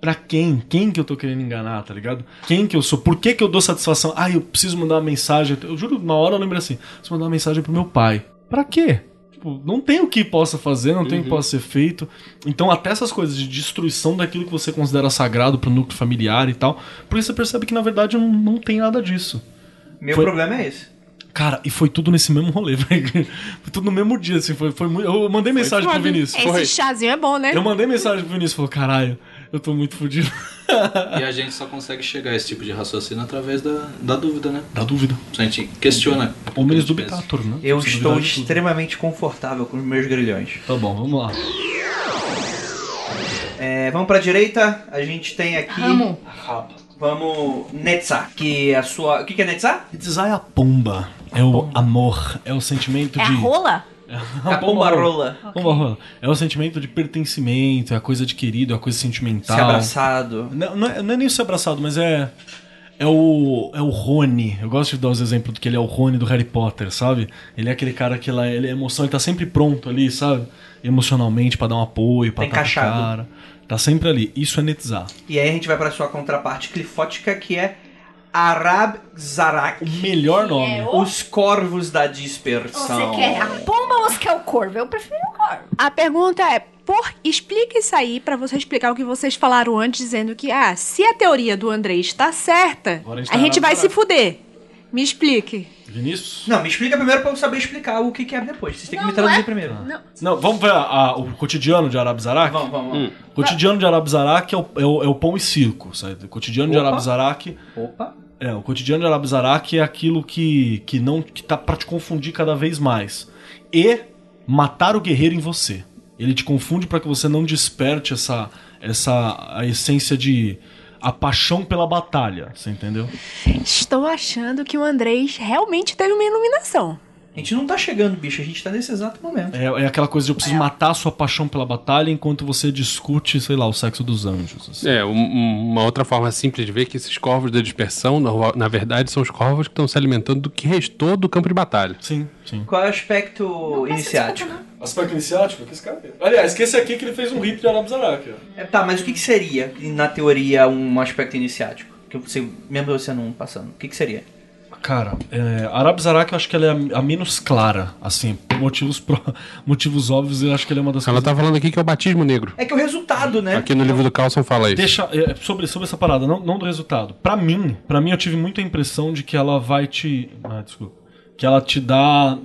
S5: Pra quem? Quem que eu tô querendo enganar, tá ligado? Quem que eu sou? Por que que eu dou satisfação? Ah, eu preciso mandar uma mensagem. Eu juro, na hora eu lembro assim, preciso mandar uma mensagem pro meu pai. Pra quê? Tipo, não tem o que possa fazer, não tem o que
S12: Uhum.
S5: possa ser feito. Então, até essas coisas de destruição daquilo que você considera sagrado pro núcleo familiar e tal, porque você percebe que na verdade não, não tem nada disso.
S4: Meu
S5: Foi-
S4: problema é esse.
S5: Cara, e foi tudo nesse mesmo rolê, velho. Foi tudo no mesmo dia, assim. Foi, foi muito... Eu mandei mensagem pro Vinícius.
S8: Esse
S5: Foi.
S8: chazinho é bom, né?
S5: Eu mandei mensagem pro Vinícius. Falou, caralho, eu tô muito fudido.
S11: E a gente só consegue chegar a esse tipo de raciocínio através da, da dúvida, né?
S5: Da dúvida.
S11: A gente questiona.
S5: Ou menos dubitator, né?
S4: Eu
S11: Você
S4: estou
S11: duvidar de tudo.
S4: extremamente confortável com os meus grilhões.
S5: Tá bom, vamos lá.
S4: É, vamos pra direita. A gente tem aqui.
S6: Ramo.
S4: Vamos. Netzar. Que é a sua. O que, que é Netzar?
S5: Netzar é a Pomba. É o amor. É o sentimento
S6: É a
S5: de...
S6: rola?
S4: A pomba rola.
S5: Pomba rola. É o sentimento de pertencimento, é a coisa adquirida, é a coisa sentimental.
S4: Ser abraçado.
S5: Não, não é, não é nem ser abraçado, mas é. É o, é o Rony. Eu gosto de dar os exemplos do que ele é o Rony do Harry Potter, sabe? Ele é aquele cara que lá, ele é emoção, ele tá sempre pronto ali, sabe? Emocionalmente, pra dar um apoio, pra
S4: Tá
S5: estar com o
S4: encaixado.
S5: cara. Tá sempre ali. Isso é netizar.
S4: E aí a gente vai pra sua contraparte clifótica, que é Arab Zarak. é O
S5: melhor nome.
S6: o-
S4: Os corvos da dispersão.
S6: Você Oh. quer a pomba ou você quer o corvo? Eu prefiro o corvo.
S8: A pergunta é, por explica isso aí pra você explicar o que vocês falaram antes, dizendo que, ah, se a teoria do Andrei está certa,
S4: Agora
S8: a
S4: a gente
S8: gente,
S4: tá na
S8: vai
S4: parada.
S8: se fuder. Me explique.
S5: Vinícius?
S4: Não, me explica primeiro pra eu saber explicar o que, que é depois. Vocês têm que me traduzir primeiro.
S5: Não, vamos ver a- a- o cotidiano de Arabzarak? Vamos,
S4: vamos,
S5: vamos. Cotidiano de Arabzarak é o, é, o, é o pão e circo, sabe? O cotidiano de
S4: Opa.
S5: Arabzarak.
S4: Opa.
S5: É, o cotidiano de Arabzarak é aquilo que, que não que tá pra te confundir cada vez mais. E matar o guerreiro em você. Ele te confunde pra que você não desperte essa, essa a essência de. a paixão pela batalha, você entendeu?
S8: Estou achando que o Andrei realmente teve uma iluminação.
S4: A gente não tá chegando, bicho. A gente tá nesse exato momento.
S5: É, é aquela coisa de eu preciso matar a sua paixão pela batalha enquanto você discute, sei lá, o sexo dos anjos. assim.
S7: É, um- um- uma outra forma simples de ver é que esses corvos da dispersão, na, na verdade, são os corvos que estão se alimentando do que restou do campo de batalha.
S5: Sim, sim.
S4: Qual é o aspecto iniciático?
S5: Aspecto iniciático? Que esse cara é. Aliás, que esse aqui que ele fez um rito de Arabzarak, ó.
S4: É, Tá, mas o que, que seria, na teoria, um aspecto iniciático? Que você, mesmo você não passando, o que, que seria?
S5: Cara, é, a Arabzarak eu acho que ela é a, a menos clara, assim, por motivos, pro- motivos óbvios, eu acho que ela é uma das
S7: Ela
S5: coisas...
S7: tá falando aqui que é o batismo negro.
S4: É que o resultado, né?
S7: Aqui no livro do Carlson fala isso.
S5: Deixa, é, sobre, sobre essa parada, não, não do resultado. Pra mim, para mim eu tive muito a impressão de que ela vai te... Ah, desculpa. Que ela te dá...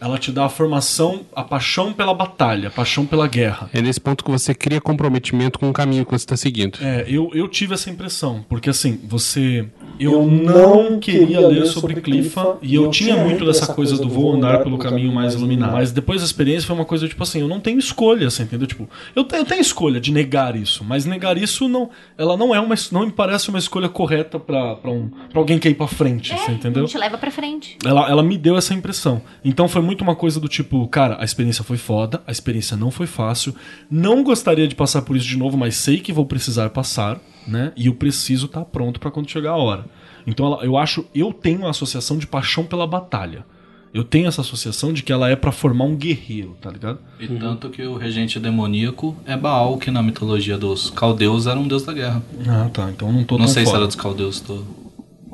S5: Ela te dá a formação, a paixão pela batalha, a paixão pela guerra.
S7: É nesse ponto que você cria comprometimento com o caminho que você está seguindo.
S5: É, eu, eu tive essa impressão, porque assim, você. Eu, não queria ler sobre Cliffa, e eu, tinha muito dessa coisa do vou andar pelo caminho mais iluminado. Mas depois da experiência foi uma coisa tipo assim, eu não tenho escolha, você entendeu? Tipo, eu tenho, eu tenho escolha de negar isso, mas negar isso não, ela não é uma, es- não me parece uma escolha correta pra pra um, pra alguém que ir pra frente, você entendeu?
S6: A É, gente leva pra frente.
S5: Ela, ela me deu essa impressão. Então foi muito uma coisa do tipo, cara, a experiência foi foda, a experiência não foi fácil, não gostaria de passar por isso de novo, mas sei que vou precisar passar, né? E eu preciso estar pronto pra quando chegar a hora. Então ela- eu acho, eu tenho a associação de paixão pela batalha. Eu tenho essa associação de que ela é pra formar um guerreiro, tá ligado?
S11: E tanto que o regente demoníaco é Baal, que na mitologia dos caldeus era um deus da guerra.
S5: Ah, tá. Então não tô
S11: Não
S5: tão
S11: sei se
S5: fora.
S11: era dos caldeus, tô.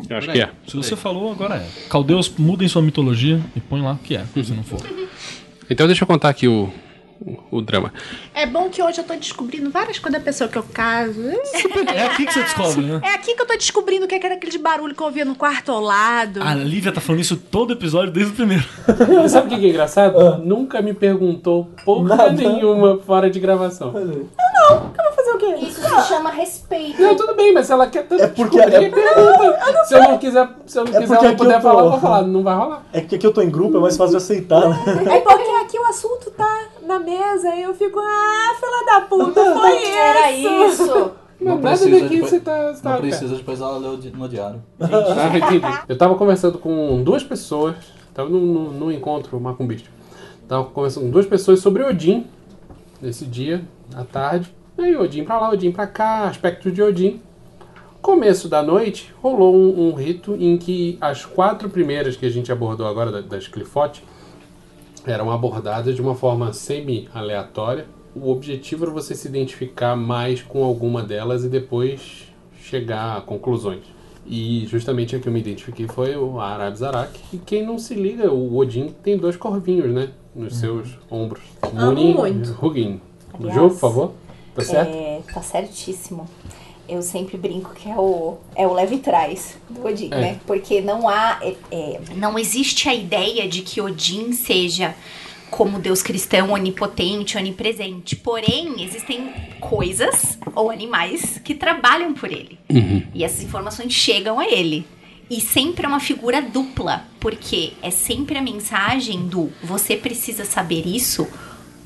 S7: Eu é.
S5: Por aí. Se você falou, agora é. Caldeus, mudem sua mitologia e põe lá que é, se não for.
S7: Então deixa eu contar aqui o, o- o drama.
S8: É bom que hoje eu tô descobrindo várias coisas da pessoa que eu caso.
S5: É aqui que você descobre, né?
S8: É aqui que eu tô descobrindo o que era aquele barulho que eu ouvia no quarto ao lado.
S4: Ah,
S5: A Lívia tá falando isso todo episódio desde o primeiro.
S10: Sabe o que que é engraçado? Nunca me perguntou porra
S12: Nada.
S10: nenhuma fora de gravação.
S18: Fazer o quê? Isso se chama respeito.
S10: Não, tudo bem, mas se ela quer tanto é
S12: porque-
S10: descobrir,
S12: é-
S10: pergunta. se eu não quiser, se eu não
S12: É
S10: quiser, eu
S12: porque
S10: não
S12: aqui eu
S10: puder
S12: tô-
S10: falar, eu vou falar. Não vai rolar.
S12: É que aqui eu tô em grupo, é mais fácil de aceitar, né?
S18: É porque aqui o assunto tá na mesa e eu fico, ah, fila da puta, foi isso.
S28: Era
S18: isso.
S10: Não, nada
S17: precisa
S10: daqui
S17: depois-
S10: você tá. você tá
S17: Não
S10: cara.
S17: precisa, depois ela leu di- no diário.
S10: Ah, entendi. Eu tava conversando com duas pessoas, tava num, num, num encontro macumbista. Tava conversando com duas pessoas sobre Odin, nesse dia, à tarde. Aí Odin pra lá, Odin pra cá, aspectos de Odin. começo da noite, rolou um, um rito em que as quatro primeiras que a gente abordou agora, da- das Clifote, eram abordadas de uma forma semi-aleatória. O objetivo era você se identificar mais com alguma delas e depois chegar a conclusões. E justamente a que eu me identifiquei foi o Arab Zarak. E quem não se liga, o Odin tem dois corvinhos, né? Nos seus ombros.
S29: Uhum. Amo
S10: Munin
S29: muito.
S10: e Hugin.
S29: Aliás,
S10: Ju, por favor. Tá certo?
S29: É, tá certíssimo. Eu sempre brinco que é o, é o leve trás do Odin,
S10: É.
S29: né? Porque não há. é, é,
S6: Não existe a ideia de que Odin seja como Deus cristão onipotente, onipresente. Porém, existem coisas ou animais que trabalham por ele. E essas informações chegam a ele. E sempre é uma figura dupla, porque é sempre a mensagem do você precisa saber isso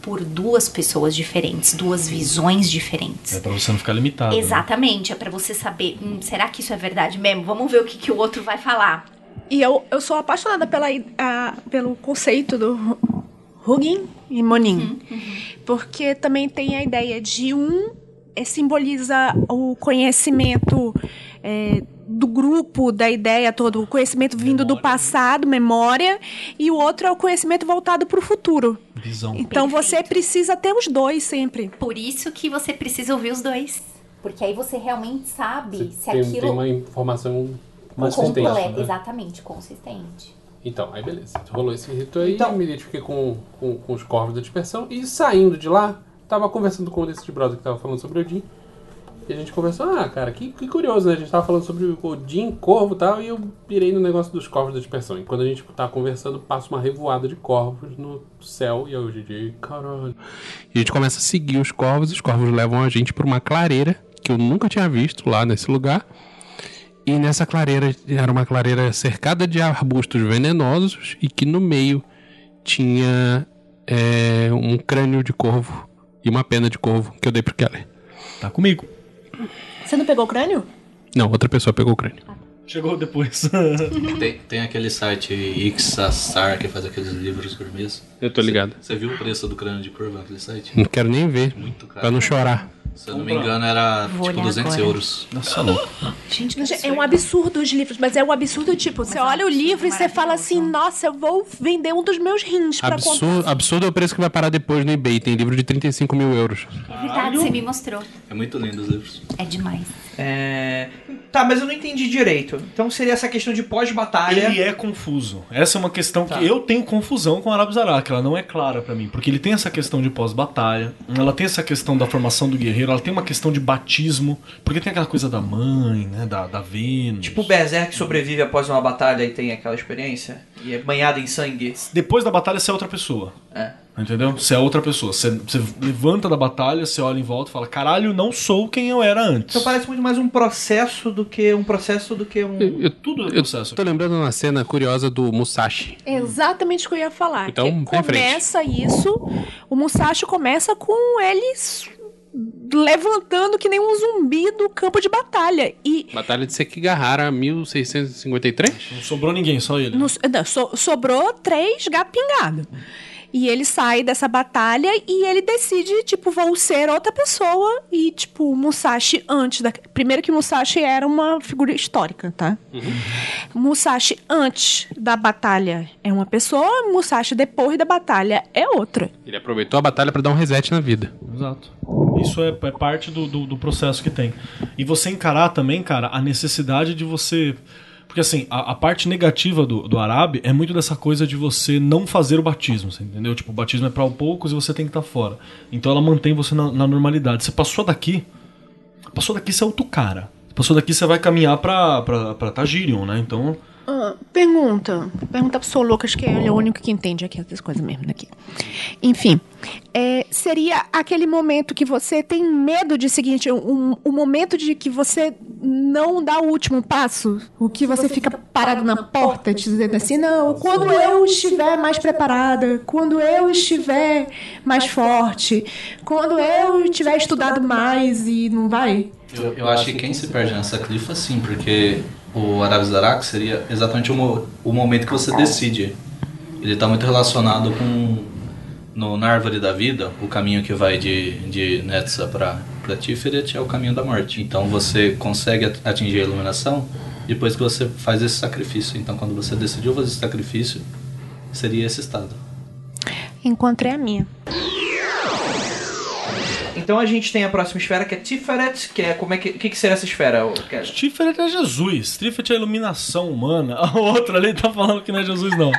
S6: por duas pessoas diferentes, duas visões diferentes.
S5: É pra você não ficar limitado. né?
S6: Exatamente, é pra você saber, hum, será que isso é verdade mesmo? Vamos ver o que, que o outro vai falar.
S8: E eu, eu sou apaixonada pela, i- a- pelo conceito do Hu- Hugin e Monin. Porque também tem a ideia de um eh, simboliza o conhecimento eh, do grupo, da ideia toda, o conhecimento vindo do passado, memória, e o outro é o conhecimento voltado para o futuro.
S5: Visão.
S8: Então você precisa ter os dois sempre.
S6: Por isso que você precisa ouvir os dois.
S29: Porque aí você realmente sabe se
S10: Tem, tem
S29: aquilo
S10: uma informação mais
S29: completa.
S10: consistente. né?
S29: Exatamente, consistente.
S10: Então, aí beleza. Rolou esse rito aí, me identifiquei com, com, com os corvos da dispersão. E saindo de lá, tava conversando com um desses brother que tava falando sobre Odin. E a gente conversou, ah, cara, que, que curioso, né? A gente tava falando sobre o Odin, corvo e tal, e eu pirei no negócio dos corvos da dispersão. E quando a gente tá conversando, passa uma revoada de corvos no céu. E eu hoje de caralho.
S7: A gente começa a seguir os corvos, os corvos levam a gente para uma clareira que eu nunca tinha visto lá nesse lugar. E nessa clareira era uma clareira cercada de arbustos venenosos e que no meio tinha é, um crânio de corvo e uma pena de corvo que eu dei pro Keller.
S5: Tá comigo.
S8: Você não pegou o crânio?
S7: Não, outra pessoa pegou o crânio.
S5: Chegou depois.
S11: Tem, tem aquele site Ixassar que faz aqueles livros gourmets.
S7: Eu tô ligado.
S11: Você viu o preço do crânio de curva naquele site?
S7: Não quero nem ver,
S11: Muito caro.
S7: pra não chorar.
S11: Se eu não me engano, era
S8: Vou
S11: tipo
S8: olhar
S11: 200
S8: agora.
S11: euros.
S5: Nossa, tá louco.
S8: Gente, é um absurdo os livros, mas é um absurdo tipo, você olha o livro e você fala assim, nossa, eu vou vender um dos meus rins pra comprar.
S7: Absurdo, absurdo é o preço que vai parar depois no eBay. Tem livro de 35 mil euros.
S6: É verdade, você me mostrou.
S11: É muito lindo os livros.
S6: É demais.
S4: É... Tá, mas eu não entendi direito. Então seria essa questão de pós-batalha.
S5: Ele é confuso. Essa é uma questão que eu tenho confusão com Arab Zarak, ela não é clara pra mim, porque ele tem essa questão de pós-batalha, ela tem essa questão da formação do guerreiro, ela tem uma questão de batismo, porque tem aquela coisa da mãe, né, da, da Vênus.
S4: Tipo o Berserk sobrevive após uma batalha e tem aquela experiência. E é banhado em sangue.
S5: Depois da batalha você é outra pessoa.
S4: É.
S5: Entendeu? Você é outra pessoa. Você, você levanta da batalha, você olha em volta e fala: caralho, não sou quem eu era antes.
S4: Então parece muito mais um processo do que um processo do que um.
S5: Tudo é
S7: Eu tô lembrando uma cena curiosa do Musashi.
S8: Exatamente o que eu ia falar.
S7: Então,
S8: que
S7: vai em frente.
S8: começa isso, o Musashi começa com eles levantando que nem um zumbi do campo de batalha. E
S7: Batalha de Sekigahara 1653?
S5: Não sobrou ninguém, só ele.
S8: Nos- não, so- sobrou três gato pingado. E ele sai dessa batalha e ele decide, tipo, vou ser outra pessoa. E, tipo, o Musashi antes da. Primeiro que o Musashi era uma figura histórica, tá? Musashi antes da batalha é uma pessoa, Musashi depois da batalha é outra.
S7: Ele aproveitou a batalha pra dar um reset na vida.
S5: Exato. Isso é, é parte do, do, do processo que tem. E você encarar também, cara, a necessidade de você. Porque assim, a, a parte negativa do, do Arabe é muito dessa coisa de você não fazer o batismo, você entendeu? Tipo, o batismo é pra poucos e você tem que estar fora. Então ela mantém você na, na normalidade. Você passou daqui, passou daqui você é outro cara. Passou daqui você vai caminhar pra, pra, pra Tagirion, né? Então
S8: Ah, pergunta. Pergunta pro Sr. Lucas, que ele é o único que entende aqui essas coisas mesmo daqui. Enfim, é, seria aquele momento que você tem medo de seguinte, um, um momento de que você não dá o último passo, o que você, fica parado na porta, te dizendo assim, não, quando eu estiver mais preparada, quando eu estiver mais forte, quando eu tiver estudado mais e não vai.
S11: Eu, eu acho que quem se perde nessa clifa, sim, porque o Arabizarak seria exatamente o, mo- o momento que você decide. Ele está muito relacionado com, no, na Árvore da Vida, o caminho que vai de, de Netza para da Tiferet é o caminho da morte. Então você consegue at- atingir a iluminação depois que você faz esse sacrifício. Então quando você decidiu fazer esse sacrifício, seria esse estado.
S8: Encontrei a minha.
S4: Então a gente tem a próxima esfera que é Tiferet, que é como é que. O que, que seria essa esfera? ô, Kevin?
S5: Tiferet é Jesus. Tiferet é a iluminação humana. A outra ali tá falando que não é Jesus, não.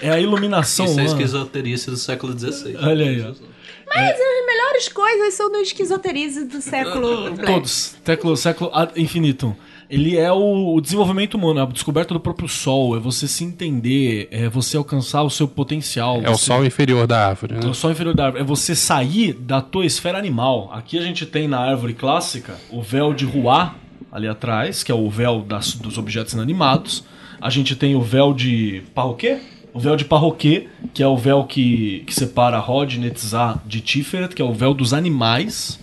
S5: É a iluminação
S11: Isso é
S5: humana.
S11: esquizoterice do século XVI.
S5: Olha aí, ó.
S8: É,
S5: É.
S18: Mas as melhores coisas são do esquizoterize do século. Black.
S5: Todos. Século, século ad infinitum. Ele é o o desenvolvimento humano, a descoberta do próprio sol, é você se entender, é você alcançar o seu potencial.
S7: É o
S5: você-
S7: sol inferior da árvore. né?
S5: É o sol inferior da árvore. É você sair da tua esfera animal. Aqui a gente tem na árvore clássica o véu de Ruá, ali atrás, que é o véu das- dos objetos inanimados. A gente tem o véu de Parroquê. O véu de Parroquê, que é o véu que, que separa Rod e Netzá de Tiferet, que é o véu dos animais,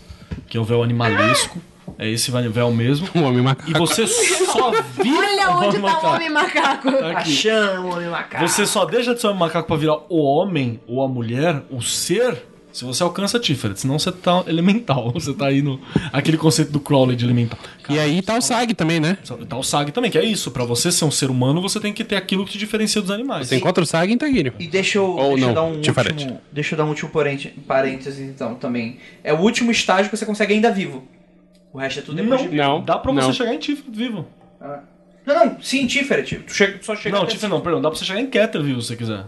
S5: que é o véu animalesco. É esse véu mesmo. O
S7: Um homem macaco.
S5: E você só vira
S8: Olha
S5: o
S8: onde
S5: homem
S8: tá
S5: macaco.
S8: o homem macaco.
S5: Tá aqui.
S4: Achamos o homem macaco.
S5: Você só deixa de ser um macaco pra virar o homem ou a mulher, o ser, se você alcança a Tiferet. Senão você tá elemental. Você tá aí no. aquele conceito do Crowley de elemental.
S7: e aí tá o SAG também, né?
S5: Tá o SAG também, que é isso. Pra você ser um ser humano, você tem que ter aquilo que te diferencia dos animais.
S7: Você encontra o SAG em Tagiri.
S4: E deixa eu,
S7: Ou
S4: deixa eu
S7: não,
S4: dar um
S7: diferente.
S4: último, deixa eu dar um último parente- parênteses então também. É o último estágio que você consegue ainda vivo. O resto é tudo depois de vivo.
S5: Dá pra você chegar em Tiferet vivo.
S4: Não, não, sim, Tiferet. Tu chega, tu só chega
S5: Não,
S4: até- assim.
S5: Tiferet não, perdão. Dá pra você chegar em Keter vivo se você quiser.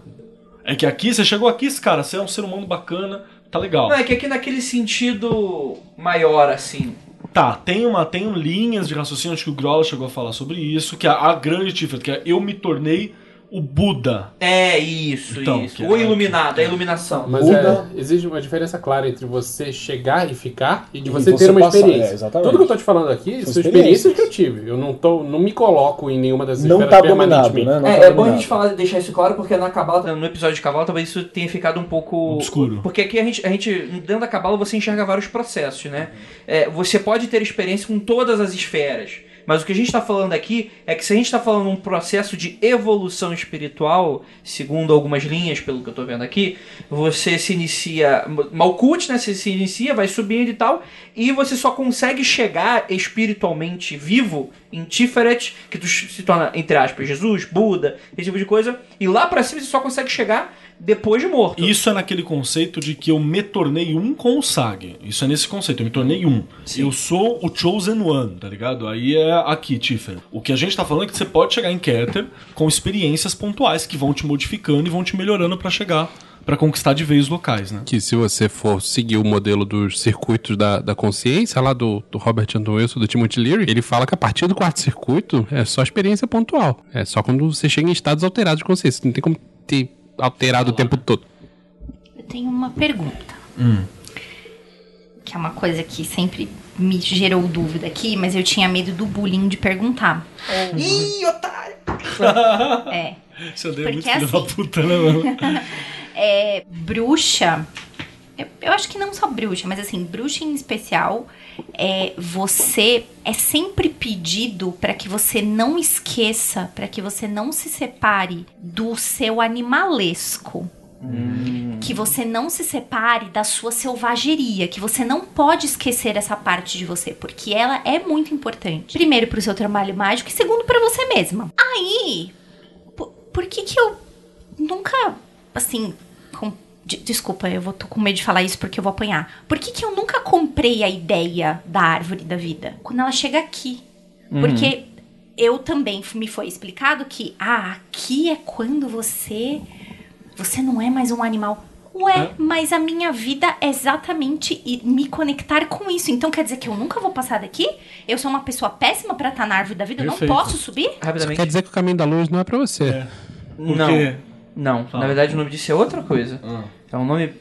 S5: É que aqui, você chegou aqui, cara, você é um ser humano bacana, tá legal.
S4: Não, é que aqui naquele sentido maior, assim.
S5: Tá, tem, uma, tem um linhas de raciocínio, acho que o Grola chegou a falar sobre isso, que é a grande Tiferet, que é eu me tornei o Buda.
S4: É isso,
S5: Então,
S4: isso.
S5: que
S4: O
S5: é-
S4: iluminado, a iluminação.
S10: Mas
S5: Buda.
S10: é, existe uma diferença clara entre você chegar e ficar e de
S12: E
S10: você,
S12: você
S10: ter uma
S12: passar,
S10: experiência.
S12: é, exatamente.
S10: Tudo que eu tô te falando aqui
S12: São
S10: são, experiências que eu tive. Eu não, tô, não me coloco em nenhuma dessas
S12: Não
S10: esferas
S12: tá dominado,
S10: permanentemente.
S12: né? Não
S4: É,
S12: tá
S4: é bom a
S12: dominado.
S4: gente falar, deixar isso claro, porque na Cabala, no episódio de Cabala, talvez isso tenha ficado um pouco.
S5: Obscuro.
S4: Porque aqui a gente, a gente dentro da Cabala, você enxerga vários processos, né? É, você pode ter experiência com todas as esferas. Mas o que a gente está falando aqui é que se a gente está falando um processo de evolução espiritual, segundo algumas linhas, pelo que eu estou vendo aqui, você se inicia. Malkut, né? Você se inicia, vai subindo e tal, e você só consegue chegar espiritualmente vivo em Tiferet, que tu se torna, entre aspas, Jesus, Buda, esse tipo de coisa, e lá pra cima você só consegue chegar depois de morto.
S5: Isso é naquele conceito de que eu me tornei um com o Sag. Isso é nesse conceito, eu me tornei um. Eu sou o Chosen One, tá ligado? Aí é aqui, Tiffany. O que a gente tá falando é que você pode chegar em Keter com experiências pontuais que vão te modificando e vão te melhorando pra chegar, pra conquistar de vez os locais, né?
S7: Que se você for seguir o modelo dos circuitos da, da consciência, lá do, do Robert Anton Wilson, do Timothy Leary, ele fala que a partir do quarto circuito é só experiência pontual. É só quando você chega em estados alterados de consciência. Não tem como ter alterado o tempo todo.
S6: Eu tenho uma pergunta, que é uma coisa que sempre me gerou dúvida aqui, mas eu tinha medo do bullying de perguntar.
S4: Ih, otário!
S6: É.
S5: Você odeia muito
S6: Porque
S8: é
S5: filho da
S6: assim-
S5: puta, né, mano?
S6: é, bruxa. Eu, eu acho que não só bruxa, mas assim, bruxa em especial, é, você é sempre pedido para que você não esqueça, para que você não se separe do seu animalesco. Que você não se separe da sua selvageria, que você não pode esquecer essa parte de você, porque ela é muito importante. Primeiro, pro seu trabalho mágico, e segundo, para você mesma. Aí, po- por que que eu nunca, assim, com- de- desculpa, eu vou, tô com medo de falar isso porque eu vou apanhar. Por que, que eu nunca comprei a ideia da árvore da vida? Quando ela chega aqui.
S23: Uhum.
S6: Porque eu também f- me foi explicado que, ah, aqui é quando você. Você não é mais um animal. Ué, mas a minha vida é exatamente e me conectar com isso. Então quer dizer que eu nunca vou passar daqui? Eu sou uma pessoa péssima pra estar na árvore da vida? Eu
S7: Perfeito.
S6: não posso subir?
S7: Isso quer dizer que o caminho da luz não é pra você.
S4: Não.
S7: quê?
S4: Não. Na verdade, o nome disso é outra coisa.
S5: Ah.
S4: É um nome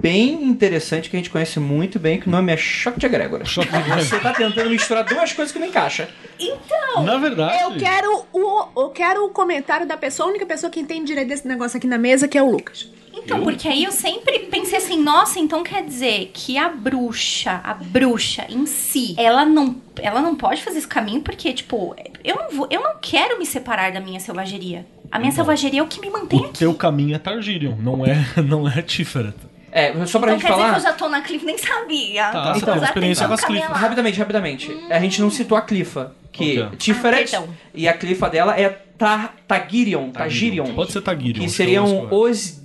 S4: bem interessante que a gente conhece muito bem, que o nome é Choque de Agrégora. Choque de Agrégora. Você tá tentando misturar duas coisas que não encaixam.
S8: Então,
S5: Na É verdade-
S8: eu quero o eu quero o comentário da pessoa, a única pessoa que entende direito desse negócio aqui na mesa, que é o Lucas.
S6: Então, porque aí eu sempre pensei assim, nossa, então quer dizer que a bruxa, a bruxa em si, ela não, ela não pode fazer esse caminho porque, tipo, eu não vou, eu não quero me separar da minha
S5: Então.
S6: selvageria. A minha selvageria é o que me mantém.
S5: O teu caminho é Targirion, não é, não é Tiferet.
S4: É, só pra
S6: então
S4: gente
S6: quer
S4: falar.
S6: dizer que eu já tô na cliff, nem sabia.
S4: Tá,
S5: então,
S6: Tô usando atenção cabelar.
S4: Rapidamente, rapidamente. A gente não citou a Clifa, que é
S5: Ok.
S4: Tiferet
S6: Ah, perdão.
S4: e a Clifa dela é Tar Tagirion, Tagirion,
S5: Pode ser
S4: que
S5: Tagirion. acho é o mais
S8: um
S4: seriam
S5: correto.
S4: os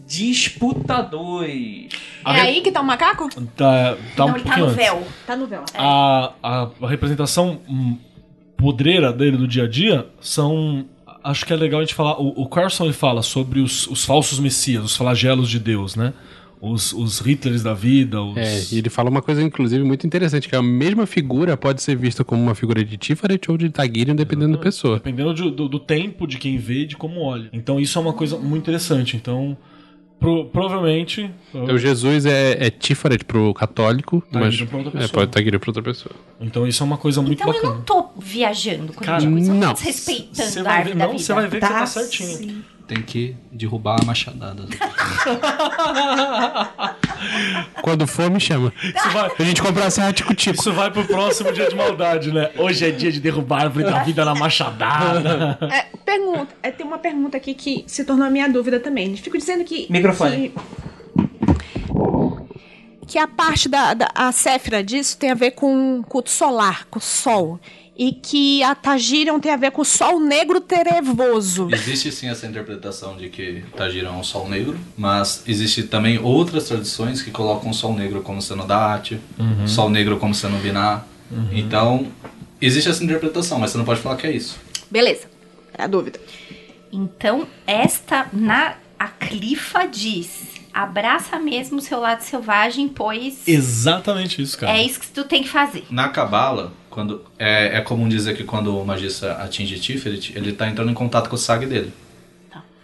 S4: disputadores.
S8: É aí que tá o macaco?
S5: Tá, tá um pouquinho antes.
S8: Tá no véu.
S5: A, a, a representação hum, podreira dele do dia a dia são. Acho que é legal a gente falar. O, o Carson ele fala sobre os, os falsos messias, os flagelos de Deus, né? Os, os Hitlers da vida, os.
S7: É, e ele fala uma coisa, inclusive, muito interessante, que a mesma figura pode ser vista como uma figura de Tiferet ou de Tagirion, dependendo da pessoa.
S5: Dependendo de- do, do tempo de quem vê e de como olha. Então isso é uma coisa muito interessante. Então, pro- provavelmente.
S7: Então Jesus é, é Tiferet pro católico,
S5: Tagirion
S7: mas
S5: pra outra
S7: é,
S5: pessoa.
S7: pode Tagirion pra outra pessoa.
S5: Então isso é uma coisa muito
S6: Então eu
S5: bacana.
S6: não tô viajando quando
S7: Cara,
S6: eu digo isso. Eu
S7: não.
S6: tô desrespeitando
S5: Você
S6: a
S5: vai
S6: árvore
S5: ver-
S6: da
S5: não,
S6: vida.
S5: você vai ver que você tá
S6: sim.
S5: certinho.
S11: Tem que derrubar a machadada.
S7: Quando for, me chama. A gente compra a serra tico-tico.
S5: Isso vai pro próximo dia de maldade, né? Hoje é dia de derrubar a árvore da vida na machadada.
S18: É, pergunta, é, tem uma pergunta aqui que se tornou a minha dúvida também. Eles ficam dizendo que.
S4: Microfone.
S18: que-
S8: Que a parte da, da a Séfira disso tem a ver com culto solar, com o sol. E que a Tagirion tem a ver com o sol negro trevoso.
S11: Existe sim essa interpretação de que Tagirão é um sol negro, mas existe também outras tradições que colocam o sol negro como sendo da arte,
S17: Uhum.
S11: sol negro como sendo biná.
S17: Uhum.
S11: Então, existe essa interpretação, mas você não pode falar que é isso.
S8: Beleza. É a dúvida.
S6: Então, esta na a clifa diz: abraça mesmo o seu lado selvagem, pois
S5: Exatamente isso, cara.
S6: é isso que tu tem que fazer.
S11: Na Cabala, quando é, é comum dizer que quando o magista atinge Tiferet, ele está entrando em contato com o Sag dele.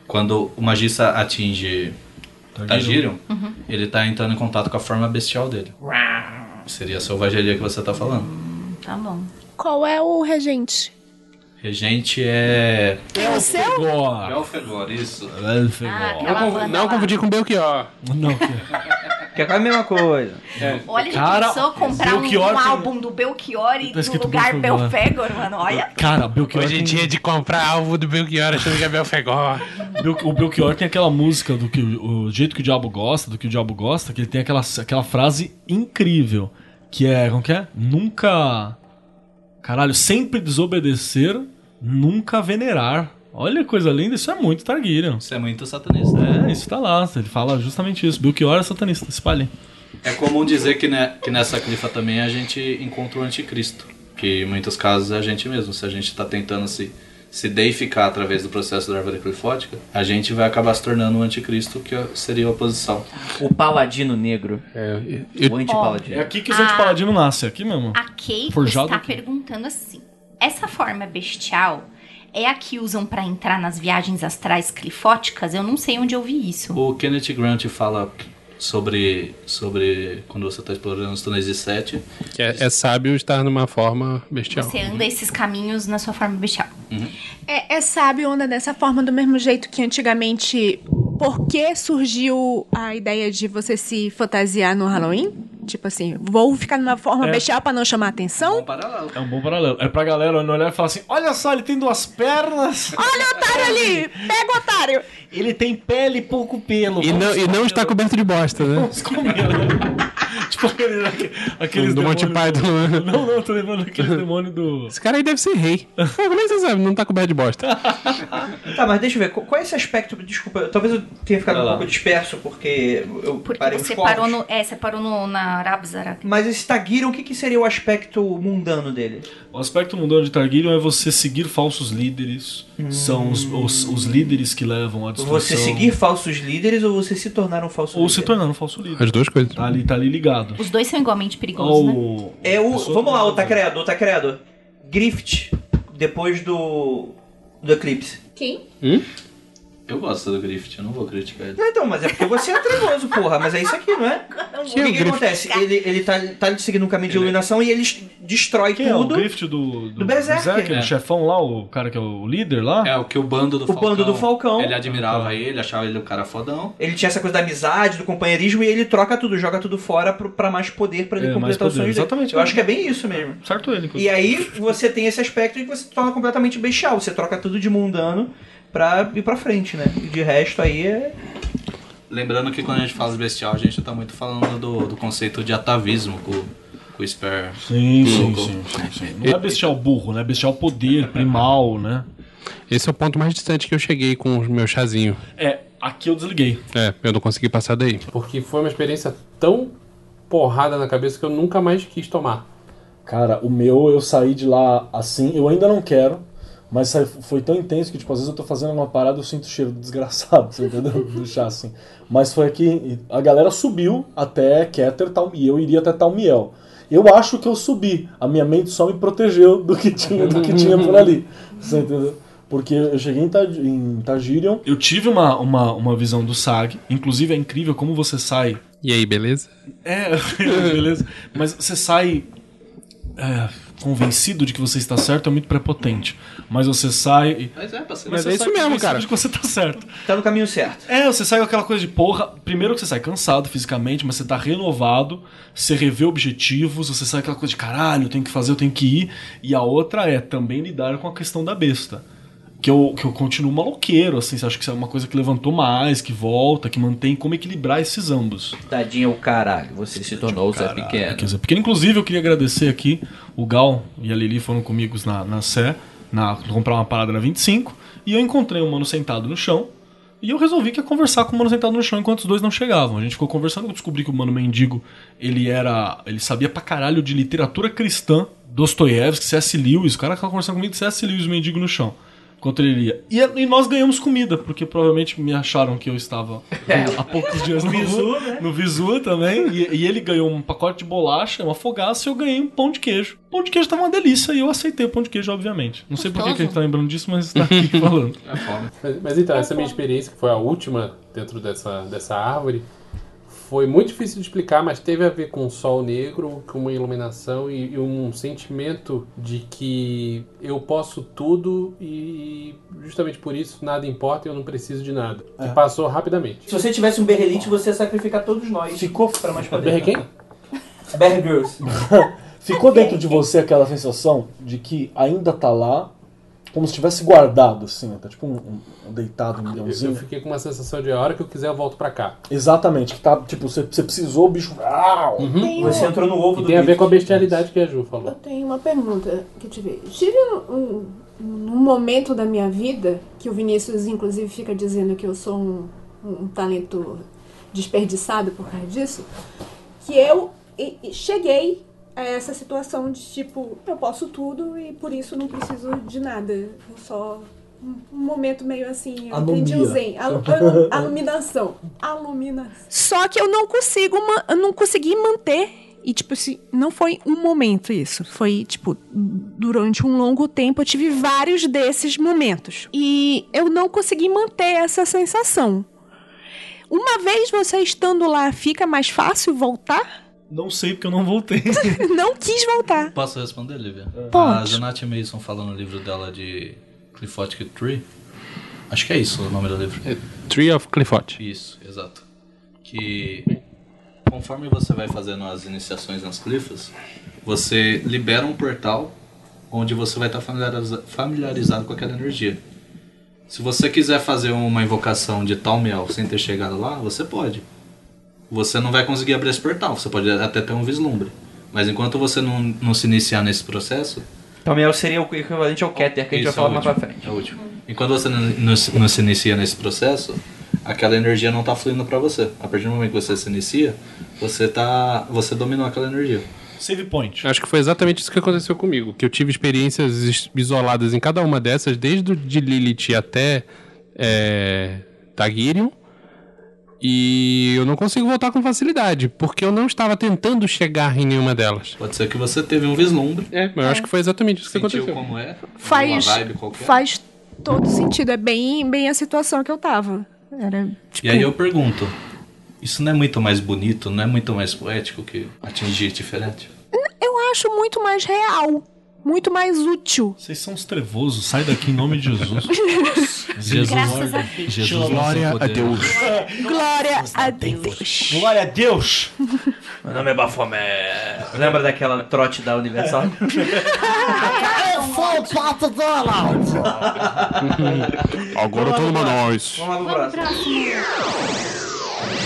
S11: Quando o magista atinge Tagirion,
S6: Uhum.
S11: ele está entrando em contato com a forma bestial dele. Seria a selvageria que você tá falando.
S6: Tá bom.
S8: Qual é o regente?
S11: Regente é.
S8: É o seu?
S11: Belfegor, É isso.
S6: aquela Não confu- não
S7: confundir com Belchior.
S5: Não,
S4: Que é quase a mesma coisa.
S6: Olha, ele
S5: Cara,
S6: pensou comprar um,
S5: Belchior
S6: um
S5: tem-
S6: álbum do Belchior e
S5: Tá
S6: do
S5: escrito
S6: lugar
S5: Belchior.
S6: Belfegor, mano. Olha.
S5: Cara, Belchior
S7: Hoje em
S5: tem-
S7: dia é de comprar alvo do Belchior achando que é Belfegor.
S5: Bel- O Belchior tem aquela música do que o o jeito que o diabo gosta, do que o diabo gosta, que ele tem aquela, aquela frase incrível, que é, como que é? Nunca caralho, sempre desobedecer, nunca venerar. Olha que coisa linda, isso é muito Targaryen. Isso
S11: é muito satanista.
S5: É, isso tá lá, ele fala justamente isso. Belchior é satanista, espalhem.
S11: É comum dizer que, ne- que nessa clifa também a gente encontra o anticristo. Que em muitos casos é a gente mesmo. Se a gente está tentando se, se deificar através do processo da árvore clifótica, a gente vai acabar se tornando o anticristo, que seria a oposição.
S4: O paladino negro.
S7: É,
S11: eu-
S4: o antipaladino.
S5: É aqui que os antipaladino nasce, aqui mesmo.
S6: A Kate
S5: Forjado
S6: está
S5: aqui.
S6: perguntando assim: essa forma bestial é a que usam pra entrar nas viagens astrais clifóticas? Eu não sei onde eu vi isso.
S11: O Kenneth Grant fala sobre, sobre quando você está explorando os túneis de sete.
S7: Que é, é sábio estar numa forma bestial.
S6: Você é anda esses caminhos na sua forma bestial.
S8: É, é sábio onda dessa forma, do mesmo jeito que antigamente. Por que surgiu a ideia de você se fantasiar no Halloween? Tipo assim, vou ficar numa forma
S5: É.
S8: bestial pra não chamar atenção?
S5: É um bom paralelo. É pra galera não olhar e falar assim: olha só, ele tem duas pernas. Olha
S8: o otário ali! Pega o otário!
S5: Ele tem pele e pouco pelo.
S7: E não, e não está coberto de bosta, né?
S5: Tipo aquele, aqueles
S7: Do Monty
S5: demônios
S7: Python. né?
S5: do- Não, não, tô lembrando aquele demônio do.
S7: Esse cara aí deve ser rei. É, Como é que você sabe? Não tá coberto de bosta.
S4: Tá, mas deixa eu ver, qual qual é esse aspecto? Desculpa, talvez eu tenha ficado um pouco disperso porque eu
S6: Porque
S4: parei
S6: você
S4: os corpos.
S6: parou no. É, você parou no, na Arabzara.
S4: Mas esse Tagirion, o que, que seria o aspecto mundano dele?
S5: O aspecto mundano de Targaryen é você seguir falsos líderes. São os, os, os líderes que levam à destruição.
S4: Você seguir falsos líderes ou você se tornar um falso
S5: Ou
S4: líder?
S5: se tornar um falso líder.
S7: As duas coisas.
S5: Tá ali, tá ali ligado.
S6: Os dois são igualmente perigosos, né?
S5: Ou.
S4: É o. Vamos lá, o Tacredo, o Tacredo. Grift, depois do. do Eclipse.
S8: Quem?
S11: Eu gosto do Griffith, eu não vou criticar ele.
S4: Não, então, mas é porque você é trevoso, porra. Mas é isso aqui, não é? O que, que acontece? Ele, ele tá, tá seguindo um caminho de iluminação e ele est- destrói
S5: Quem é o
S4: tudo.
S5: Grift do, do,
S4: Do Berserker.
S5: o
S4: É.
S5: chefão lá, o cara que é o líder lá?
S11: É o que o bando do
S4: O bando do Falcão.
S11: Ele admirava ele, achava ele um cara fodão.
S4: Ele tinha essa coisa da amizade, do companheirismo, e ele troca tudo, joga tudo fora pro, pra mais poder, pra ele
S5: É, mais
S4: completar os
S5: poder,
S4: sonhos
S5: exatamente.
S4: dele. Eu acho que é bem isso mesmo.
S5: Certo ele. inclusive.
S4: E aí você tem esse aspecto de que você se torna completamente bestial. Você troca tudo de mundano pra ir pra frente, né? E de resto aí é...
S11: Lembrando que quando a gente fala de bestial, a gente tá muito falando do, do conceito de atavismo com, com o Spare.
S4: é-
S5: Sim, sim, sim, sim, sim. Não é bestial burro, né? Bestial poder, primal, né?
S7: Esse é o ponto mais distante que eu cheguei com o meu chazinho.
S5: É, aqui eu desliguei.
S7: É, eu não consegui passar daí.
S10: Porque foi uma experiência tão porrada na cabeça que eu nunca mais quis tomar.
S12: Cara, o meu eu saí de lá assim, eu ainda não quero, mas sai- foi tão intenso que, tipo, às vezes eu tô fazendo uma parada eu sinto o cheiro do desgraçado, você entendeu? Do chá, assim. Mas foi aqui, a galera subiu até Keter Tal- e eu iria até Talmiel. Eu acho que eu subi, a minha mente só me protegeu do que tinha, do que tinha por ali, você entendeu? Porque eu cheguei em, Tag, em Tagirion,
S5: Eu tive uma, uma, uma visão do SAG, inclusive é incrível como você sai.
S7: E aí, beleza?
S5: É, beleza. Mas você sai é, convencido de que você está certo, é muito prepotente. Mas você sai.
S11: Mas é, pra ser
S5: Mas é isso mesmo, cara. que você tá certo.
S28: Tá no caminho certo.
S5: É, você sai com aquela coisa de porra. Primeiro que você sai cansado fisicamente, mas você tá renovado, você revê objetivos, você sai com aquela coisa de caralho, eu tenho que fazer, eu tenho que ir. E a outra é também lidar com a questão da besta. Que eu, que eu continuo maloqueiro, assim, você acha que isso é uma coisa que levantou mais, que volta, que mantém, como equilibrar esses ambos.
S30: Tadinho, o caralho, você se tornou o Zé
S4: é,
S30: Pequeno.
S5: É, Quer dizer, porque inclusive eu queria agradecer aqui, o Gal e a Lili foram comigo na, na Sé, na, comprar uma parada na 25, e eu encontrei um mano sentado no chão, e eu resolvi que ia conversar com o mano sentado no chão enquanto os dois não chegavam. A gente ficou conversando, eu descobri que o mano mendigo, ele era, ele sabia pra caralho de literatura cristã, Dostoiévski, C.S. Lewis, o cara que tava conversando comigo de C.S. Lewis, o mendigo no chão. Enquanto ele ia. E, é, e nós ganhamos comida, porque provavelmente me acharam que eu estava há poucos dias no
S28: Visu,
S5: Visu, né? no Visu também. E, e ele ganhou um pacote de bolacha, uma fogaça, e eu ganhei um pão de queijo. O pão de queijo tava uma delícia e eu aceitei o pão de queijo, obviamente. Não sei por que que a gente tá lembrando disso, mas tá aqui falando.
S10: Mas, mas então, essa minha experiência, que foi a última dentro dessa, dessa árvore, foi muito difícil de explicar, mas teve a ver com o sol negro, com uma iluminação e, e um sentimento de que eu posso tudo e justamente por isso nada importa e eu não preciso de nada. Que passou rapidamente.
S28: Se você tivesse um berrelite, você ia sacrificar todos nós. Ficou pra mais poder.
S10: Berre quem?
S28: Bear Girls.
S12: Ficou dentro de você aquela sensação de que ainda tá lá, como se tivesse guardado, assim, tá tipo um, um- um deitado, um
S10: Eu
S12: milhãozinho.
S10: fiquei com uma sensação de a hora que eu quiser eu volto pra cá.
S12: Exatamente, que tá, tipo, você, você precisou, o bicho. Au!
S5: Uhum.
S10: Você entrou no ovo E do tem a ver bicho. com a bestialidade que a Ju falou.
S18: Eu tenho uma pergunta que eu tive. Tive um, um- um momento da minha vida que o Vinícius, inclusive, fica dizendo que eu sou um, um talento desperdiçado por causa disso, que eu e- e cheguei a essa situação de tipo, eu posso tudo e por isso não preciso de nada. Eu só. Um um momento meio assim, eu entendi o
S8: Anomia.
S18: zen. Alu- alu- Aluminação. Aluminação.
S8: Só que eu não consigo, ma- eu não consegui manter. E, tipo, assim, não foi um momento isso. Foi, tipo, durante um longo tempo eu tive vários desses momentos. E eu não consegui manter essa sensação. Uma vez você estando lá, fica mais fácil voltar?
S5: Não sei porque eu não voltei.
S8: não quis voltar.
S11: Posso responder, Lívia?
S8: Pode.
S11: A Zanati Mason fala no livro dela de Clifotic Tree. Acho que é isso o nome do livro.
S7: Tree of Clifford.
S11: Isso, exato. Que conforme você vai fazendo as iniciações nas clifas, você libera um portal onde você vai estar familiariza- familiarizado com aquela energia. Se você quiser fazer uma invocação de tal mel sem ter chegado lá, você pode. Você não vai conseguir abrir esse portal, você pode até ter um vislumbre. Mas enquanto você não, não se iniciar nesse processo,
S4: Talmiel seria o equivalente ao Keter, que a gente vai
S11: Isso,
S4: falar
S11: é o
S4: mais pra
S11: último,
S4: frente.
S11: É o último. Enquanto você não, não se- não se inicia nesse processo, aquela energia não tá fluindo para você. A partir do momento que você se inicia, você tá. você dominou aquela energia.
S5: Save point.
S7: Acho que foi exatamente isso que aconteceu comigo, que eu tive experiências is- isoladas em cada uma dessas, desde o de Lilith até é, Targaryen, e eu não consigo voltar com facilidade, porque eu não estava tentando chegar em nenhuma delas.
S11: Pode ser que você teve um vislumbre.
S7: É, mas eu acho que foi exatamente isso que
S11: Sentiu
S7: aconteceu.
S11: como é?
S8: Faz,
S11: Uma vibe qualquer?
S8: faz todo sentido. É bem, bem a situação que eu tava. Era, tipo,
S11: E aí eu pergunto. Isso não é muito mais bonito, não é muito mais poético que atingir diferente?
S8: eu acho muito mais real. Muito mais útil.
S5: Vocês são os trevosos, sai daqui em nome de Jesus.
S8: Jesus Graças a Deus.
S11: Jesus
S5: Glória
S11: lançou
S5: a
S11: poder.
S5: Deus.
S8: Glória a Deus.
S5: Glória a Deus!
S4: Meu nome é Bafomé. Lembra daquela trote da Universal?
S3: Eu
S8: é
S3: sou o Pato Donald.
S7: Agora todo mundo nós.
S3: Vamos pro próximo.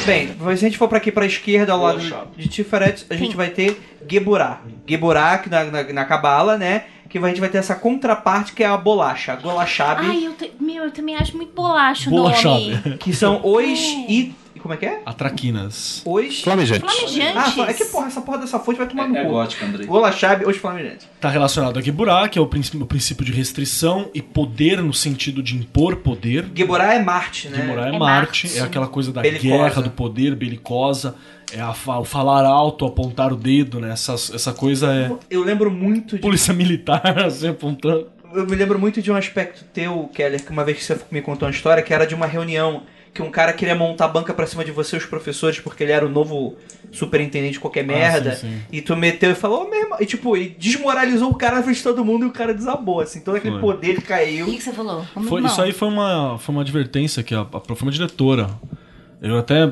S4: Bem, se a gente for pra aqui pra esquerda, ao lado de Tiferet, a gente vai ter Geburá. Geburá, que na, na, na Cabala, né? Que vai- a gente vai ter essa contraparte que é a bolacha, a golachab.
S6: Ai, eu te- meu, eu também acho muito bolacho o nome.
S4: Bolachab. Que são os e. Como é que é?
S5: Atraquinas.
S4: Os.
S5: Flamejantes.
S6: Flamejantes.
S4: Ah, fla- é que porra, essa porra dessa fonte vai tomar no cu.
S11: É, gótico, Andrei.
S4: Golachab, os flamejantes.
S5: Tá relacionado a Geburá, que é o princípio, o princípio de restrição e poder no sentido de impor poder.
S4: Geburá é Marte, né?
S5: Geburá é,
S4: É
S5: Marte,
S4: Marte.
S5: é aquela coisa da
S4: Belicosa.
S5: guerra, do poder, belicosa, é a fa- o falar alto, apontar o dedo, né? Essa, essa coisa é.
S4: Eu lembro muito de.
S5: Polícia militar, assim, apontando.
S4: Eu me lembro muito de um aspecto teu, Keller, que uma vez que você me contou uma história, que era de uma reunião que um cara queria montar a banca pra cima de você, os professores, porque ele era o novo superintendente de qualquer merda.
S5: Ah, sim, sim.
S4: E tu meteu e falou, ô meu irmão. E tipo, ele desmoralizou o cara na frente de todo mundo e o cara desabou, assim. Todo aquele
S5: Foi.
S4: poder caiu. O
S6: que, você falou?
S5: Foi, isso aí foi uma, foi uma advertência que a, a, foi uma diretora. Eu até.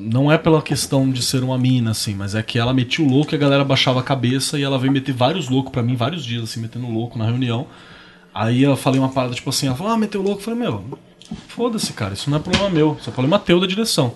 S5: Não é pela questão de ser uma mina, assim, mas é que ela metia o louco e a galera baixava a cabeça e ela veio meter vários loucos pra mim, vários dias, assim, metendo louco na reunião. Aí eu falei uma parada, tipo assim, ela falou, ah, meteu louco. Eu falei, meu, foda-se, cara, isso não é problema meu, isso é problema teu da direção.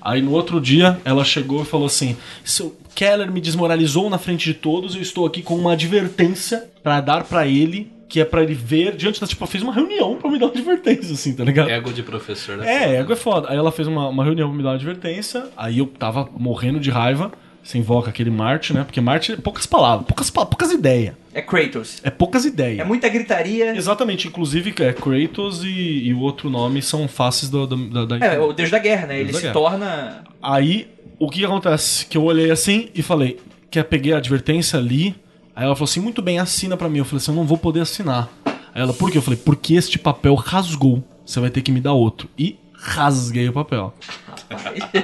S5: Aí no outro dia ela chegou e falou assim: seu Keller me desmoralizou na frente de todos, eu estou aqui com uma advertência pra dar pra ele, que é pra ele ver diante da. Tipo, ela fez uma reunião pra me dar uma advertência, assim, tá ligado?
S11: Ego de professor. né?
S5: É, ego é foda. Aí ela fez uma, uma reunião pra me dar uma advertência, aí eu tava morrendo de raiva. Você invoca aquele Marte, né? Porque Marte é poucas palavras, poucas, pa- poucas ideias.
S4: É Kratos.
S5: É poucas ideias. É
S4: muita gritaria.
S5: Exatamente, inclusive é Kratos e, e o outro nome são faces do- do- da, da.
S4: É, o deus da guerra, né?
S5: Deus
S4: Ele
S5: da
S4: se
S5: guerra.
S4: torna.
S5: Aí, o que acontece? Que eu olhei assim e falei, que eu peguei a advertência ali. Aí ela falou assim, muito bem, assina pra mim. Eu falei assim, eu não vou poder assinar. Aí ela, por quê? Eu falei, porque este papel rasgou. Você vai ter que me dar outro. E rasguei o papel.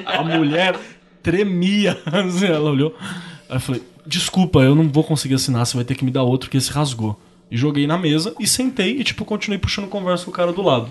S5: A mulher tremia. assim, ela olhou. Aí eu falei, desculpa, eu não vou conseguir assinar. Você vai ter que me dar outro, que esse rasgou. E joguei na mesa e sentei e, tipo, continuei puxando conversa com o cara do lado.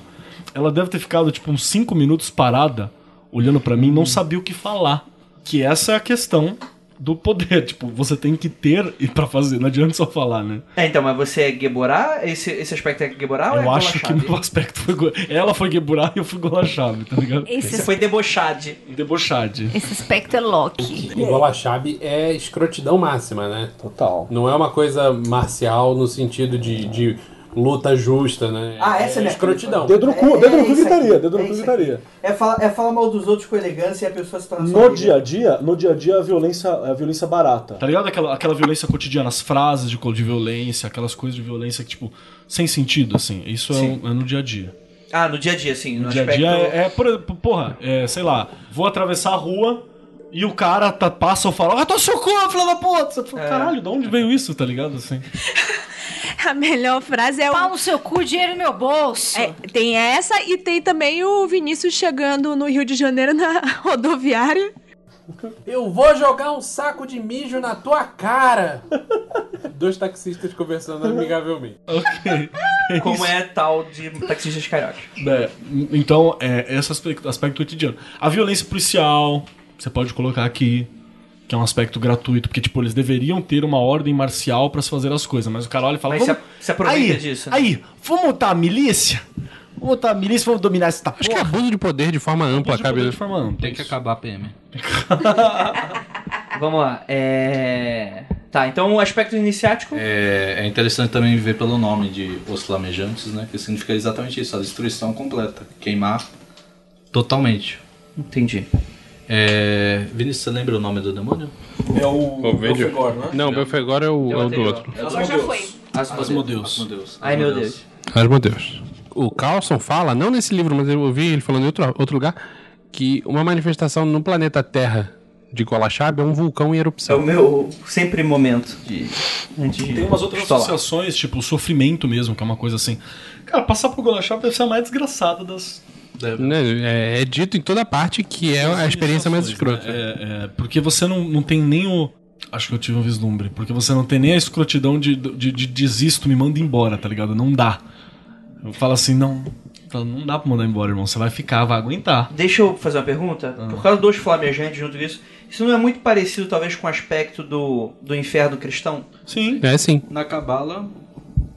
S5: Ela deve ter ficado, tipo, uns 5 minutos parada, olhando pra mim, não sabia o que falar. Que essa é a questão do poder. Tipo, você tem que ter e pra fazer. Não adianta só falar, né?
S4: É, então, mas você é Geborá? Esse, esse aspecto é Geborá ou é
S5: eu acho que
S4: Golachab?
S5: meu aspecto foi. go- Ela foi Geburá e eu fui Golachab, tá ligado?
S23: Esse
S4: Você foi debochade.
S5: Debochade.
S23: Esse aspecto é Loki.
S10: E Golachab é escrotidão máxima, né? Total. Não é uma coisa marcial no sentido de, de luta justa, né?
S28: Ah, essa é
S10: é
S28: minha
S10: escrotidão.
S28: Dedo no cu- É- dedo no é cu isso gritaria,
S10: dedo no cu gritaria.
S28: É falar é fala mal dos outros com elegância e a pessoa se torna sua
S12: No
S28: amiga.
S12: dia a dia, no dia a dia a violência, a violência barata.
S5: Tá ligado? Aquela, aquela violência cotidiana, as frases de, co- de violência, aquelas coisas de violência que, tipo, sem sentido, assim. Isso é,
S4: Sim.
S5: um- é no dia a dia.
S4: Ah, no dia a dia, sim. No,
S5: dia a
S4: aspecto...
S5: dia é, é, por- porra, é, sei lá, vou atravessar a rua e o cara tá- passa ou fala, ah, tô socorro, filha da puta! Você
S4: É.
S5: fala, caralho, de onde veio isso, tá ligado? Assim.
S8: A melhor frase é o. Pau
S6: no seu cu, dinheiro no meu bolso.
S8: tem essa e tem também o Vinícius chegando no Rio de Janeiro na rodoviária.
S10: Eu vou jogar um saco de mijo na tua cara! Dois taxistas conversando amigavelmente.
S5: Ok.
S4: Como é tal de taxistas cariocas.
S5: É, então, é esse aspecto, aspecto cotidiano. A violência policial, você pode colocar aqui, que é um aspecto gratuito, porque, tipo, eles deveriam ter uma ordem marcial pra se fazer as coisas, mas o cara olha e fala.
S4: Mas se
S5: "Vamos-
S4: a- se aproveita
S5: aí,
S4: disso, né?"
S5: Aí, vamos montar a milícia? Vamos montar a milícia, vamos dominar essa porra.
S7: Acho que é abuso de poder de forma ampla,
S5: de
S7: cabe-
S5: poder de forma ampla,
S7: Tem que acabar a PM.
S4: Vamos lá. É... Tá, então o aspecto iniciático.
S11: É, é interessante também ver pelo nome de Os Flamejantes, né? Que significa exatamente isso, a destruição completa. Queimar totalmente.
S4: Entendi.
S11: É, Vinícius, você lembra o nome do demônio?
S17: É o
S11: Belvedere.
S17: Belfegor, né?
S7: Não, o Belfegor é o, é o do outro.
S11: Asmodeus. Asmodeus.
S4: Ai, meu Deus.
S7: Asmodeus. O Carlson fala, não nesse livro, mas eu ouvi ele falando em outro, outro lugar, que uma manifestação no planeta Terra de Golachab é um vulcão em
S4: É
S7: erupção.
S4: o meu sempre momento de. Antes de
S5: Tem umas outras
S4: pistolar.
S5: associações, tipo, o sofrimento mesmo, que é uma coisa assim. Cara, passar por Golachap deve ser a mais desgraçada das.
S7: Né, É, é dito em toda parte que é a experiência mais escrota.
S5: É, é, porque você não, não tem nem o. Acho que eu tive um vislumbre. Porque você não tem nem a escrotidão de, de, de desisto, me manda embora, tá ligado? Não dá. Eu falo assim, não. falo, Não dá pra mandar embora, irmão. Você vai ficar, vai aguentar.
S4: Deixa eu fazer uma pergunta.
S5: Ah.
S4: Por causa dos flamejantes junto disso, isso não é muito parecido, talvez, com o aspecto do, do inferno cristão?
S5: Sim.
S7: É sim.
S11: Na Cabala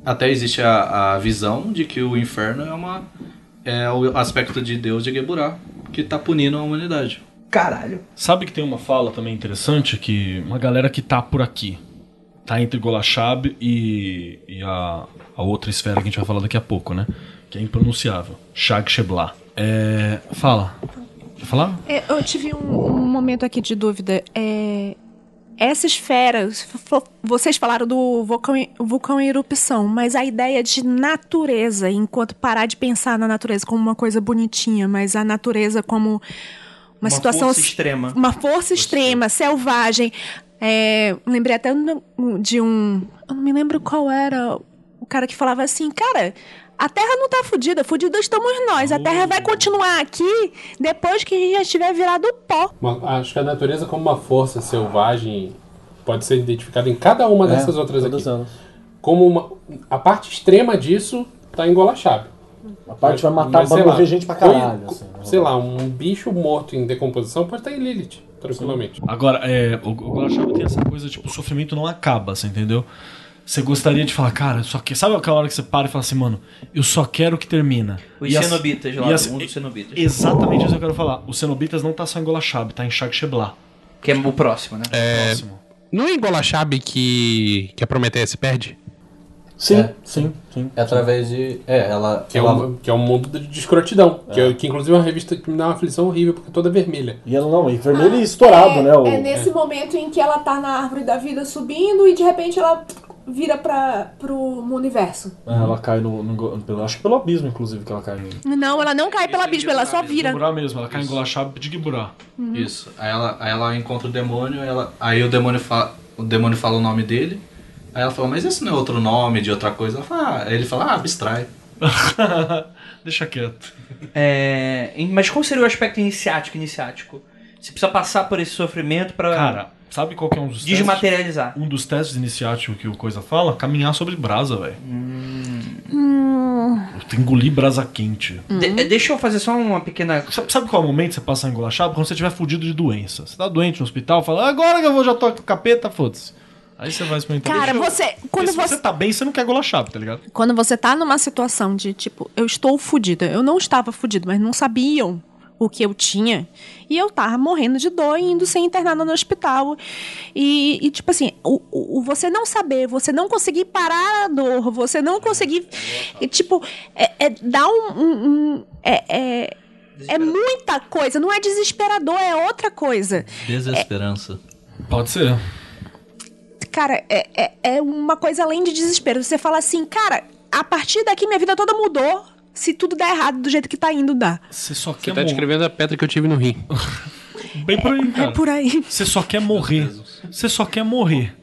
S11: até existe a, a visão de que o inferno é uma é o aspecto de Deus de Geburá, que tá punindo a humanidade.
S28: Caralho.
S5: Sabe que tem uma fala também interessante que uma galera que tá por aqui, tá entre Golachab e, e a, a outra esfera que a gente vai falar daqui a pouco, né? Que é impronunciável. Shag Sheblah. É, fala. Quer falar?
S8: É, eu tive um, um momento aqui de dúvida. É, essa esfera, fo- vocês falaram do vulcão, em- vulcão em erupção, mas a ideia de natureza, enquanto parar de pensar na natureza como uma coisa bonitinha, mas a natureza como uma,
S28: Uma
S8: situação
S28: força extrema.
S8: uma força extrema, selvagem. É, lembrei até no- de um, eu não me lembro qual era o cara que falava assim, cara. A Terra não tá fudida, fudida estamos nós. A Terra vai continuar aqui depois que a gente já estiver virado pó.
S10: Uma- acho que a natureza como uma força selvagem pode ser identificada em cada uma
S12: É,
S10: dessas outras aqui. Como uma, a parte extrema disso tá em gola chave.
S12: A parte vai matar, vai morrer gente pra caralho, assim, né?
S10: um sei lá, um bicho morto em decomposição pode estar em Lilith, tranquilamente.
S5: Agora, é, o, o Golachab tem essa coisa, tipo, o sofrimento não acaba, você entendeu? Você gostaria de falar, cara, só que. Sabe aquela hora que você para e fala assim, mano, eu só quero que termina.
S4: Os
S5: E as-
S4: cenobitas lá,
S5: e
S4: do
S5: as-
S4: mundo dos cenobitas.
S5: Exatamente isso que eu quero falar. Os cenobitas não tá só em Golachab, tá em Shag Sheblah.
S4: Que é o próximo, né?
S7: É, Não é igual a chave que, que a Prometeia se perde?
S12: Sim,
S7: sim, sim.
S17: É através de. É, ela.
S10: Que é,
S17: ela-
S10: um, que é um mundo de, de escrotidão. Que, é- que inclusive é uma revista que me dá uma aflição horrível, porque é toda vermelha.
S12: E ela não, e vermelha e estourado, né? O,
S18: É nesse momento em que ela tá na árvore da vida subindo e de repente ela vira pra, pro universo.
S12: É, Ela cai no, no go- pelo- Acho que pelo abismo, inclusive, que ela cai.
S8: Não, ela não cai pela bispa, ela só vira.
S5: Burá mesmo, ela cai em Golachab de Giburá.
S8: Uhum.
S11: Isso. Aí ela, aí ela encontra o demônio, ela, aí o demônio, fala, o demônio fala o nome dele. Aí ela fala, mas esse não é outro nome de outra coisa? Ela fala, ah, aí ele fala, ah, abstrai.
S5: Deixa quieto.
S4: É, em- mas qual seria o aspecto iniciático, iniciático? Você precisa passar por esse sofrimento pra...
S5: Cara, sabe qual que é um dos
S4: Desmaterializar.
S5: Um dos testes iniciáticos que o Coisa fala? Caminhar sobre brasa, velho.
S8: Hum.
S5: Tem que Engolir brasa quente.
S8: Uhum.
S4: De- deixa eu fazer só uma pequena.
S5: Sabe, sabe qual é o momento que você passa a engolar chapa? Quando você tiver fudido de doença. Você tá doente no hospital, fala, agora que eu vou, já tô com capeta, foda-se. Aí você vai experimentar.
S8: Cara,
S5: Deixa eu-
S8: você- quando
S5: Porque se
S8: você-
S5: você tá bem, você não quer engolar chapa, tá ligado?
S8: Quando você tá numa situação de tipo, eu estou fudida, eu não estava fudida, mas não sabiam o que eu tinha, e eu tava morrendo de dor e indo ser internada no hospital. E, e, tipo assim, o, o, o você não saber, você não conseguir parar a dor, você não conseguir. e, tipo, é, é dar um. um- um- é, é, é muita coisa, não é desesperador, é outra coisa.
S11: Desesperança.
S5: Pode ser.
S8: Cara, é, é, é uma coisa além de desespero. Você fala assim, cara, a partir daqui minha vida toda mudou. Se tudo der errado do jeito que tá indo, dá.
S5: Você só
S7: Você
S5: quer
S7: tá
S5: morrer.
S7: descrevendo a pedra que eu tive no rim.
S5: Bem por aí, cara.
S8: É por aí.
S5: Você só quer morrer. Você só quer morrer.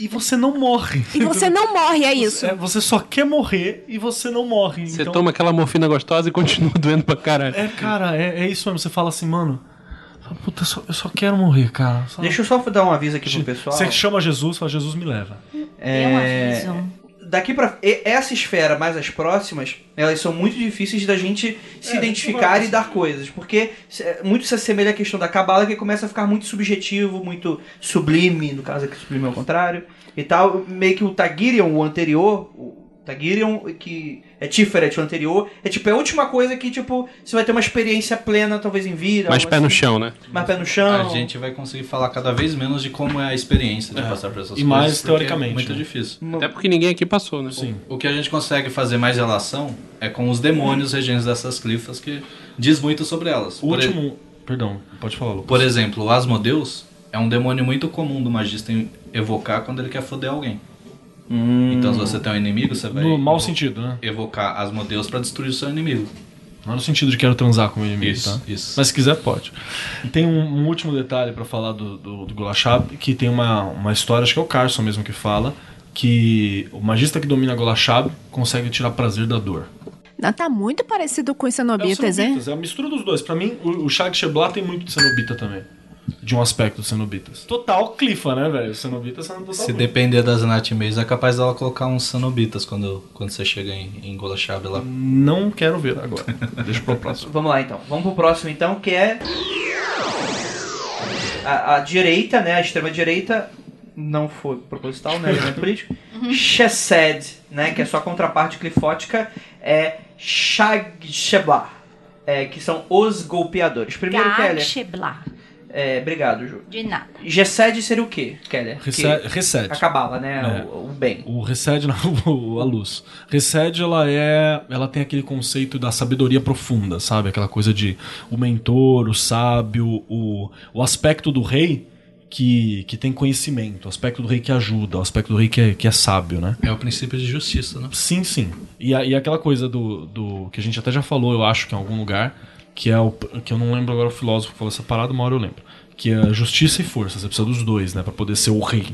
S5: E você não morre.
S8: E você não morre, é isso.
S5: É, você só quer morrer e você não morre.
S7: Você
S5: então...
S7: toma aquela morfina gostosa e continua doendo pra caralho.
S5: É, cara, é, é isso mesmo. Você fala assim, mano. Puta, eu só, eu só quero morrer, cara. Só-
S4: Deixa eu só dar um aviso aqui pro pessoal.
S5: Você chama Jesus, fala, Jesus me leva.
S4: É, Daqui pra. e- Essa esfera, mais as próximas, elas são muito difíceis da gente se
S28: É,
S4: identificar
S28: a gente
S4: e dar coisas. Porque se- é, muito se assemelha à questão da cabala, que começa a ficar muito subjetivo, muito sublime, no caso aqui sublime ao contrário, e tal. Meio que o Tagirion, o anterior, o Tagirion, que é Tiferet, o anterior, é tipo, é a última coisa que, tipo, você vai ter uma experiência plena, talvez em vida.
S10: então,
S7: Mais
S4: algo
S7: pé no
S4: assim.
S7: chão, né?
S4: Mais pé no chão.
S11: A gente vai conseguir falar cada vez menos de como é a experiência de passar por essas coisas. porque É muito difícil.
S7: Até porque ninguém aqui passou, né? Sim.
S11: O que a gente consegue fazer mais relação é com os demônios regentes dessas clifas que diz muito sobre elas.
S5: O último. Perdão, pode falar, Lucas.
S11: Por exemplo, o Asmodeus é um demônio muito comum do magista em- evocar quando ele quer foder alguém. Então se você tem um inimigo, você vai
S5: No mau sentido, né?
S11: evocar Asmodeus pra destruir o seu inimigo.
S5: Não é no sentido de quero transar com o inimigo,
S11: Isso,
S5: tá? Mas se quiser, pode. Tem um, um último detalhe pra falar do, do, do Golachab, que tem uma, uma história, acho que é o Carson mesmo que fala, que o magista que domina Golachab consegue tirar prazer da dor.
S8: Não, tá muito parecido com os
S5: É o
S8: cenobitas, hein?
S5: Cenobitas, é a mistura dos dois. Pra mim, o, o Shag Sheblah tem muito de cenobita também. De um aspecto dos cenobitas. Total clifa, né, velho? Cenobita sendo total
S11: Se
S5: clifa.
S11: depender das anatimes, é capaz dela colocar uns cenobitas quando, quando você chega em, em Golachab lá.
S5: Não quero ver agora. Deixa pro próximo.
S4: Vamos lá então. Vamos pro próximo então, que é. A, a direita, né? A extrema direita. Não foi proposital, né? Elemento político. Chesed, né? Que é sua contraparte clifótica. É Shag Sheblah. é, que são os golpeadores. Primeiro,
S6: Tá.
S4: Keller.
S6: Gaxeblá.
S4: É, obrigado, Ju.
S6: De nada.
S4: G7 seria o quê, Keller?
S5: Rece-
S4: Que-
S5: recede.
S4: A cabala, né?
S5: É.
S4: O, o bem.
S5: O recede, não, o- a luz. Recede, ela é. Ela tem aquele conceito da sabedoria profunda, sabe? Aquela coisa de o mentor, o sábio, o, o aspecto do rei que, que tem conhecimento, o aspecto do rei que ajuda, o aspecto do rei que é, que é sábio, né?
S11: É o princípio de justiça, né?
S5: Sim, sim. E, a- e aquela coisa do, do. que a gente até já falou, eu acho que em algum lugar, que é o. que eu não lembro agora o filósofo que falou essa parada, uma hora eu lembro. Que é justiça e força, você precisa dos dois, né? Pra poder ser o rei.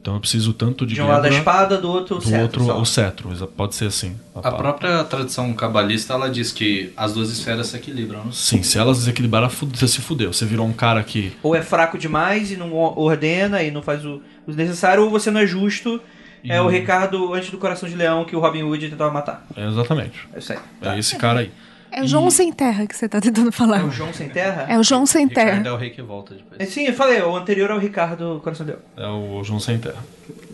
S5: Então eu preciso tanto de.
S4: De um lado a
S5: guerra-
S4: espada, do outro o
S5: do
S4: cetro,
S5: outro
S4: só.
S5: o cetro, exa- pode ser assim.
S11: A própria tradição cabalista, ela diz que as duas esferas se equilibram, né?
S5: Sim, se elas desequilibarem, fu- você se fudeu. Você virou um cara que.
S4: Ou é fraco demais e não o- ordena e não faz o, o necessário, ou você não é justo. É
S5: E-
S4: o Ricardo antes do coração de leão que o Robin Hood tentava matar.
S5: É exatamente.
S4: É isso aí.
S5: É esse cara aí.
S8: É o João Sem Terra que você tá tentando falar.
S4: É o João Sem Terra?
S8: É o João Sem Terra.
S11: É o rei que volta depois.
S4: É, Sim, eu falei, o anterior ao Ricardo Coração de Leão.
S5: É o João Sem Terra.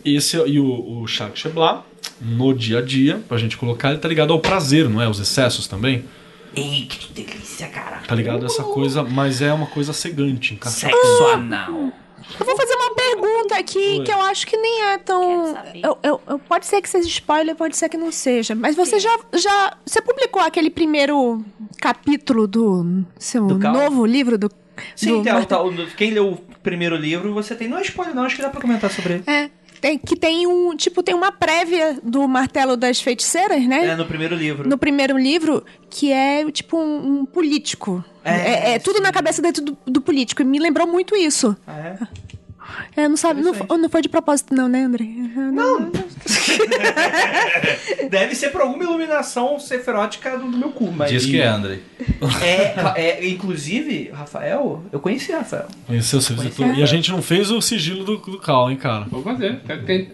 S5: Esse é, e o, o Jacques Cheblat, no dia a dia, pra gente colocar, ele tá ligado ao prazer, não é? Os excessos também.
S3: Ei, que delícia, cara.
S5: Tá ligado a essa coisa, mas é uma coisa cegante, encaixada.
S3: Sexo
S5: anal.
S8: Eu vou fazer uma pergunta aqui que eu acho que nem é tão. Eu, eu- eu- pode ser que seja spoiler, pode ser que não seja. Mas você já, já. Você publicou aquele primeiro capítulo do seu
S4: caos?
S8: novo livro do.
S4: Sim,
S8: do
S4: tem o
S8: Martin-
S4: tal- quem leu o primeiro livro, você tem. Não é spoiler, não, acho que dá pra comentar sobre ele.
S8: É, tem, que tem um. Tipo, tem uma prévia do Martelo das Feiticeiras, né?
S4: É, no primeiro livro.
S8: No primeiro livro, que é tipo um, um político. É, é tudo na cabeça dentro do, do político. E me lembrou muito isso.
S4: É?
S8: não sabe, não, fo- não foi de propósito, não, né, André? Não.
S4: Deve ser por alguma iluminação seferótica do do meu cu, mas.
S11: Diz que é, Andrei.
S4: É, é, inclusive, Rafael, eu conheci Rafael.
S5: Conheceu, você visitou.
S4: Conheceu.
S5: E a gente não fez o sigilo do, do Cal, hein, cara?
S10: Vou fazer,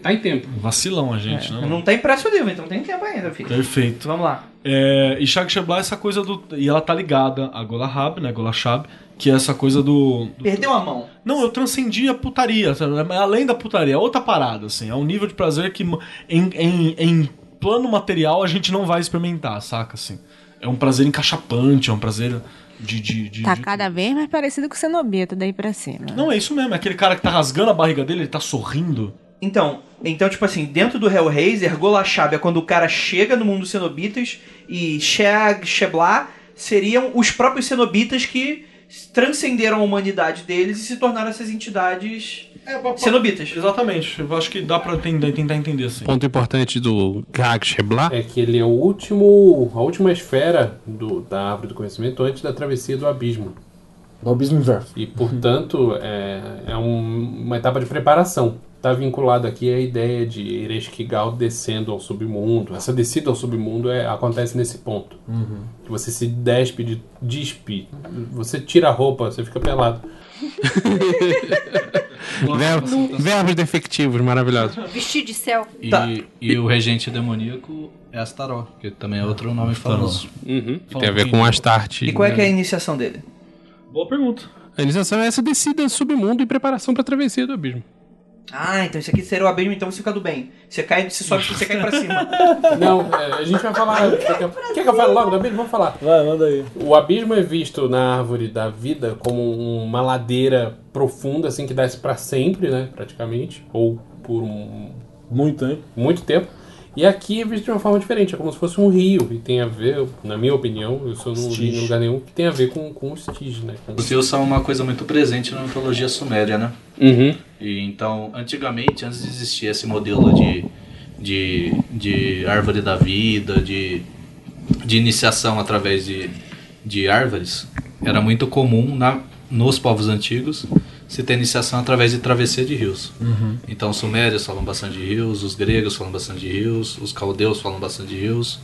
S10: tá em tempo.
S5: Vacilão a gente, né?
S4: Não tá impresso o livro, então tem tempo ainda, filho.
S5: Perfeito.
S4: Vamos lá.
S5: e Shag Shebla é essa coisa do. E ela tá ligada à Gola Rab, né? Gola Shab, que é essa coisa do. do-
S4: Perdeu a mão.
S5: Não, eu transcendi a putaria, sabe? Mas além da putaria, é outra parada, assim. É um nível de prazer que em, em- em plano material a gente não vai experimentar, saca? Assim. É um prazer encaixapante, é um prazer de. de, de-
S8: Tá
S5: de-
S8: cada vez mais parecido com o Cenobita, daí pra cima.
S5: Não, é isso mesmo, é aquele cara que tá rasgando a barriga dele, ele tá sorrindo.
S4: Então, então, tipo assim, dentro do Hellraiser, Golachab é quando o cara chega no mundo dos cenobitas e Shag, Shebla seriam os próprios cenobitas que transcenderam a humanidade deles e se tornaram essas entidades cenobitas.
S5: Exatamente, eu acho que dá pra tentar, tentar entender, assim.
S7: Ponto importante do Gag Shebla.
S10: É que ele é o último, a última esfera do- da árvore do conhecimento antes da travessia do abismo.
S12: Do abismo é inverso.
S10: E, portanto, é, é um- uma etapa de preparação. Está vinculado aqui a ideia de Ereshkigal descendo ao submundo. Essa descida ao submundo é- acontece nesse ponto.
S4: Uhum.
S10: Que Você se despe, de, despe. Você tira a roupa, você fica pelado.
S7: Ver- Verbos defectivos maravilhosos.
S6: Vestido de céu.
S11: E, e o regente demoníaco é Astaroth, que também é outro nome famoso.
S10: Uhum.
S7: Que tem a ver com Astarte.
S4: E qual é, que é a
S7: né?
S4: iniciação dele?
S5: Boa pergunta.
S7: A iniciação é essa descida ao submundo e preparação pra travessia do abismo.
S4: Ah, então isso aqui seria o abismo, então você fica do bem. Você cai, você sobe, você cai pra cima.
S10: Não, é, a gente vai falar. Quer que, quer que eu fale logo do abismo? Vamos falar.
S12: Vai, manda aí.
S10: O abismo é visto na árvore da vida como um- uma ladeira profunda, assim, que desce pra sempre, né? Praticamente. Ou por um.
S12: Muito, hein?
S10: Muito tempo. E aqui é visto de uma forma diferente, é como se fosse um rio. E tem a ver, na minha opinião, eu só não li em lugar nenhum, que tem a ver com, com os tis, né? Com-
S11: Os rios são uma coisa muito presente na mitologia suméria, né?
S10: Uhum.
S11: E então, antigamente, antes de existir esse modelo de, de, de árvore da vida, de, de iniciação através de, de árvores, era muito comum na, nos povos antigos se ter iniciação através de travessia de rios.
S7: Uhum.
S11: Então, os sumérios falam bastante de rios, os gregos falam bastante de rios, os caldeus falam bastante de rios.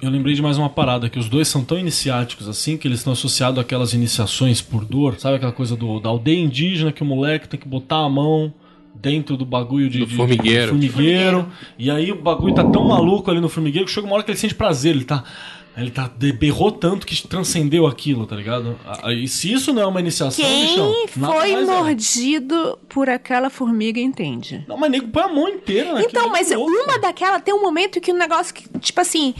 S5: Eu lembrei de mais uma parada, que os dois são tão iniciáticos assim, que eles estão associados àquelas iniciações por dor, sabe aquela coisa do, da aldeia indígena que o moleque tem que botar a mão dentro do bagulho de, de-
S7: formigueiro.
S5: de formigueiro. E aí o bagulho tá tão maluco ali no formigueiro que chega uma hora que ele sente prazer, ele tá. Ele tá de- berrou tanto que transcendeu aquilo, tá ligado? Ah, E se isso não é uma iniciação, bichão,
S8: Quem
S5: nada
S8: foi
S5: mais é.
S8: mordido por aquela formiga entende.
S5: Não, mas nego põe a mão
S4: Ah,
S5: inteira naquilo.
S8: Então, mas uma daquela tem um momento que o negócio que, tipo assim,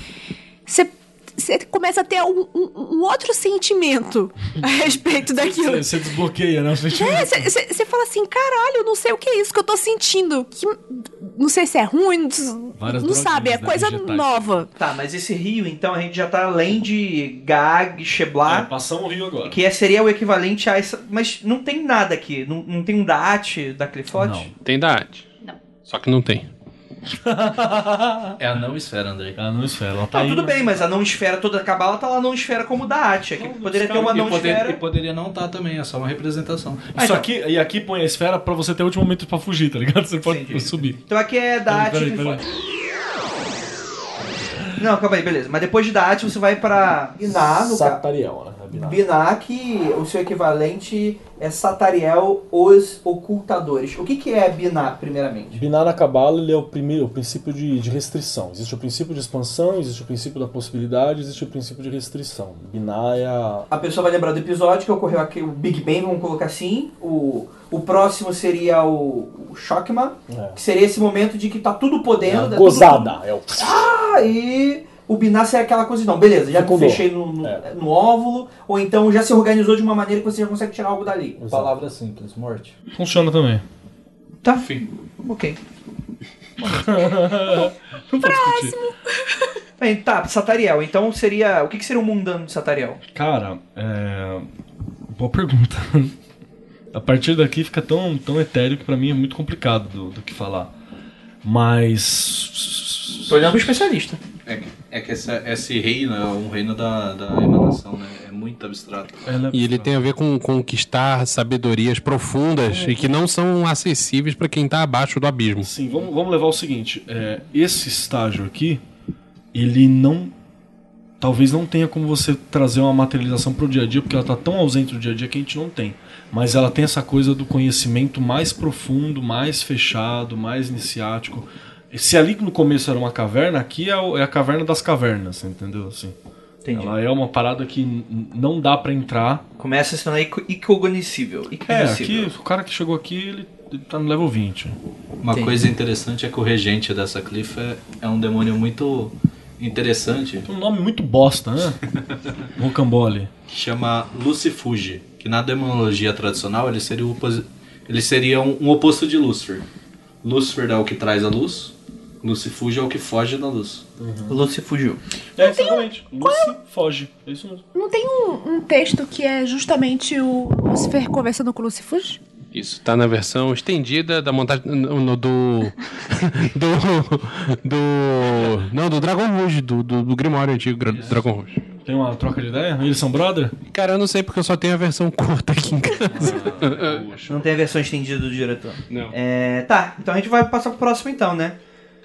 S8: você você começa a ter um, um- um outro sentimento a respeito daquilo. é,
S5: Você, você desbloqueia, né? o sentimento.
S8: Você fala assim, caralho, eu não sei o que é isso que eu tô sentindo. Que, não sei se é ruim, não,
S4: Várias
S8: não
S4: droguinhas,
S8: sabe, é
S4: né,
S8: coisa
S4: vegetais.
S8: nova.
S4: Tá, mas esse rio, então, a gente já tá além de Gag, Cheblar.
S5: passamos o rio agora.
S4: Que é- seria o equivalente a essa. Mas não tem nada aqui. Não, não tem um Daat da Clifote?
S7: Tem da arte.
S6: Não.
S7: Só que não tem.
S11: É a não esfera, Andrei.
S5: É a não esfera, ela
S4: Tá,
S11: um
S4: tudo bem, mas a não esfera toda a cabala tá lá não esfera como Daat. Aqui poderia ter uma
S11: E
S4: não
S11: poder-
S4: esfera.
S11: E poderia não estar também, é só uma representação.
S5: Isso aqui, e aqui põe a esfera pra você ter o último momento pra fugir, tá ligado? Você pode subir.
S4: Então aqui é Daat
S5: Peraí,
S4: e
S5: peraí,
S4: Clifote. Não, calma aí, beleza. Mas depois de Daat você vai pra.
S28: Iná, no caso.
S12: Satariel, né?
S28: Binak, o seu equivalente é Satariel, os ocultadores. O que, que é Biná, primeiramente?
S12: Binar na Cabala ele é o primeiro, o princípio de, de restrição. Existe o princípio de expansão, existe o princípio da possibilidade, existe o princípio de restrição. Binar é a.
S28: A pessoa vai lembrar do episódio que ocorreu aqui, o Big Bang, vamos colocar assim. O, o próximo seria o, o Shockman, que seria esse momento de que tá tudo podendo. tá tudo-
S12: Gozada. É o...
S28: Ah, e o binar seria aquela coisa, não, beleza, já me
S12: Fecundou.
S28: fechei no, no,
S12: É.
S28: no óvulo, ou então já se organizou de uma maneira que você já consegue tirar algo dali. Palavra simples, morte.
S5: Funciona também.
S4: Tá. Ok. Próximo! Bem, tá, Satariel. Então seria. O que, que seria o mundano de Satariel?
S5: Cara, é. Boa pergunta. A partir daqui fica tão, tão etéreo que pra mim é muito complicado do, do que falar. Mas.
S4: Tô olhando pro especialista.
S11: É, que- é que essa- esse reino é um reino da, da emanação, né? É muito abstrato.
S5: é
S7: E ele tem a ver com conquistar sabedorias profundas e que não são acessíveis pra quem tá abaixo do abismo.
S5: Sim, vamos, vamos levar o seguinte: é, esse estágio aqui, ele não. Talvez não tenha como você trazer uma materialização pro dia a dia, porque ela tá tão ausente do dia a dia que a gente não tem. Mas ela tem essa coisa do conhecimento mais profundo, mais fechado, mais iniciático. E Se ali no começo era uma caverna, aqui é, o- é a caverna das cavernas, entendeu? Assim. Ela é uma parada que n- n- não dá pra entrar.
S4: Começa a se tornar incognoscível.
S5: É, aqui, o cara que chegou aqui, ele, ele tá no level 20.
S11: Uma coisa interessante é que o regente dessa cliff é, é um demônio muito interessante.
S5: Um nome muito bosta, né? Rocambole.
S11: que chama Lucifuge, que na demonologia tradicional ele seria, o oposi- ele seria um, um oposto de Lúcifer. Lúcifer é o que traz a luz, Lucifuge é o que foge da luz.
S4: Uhum. fugiu.
S5: É, exatamente. Lucy foge. É isso mesmo.
S8: Não tem um, um texto que é justamente o Lucifer conversando com o Lucifuge?
S7: Isso tá na versão estendida da montagem no- no- do do do não do Dragon Rouge do, do, do Grimório antigo Gra- Dragon Rouge.
S5: Tem uma troca de ideia? Eles são brother?
S7: Cara, eu não sei porque eu só tenho a versão curta aqui em casa.
S4: Não tem a versão estendida do diretor.
S7: Não.
S4: É, tá, então a gente vai passar pro próximo então, né?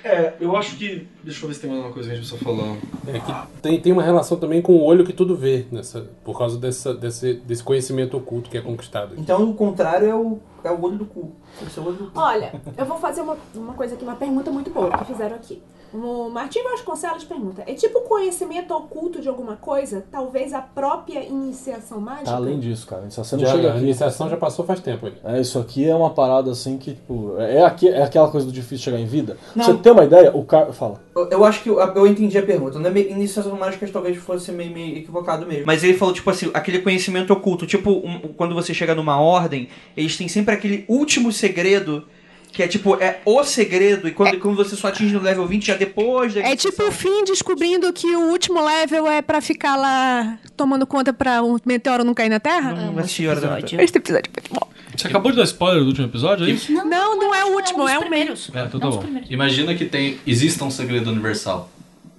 S5: É, eu acho que. Deixa eu ver se tem mais alguma coisa que a gente precisa falar.
S10: É que tem, tem uma relação também com o olho que tudo vê, nessa, por causa dessa, desse, desse conhecimento oculto que é conquistado.
S28: Então o contrário é o, é o olho do cu. Esse é o olho do cu.
S18: Olha, eu vou fazer uma, uma coisa aqui, uma pergunta muito boa que fizeram aqui. O Martim Vasconcelos pergunta: é tipo conhecimento oculto de alguma coisa? Talvez a própria iniciação mágica?
S12: Tá além disso, cara. A iniciação não
S10: Já-
S12: chega
S10: a
S12: aqui.
S10: iniciação já passou faz tempo. Hein?
S12: É, isso aqui é uma parada assim que, tipo. É, aqui, é aquela coisa do difícil chegar em vida. Pra
S28: Não.
S12: Você tem uma ideia? O cara. Fala.
S28: Eu, eu acho que eu, eu entendi a pergunta. Na minha iniciação mágica talvez fosse meio, meio equivocado mesmo.
S4: Mas ele falou, tipo assim, aquele conhecimento oculto. Tipo, um- quando você chega numa ordem, eles têm sempre aquele último segredo. Que é tipo, é o segredo, e quando, quando você só atinge no level 20, já depois da
S8: É tipo o fim descobrindo que o último level é pra ficar lá tomando conta pra um meteoro não cair na Terra?
S4: Não assisti Hora da Aventura.
S8: Este episódio é muito bom.
S5: Você acabou de dar spoiler do último episódio, é isso?
S8: Não, não, é o último, é o meio.
S5: É, então tá bom.
S11: Imagina que tem, exista um segredo universal.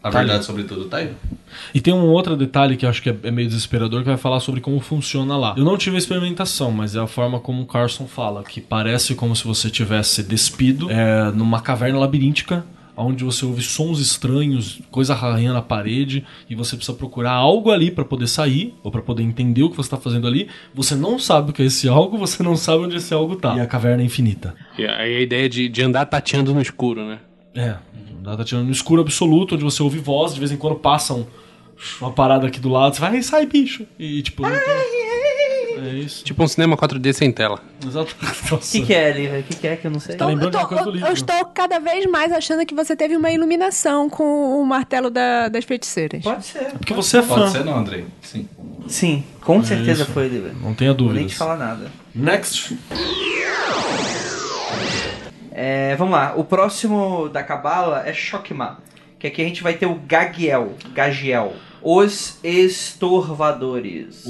S11: A
S5: Tá
S11: verdade
S5: ali.
S11: sobre tudo tá aí.
S5: E tem um outro detalhe que eu acho que é é meio desesperador que vai falar sobre como funciona lá. Eu não tive a experimentação, mas é a forma como o Carson fala, que parece como se você tivesse despido é, numa caverna labiríntica. Onde você ouve sons estranhos, coisa arranhando na parede, e você precisa procurar algo ali pra poder sair, ou pra poder entender o que você tá fazendo ali. Você não sabe o que é esse algo, você não sabe onde esse algo tá. E a caverna é infinita.
S7: E aí a ideia de, de andar tateando no escuro, né?
S5: É, tá tirando no escuro absoluto, onde você ouve voz, de vez em um, quando passam uma parada aqui do lado, você vai, "Ai, sai, bicho! E tipo. não tem- É, É isso.
S7: Tipo um cinema 4D sem tela.
S5: Exato.
S4: O que, que é, Lívia? O que, que é que eu não sei?
S12: Tá
S8: Então, eu, tô- eu- eu estou cada vez mais achando que você teve uma iluminação com o martelo da- das feiticeiras.
S4: Pode ser.
S5: Porque você é fã.
S11: Pode ser não, Andrei. Sim.
S4: Sim, com certeza
S5: Isso.
S4: foi, Lívia.
S5: Não tenha
S4: Não vou
S5: dúvidas.
S4: nem te falar nada.
S5: Next.
S4: É, vamos lá. O próximo da Cabala é Shokma. Que aqui a gente vai ter o Gagiel. Gagiel. Os estorvadores.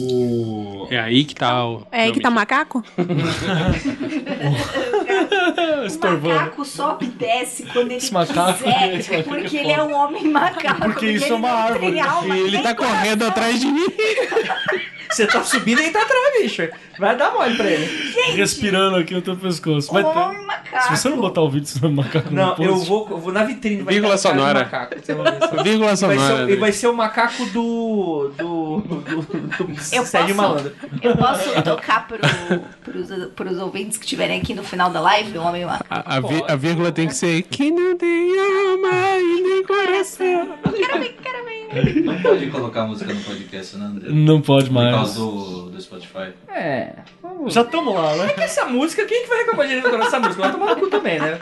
S7: É aí que tá o.
S8: É aí que tá o macaco?
S23: O macaco só desce quando ele
S7: Esse macaco
S23: quiser,
S7: desce, mas fica
S23: porque ele
S7: foda.
S23: é um homem macaco.
S7: Porque isso
S23: ele
S7: é uma
S23: não
S7: árvore,
S23: tem alma,
S7: e ele
S23: nem
S7: tá
S23: coração.
S7: correndo atrás de mim.
S4: Você tá subindo e ele tá atrás, bicho. Vai dar mole pra ele.
S5: Respirando aqui no teu pescoço. Vai ter- Se você não botar o vídeo sobre o macaco
S4: Não,
S5: no post,
S4: eu vou, eu vou na vitrine. Vai
S5: Vírgula
S4: ter a cara de
S5: sonora.
S4: Macaco, você vai ver só.
S7: Vírgula
S4: E vai ser- um-
S7: sonora,
S4: E
S7: né?
S4: vai ser o macaco do. do. do. do, do
S23: Eu posso,
S4: Sérgio Malandro.
S23: eu posso tocar pro, pros, pros ouvintes que estiverem aqui no final da live, o homem
S7: Ah.
S23: macaco.
S7: A, a vi- a vírgula tem que ser que não tem alma e nem coração.
S11: Não pode colocar música no podcast, né, André?
S5: Não pode mais.
S11: Por causa do, do Spotify.
S4: É.
S5: Já estamos lá, né?
S4: É que essa música, quem que vai reclamar direito agora dessa música? Vai tomar no cu também, né?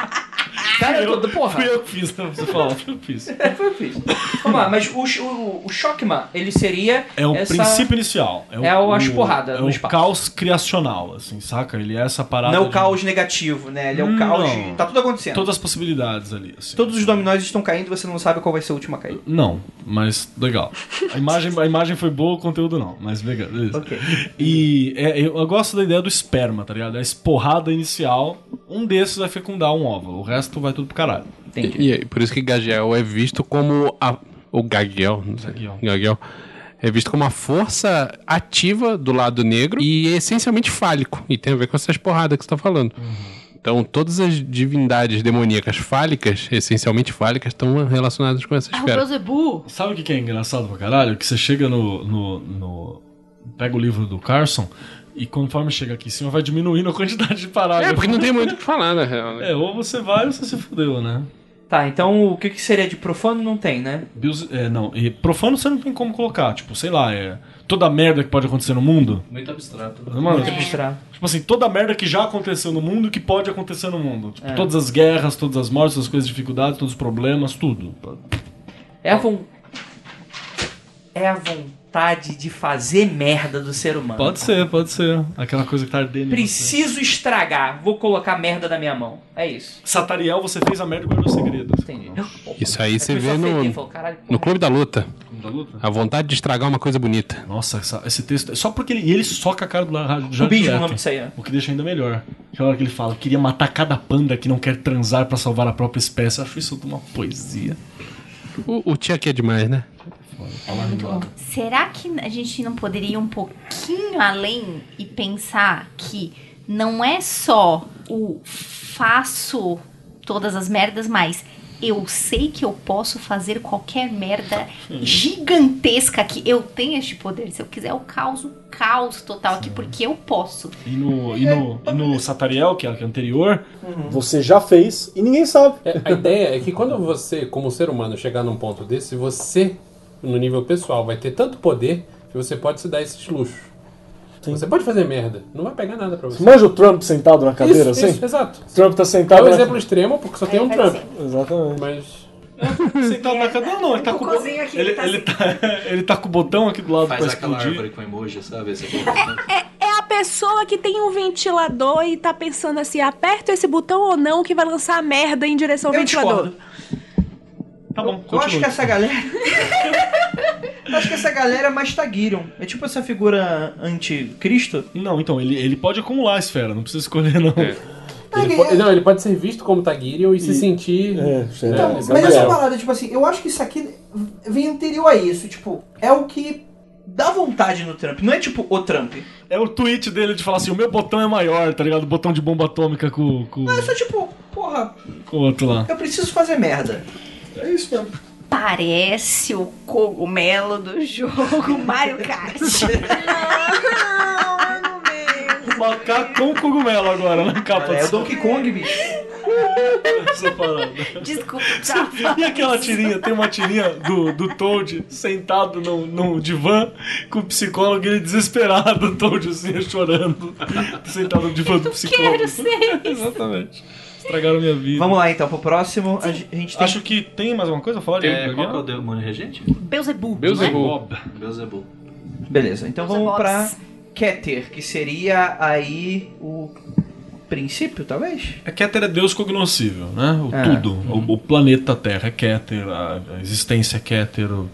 S4: Cara, eu, tô- porra.
S5: Fui eu que fiz, não precisa falar, fui eu que fiz.
S4: É, foi o que eu fiz. Vamos lá, mas o, o, o Shockman, ele seria.
S5: É o
S4: essa-
S5: princípio inicial.
S4: É o- as porrada
S5: É
S4: no
S5: o
S4: espaço.
S5: caos criacional, assim, saca? Ele é essa parada.
S4: Não é o
S5: de-
S4: caos negativo, né? Ele é o caos.
S5: Não.
S4: Tá tudo acontecendo.
S5: Todas as possibilidades ali, assim.
S4: Todos os dominóis estão caindo você não sabe qual vai ser o último a cair.
S5: Não, mas legal. A imagem, a imagem foi boa, o conteúdo não, mas legal. Beleza. E é, eu, eu gosto da ideia do esperma, tá ligado? A esporrada inicial, um desses vai fecundar um óvulo, o resto vai tudo pro caralho.
S7: E, e por isso que Gagiel é visto como a, o Gagiel, não sei, Gagiel. é visto como uma força ativa do lado negro e é essencialmente fálico. E tem a ver com essas porradas que você tá falando.
S5: Uhum.
S7: Então, todas as divindades demoníacas fálicas, essencialmente fálicas, estão relacionadas com essa
S6: Ah,
S7: esfera.
S23: Bezebu.
S5: Sabe o que que é engraçado pra caralho? Que você chega no, no, no- Pega o livro do Carson e conforme chega aqui em cima vai diminuindo a quantidade de parágrafos.
S7: É, porque não tem muito o que falar, na real. né?
S5: É, ou você vai ou você se fudeu, né?
S4: Tá, então o que, que seria de profano não tem, né?
S5: Bios- é, não, e profano você não tem como colocar. Tipo, sei lá, é. Toda a merda que pode acontecer no mundo.
S11: Muito abstrato.
S5: Mano,
S4: É.
S11: Muito
S5: tipo,
S11: abstrato.
S5: tipo assim, toda a merda que já aconteceu no mundo e que pode acontecer no mundo. Tipo,
S4: É.
S5: todas as guerras, todas as mortes, todas as coisas, dificuldades, todos os problemas, tudo.
S4: É a, von- é a vontade de fazer merda do ser humano.
S5: Pode ser, pode ser. Aquela coisa que tá ardendo. em você.
S4: Preciso estragar, vou colocar merda na minha mão. É isso.
S5: Satariel, você fez a merda e guardou o segredo.
S4: Entendi.
S7: Isso aí você
S4: começou
S7: vê
S4: a
S7: no,
S4: feder, falou, "Caralho,
S7: no Clube da Luta.
S5: é da Luta?
S7: A vontade de estragar uma coisa bonita.
S5: Nossa, essa- esse texto. é Só porque ele, e ele soca a cara do la- rádio já
S4: Cubismo,
S5: direto,
S4: o
S7: né?"
S4: nome disso aí, é.
S5: O que deixa ainda melhor. Aquela hora que ele fala, queria matar cada panda que não quer transar pra salvar a própria espécie. Eu acho isso uma poesia.
S7: O, o Tia aqui é demais, né?
S6: Será que a gente não poderia ir um pouquinho além e pensar que não é só o faço todas as merdas, mas eu sei que eu posso fazer qualquer merda gigantesca que eu tenho este poder. Se eu quiser, eu causo um caos total aqui porque eu posso.
S5: E no, e no, e no Satariel, que é o anterior,
S12: você já fez e ninguém sabe.
S10: a ideia é que quando você, como ser humano, chegar num ponto desse, você, no nível pessoal, vai ter tanto poder que você pode se dar esses luxos. Você pode fazer merda, não vai pegar nada pra você.
S12: Você manja o Trump sentado na cadeira,
S10: Isso,
S12: assim?
S10: isso, exato.
S12: Trump tá
S10: É
S12: sentado
S10: um
S12: na-
S10: exemplo extremo porque
S28: É,
S10: só tem um Trump.
S28: assim.
S12: Exatamente.
S10: Mas.
S5: Sentado na cadeira, não, ele tá com o botão. Ele, ele tá, ele tá com o botão aqui do lado
S11: Faz
S5: pra
S11: aquela
S5: explodir.
S11: árvore com emoji, sabe? Esse
S8: É a pessoa que tem um ventilador e tá pensando assim, aperto esse botão ou não que vai lançar a merda em direção ao ventilador.
S5: Tá bom,
S4: Eu acho
S5: continua.
S4: que essa galera. Eu acho que essa galera é mais Taguirion. É tipo essa figura anticristo.
S5: Não, então, ele, ele pode acumular a esfera, não precisa escolher, não.
S11: É.
S28: Tá
S10: Ele po- não, ele pode ser visto como Tagirion e se
S5: E-
S10: sentir.
S12: É,
S10: Então,
S28: Mas essa parada, tipo assim, eu acho que isso aqui vem anterior a isso. Tipo, é o que dá vontade no Trump. Não é tipo o Trump.
S5: É o tweet dele de falar assim: o meu botão é maior, tá ligado? O botão de bomba atômica com, com,
S4: Não, é só tipo, porra,
S5: com o outro lá.
S4: eu preciso fazer merda.
S5: É isso mesmo.
S23: Parece o cogumelo do jogo Mario Kart.
S5: Macaco com cogumelo agora né? na capa
S4: É o
S5: do
S11: é
S3: É,
S4: Donkey Kong, bicho.
S5: Essa parada.
S6: Desculpa,
S5: E aquela tirinha, tem uma tirinha do, do Toad sentado no, no divã com o psicólogo ele desesperado, o Toad assim, chorando, sentado no divã do psicólogo.
S6: Quero ser isso.
S5: Exatamente. Estragaram minha vida.
S3: Vamos lá então, pro próximo. A ge- a gente tem.
S5: Acho que tem mais alguma coisa a falar de
S11: É, qual que é o demônio regente?
S6: Beelzebub.
S11: Beelzebub. Beelzebub.
S3: Beleza, então vamos
S6: Beelzebubs.
S3: pra Keter, que seria aí o princípio, talvez?
S5: A Keter é Deus cognoscível, né? O
S3: É.
S5: tudo. O, o planeta Terra é Keter, a, a existência é Keter, o-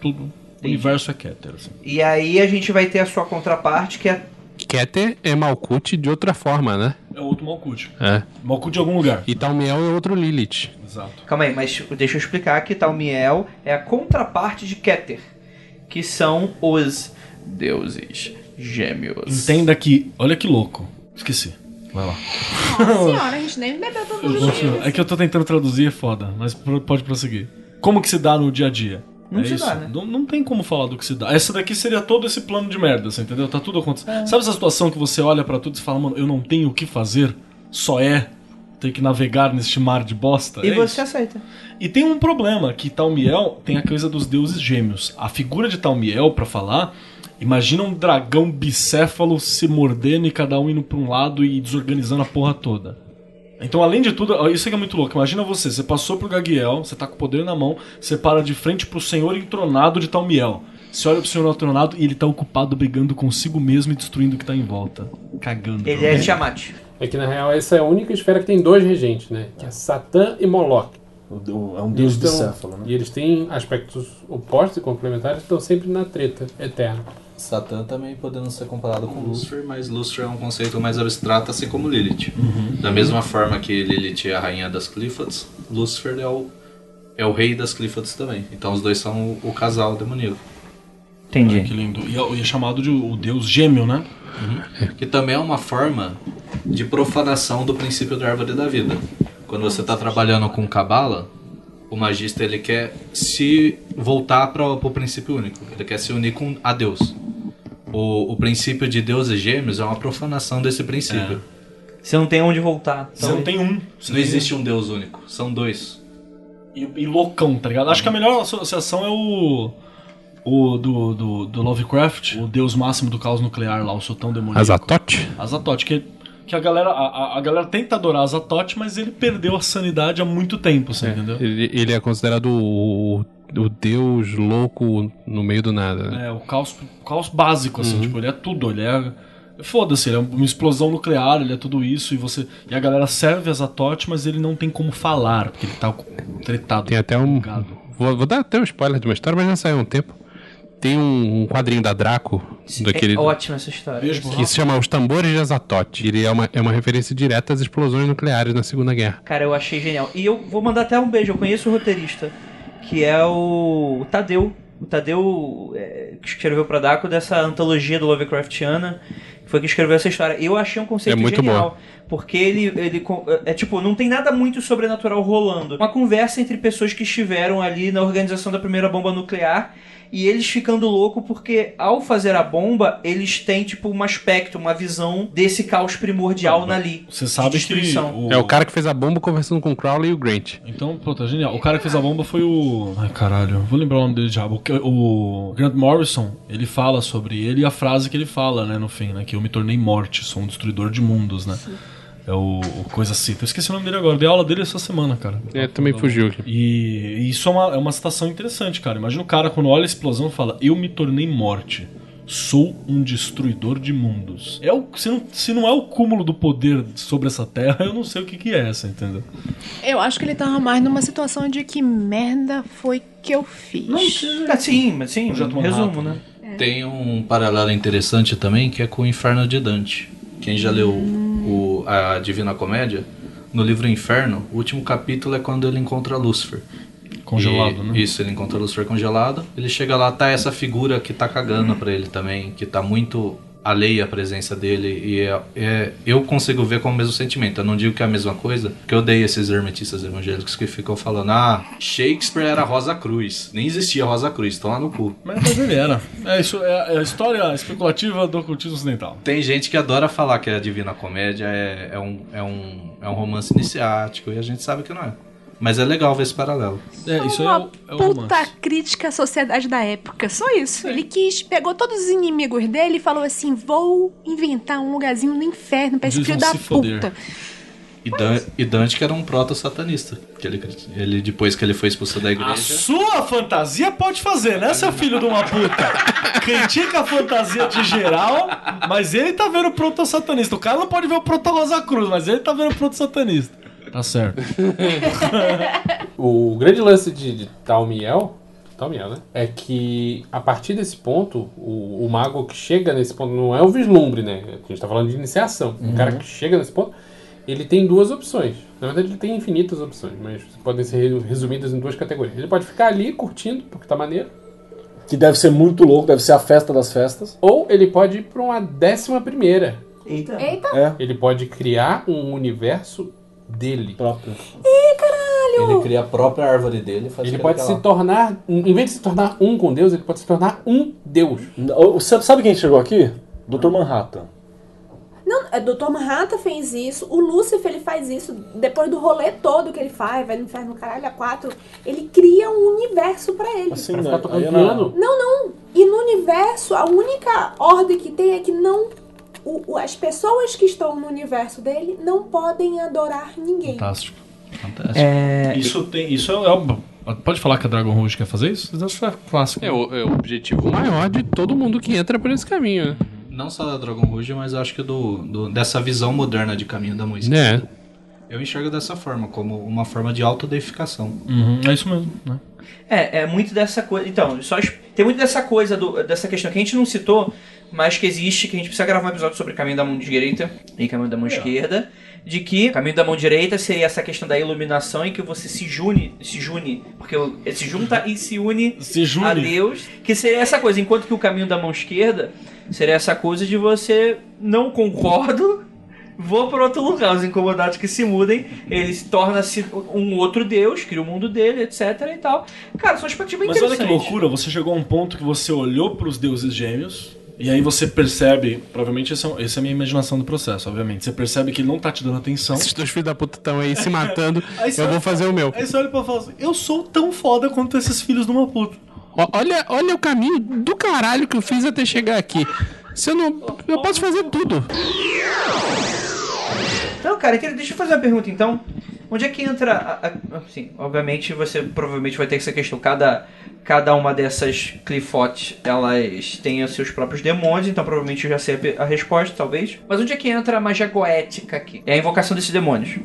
S5: tudo. O universo é Keter, assim.
S3: E aí a gente vai ter a sua contraparte, que é.
S7: Keter é Malkut de outra forma, né?
S5: É outro Malkut.
S7: É.
S5: Malkut de algum lugar.
S7: E Talmiel é outro Lilith.
S5: Exato.
S3: Calma aí, mas deixa eu explicar que Talmiel é a contraparte de Keter, que são os deuses gêmeos.
S5: Entenda que. Olha que louco. Esqueci. Vai lá.
S8: Senhora, a gente nem bebeu todo
S5: Eu
S8: mundo.
S5: vou- É que eu tô tentando traduzir, é foda, mas pro- pode prosseguir. Como que se dá no dia a dia?
S3: Não
S5: é
S3: se
S5: isso?
S3: dá, né?
S5: Não, não tem como falar do que se dá. Essa daqui seria todo esse plano de merda, você entendeu? Tá tudo acontecendo.
S3: É.
S5: Sabe essa situação que você olha pra tudo e fala, mano, eu não tenho o que fazer, só é ter que navegar neste mar de bosta?
S3: E
S5: É
S3: você
S5: isso?
S3: aceita.
S5: E tem um problema, que Talmiel tem a coisa dos deuses gêmeos. A figura de Talmiel, pra falar, imagina um dragão bicéfalo se mordendo e cada um indo pra um lado e desorganizando a porra toda. Então, além de tudo, ó, isso aqui é muito louco. Imagina você, você passou pro Gagiel, você tá com o poder na mão, você para de frente pro senhor entronado de Talmiel. Você olha pro senhor entronado e ele tá ocupado brigando consigo mesmo e destruindo o que tá em volta. Cagando.
S3: Ele é Tiamat.
S31: É que na real essa é a única esfera que tem dois regentes, né? Que é Satã e Moloch.
S32: é um deus
S31: E eles tão-
S32: bicéfalo, né?
S31: Então, E eles têm aspectos opostos e complementares, estão sempre na treta eterna.
S33: Satã também podendo ser comparado com
S11: Lúcifer, mas Lúcifer é um conceito mais abstrato, assim como Lilith.
S33: Uhum.
S11: Da mesma forma que Lilith é a rainha das Cliffords, Lúcifer é o, é o rei das Cliffords também. Então os dois são o, o casal demoníaco.
S5: Entendi. Que lindo. E é- e é chamado de o deus gêmeo, né?
S11: Que também é uma forma de profanação do princípio da árvore da vida. Quando você está trabalhando com cabala, o magista ele quer se voltar para o princípio único. Ele quer se unir com a Deus. O, o princípio de deuses gêmeos é uma profanação desse princípio.
S3: Você não tem onde voltar. Então,
S5: Você não tem um.
S11: Não existe um Deus único, são dois.
S5: E, e loucão, tá ligado? Acho que a melhor associação é o. O do, do, do Lovecraft, o deus máximo do caos nuclear lá, o sotão demoníaco.
S7: Azatoth?
S5: Azatoth, que, que a, galera, a, a- a galera tenta adorar Azatoth, mas ele perdeu a sanidade há muito tempo, você entendeu?
S7: Ele, ele é considerado o, o deus louco no meio do nada, né?
S5: É, o caos, o caos básico, assim,
S7: Uhum.
S5: tipo, ele é tudo, ele é. Foda-se, ele é uma explosão nuclear, ele é tudo isso, e você. E a galera serve Azatoth, mas ele não tem como falar, porque ele tá tretado.
S7: Tem até um. Vou, vou dar até um spoiler de uma história, mas já saiu há um tempo. Tem um, um quadrinho da Draco, daquele,
S3: É ótima essa história.
S7: que se chama Os Tambores de Azatoth. Ele é uma, é uma referência direta às explosões nucleares na Segunda Guerra.
S3: Cara, eu achei genial. E eu vou mandar até um beijo. Eu conheço o roteirista, que é o Tadeu. O Tadeu é, que escreveu pra Daco dessa antologia do Lovecraftiana. que Foi que escreveu essa história. Eu achei um conceito
S7: É muito
S3: genial. Porque ele, ele. co- É tipo, não tem nada muito sobrenatural rolando. Uma conversa entre pessoas que estiveram ali na organização da primeira bomba nuclear. E eles ficando louco porque ao fazer a bomba, eles têm, tipo, um aspecto, uma visão desse caos primordial ali.
S5: Você sabe que.
S3: Destruição.
S7: É o cara que fez a bomba conversando com o Crowley e o Grant.
S5: Então, pronto, é genial. O cara que fez a bomba foi o. Ai, caralho. Vou lembrar o nome dele já. O, é o Grant Morrison, ele fala sobre ele e a frase que ele fala, né, no fim, né? Que eu me tornei morte, sou um destruidor de mundos, né? É o, o Coisa Cita. Eu esqueci o nome dele agora. Dei aula dele essa semana, cara.
S7: É, também fugiu aqui.
S5: E, e isso é uma, é uma citação interessante, cara. Imagina o cara quando olha a explosão e fala: Eu me tornei morte. Sou um destruidor de mundos. É o, se, não, se não é o cúmulo do poder sobre essa terra, eu não sei o que, que é essa, entendeu?
S8: Eu acho que ele tava mais numa situação de que merda foi que eu fiz. Não,
S3: Ah, sim, mas sim,
S11: resumo,
S3: né?
S11: Tem um paralelo interessante também que é com o Inferno de Dante. Quem já leu o- a Divina Comédia, no livro Inferno, o último capítulo é quando ele encontra Lúcifer.
S5: Congelado,
S11: E-
S5: né?
S11: Isso, ele encontra Lúcifer congelado. Ele chega lá, tá essa figura que tá cagando pra ele também, que tá muito alheia à presença dele e é- é- eu consigo ver como o mesmo sentimento. Eu não digo que é a mesma coisa, porque eu odeio esses hermetistas evangélicos que ficam falando: ah, Shakespeare era Rosa Cruz. Nem existia Rosa Cruz, estão lá no cu.
S5: Mas, mas ele era. É, isso é a história especulativa do ocultismo ocidental.
S11: Tem gente que adora falar que a Divina Comédia é, é um, é, um, é um romance iniciático e a gente sabe que não é. Mas é legal ver esse paralelo.
S5: É, isso
S8: uma puta crítica à sociedade da época. Só isso. Ele quis, pegou todos os inimigos dele e falou assim: vou inventar um lugarzinho no inferno pra esse
S11: Eles
S8: filho
S11: vão
S8: da
S11: se foder.
S8: puta.
S11: E, Dan- e Dante que era um proto-satanista. Que ele, cri- ele, depois que ele foi expulso da igreja.
S5: A sua fantasia pode fazer, né, seu filho de uma puta? Critica a fantasia de geral, mas ele tá vendo o proto-satanista. O cara não pode ver o proto-rosa cruz, mas ele tá vendo o proto-satanista. Tá certo.
S10: O grande lance de, de Talmiel, Talmiel, né? É que a partir desse ponto, o, o mago que chega nesse ponto, não é o vislumbre, né? A gente tá falando de iniciação. O cara que chega nesse ponto, ele tem duas opções. Na verdade, ele tem infinitas opções, mas podem ser resu- resumidas em duas categorias. Ele pode ficar ali curtindo, porque tá maneiro.
S12: Que deve ser muito louco, deve ser a festa das festas.
S10: Ou ele pode ir pra uma décima primeira.
S28: Eita.
S18: Eita.
S10: Ele pode criar um universo dele.
S12: Próprio.
S18: Ih, caralho!
S10: Ele cria a própria árvore dele.
S17: faz
S10: ele
S17: aquele
S10: pode
S17: que
S10: se
S17: lá.
S10: tornar, em vez de se tornar um com Deus, ele pode se tornar um Deus.
S12: Você sabe quem chegou aqui? Dr. Manhattan.
S18: Não, é, Dr. Manhattan fez isso, o Lúcifer ele faz isso, depois do rolê todo que ele faz, vai no inferno, caralho, a quatro, ele cria um universo pra ele.
S12: Assim, Pra ficar né? tocando Aí é na-
S18: Não,
S12: piano?
S18: não. E no universo, a única ordem que tem é que não. o- o- as pessoas que estão no universo dele não podem adorar ninguém.
S8: Tá.
S5: Fantástico. Fantástico.
S4: É-
S5: Isso tem. Isso é. é um- Pode falar que a Dragon Rouge quer fazer isso? Isso é clássico.
S7: É o, é o objetivo maior de todo mundo que entra por esse caminho.
S11: Não só da Dragon Rouge, mas eu acho que do, do- dessa visão moderna de caminho da música.
S7: É.
S11: Eu enxergo dessa forma, como uma forma de autodeificação.
S5: é isso mesmo, né?
S4: É, é muito dessa coisa. Então, só es- tem muito dessa coisa, do- dessa questão que a gente não citou, mas que existe, que a gente precisa gravar um episódio sobre caminho da mão direita e caminho da mão esquerda. De que caminho da mão direita seria essa questão da iluminação em que você se june, se june, porque o- se junta e se une a Deus, que seria essa coisa, enquanto que o caminho da mão esquerda seria essa coisa de você não concordo, vou para outro lugar, os incomodados que se mudem, ele se torna-se um outro Deus, cria o mundo dele, etc e tal. Cara, são expectativas
S5: Mas olha que
S4: interessantes.
S5: loucura, você chegou a um ponto que você olhou para os deuses gêmeos e aí você percebe, provavelmente essa, essa é a minha imaginação do processo, obviamente. Você percebe que ele não tá te dando atenção.
S7: Esses dois filhos da puta estão aí se matando.
S5: Aí você
S7: eu
S5: olha-
S7: vou fazer o meu.
S5: Aí você olha pra falar assim, eu sou tão foda quanto esses filhos de uma puta.
S7: Ó, Olha, olha o caminho do caralho que eu fiz até chegar aqui. Se eu não. Eu posso fazer tudo.
S4: Então, cara, queria- deixa eu fazer uma pergunta então. Onde é que entra a, a- assim, obviamente você provavelmente vai ter essa questão, cada cada uma dessas clifotes, elas têm os seus próprios demônios, então provavelmente eu já sei a pe- a, resposta, talvez. Mas onde é que entra a magia goética aqui? É a invocação desses demônios.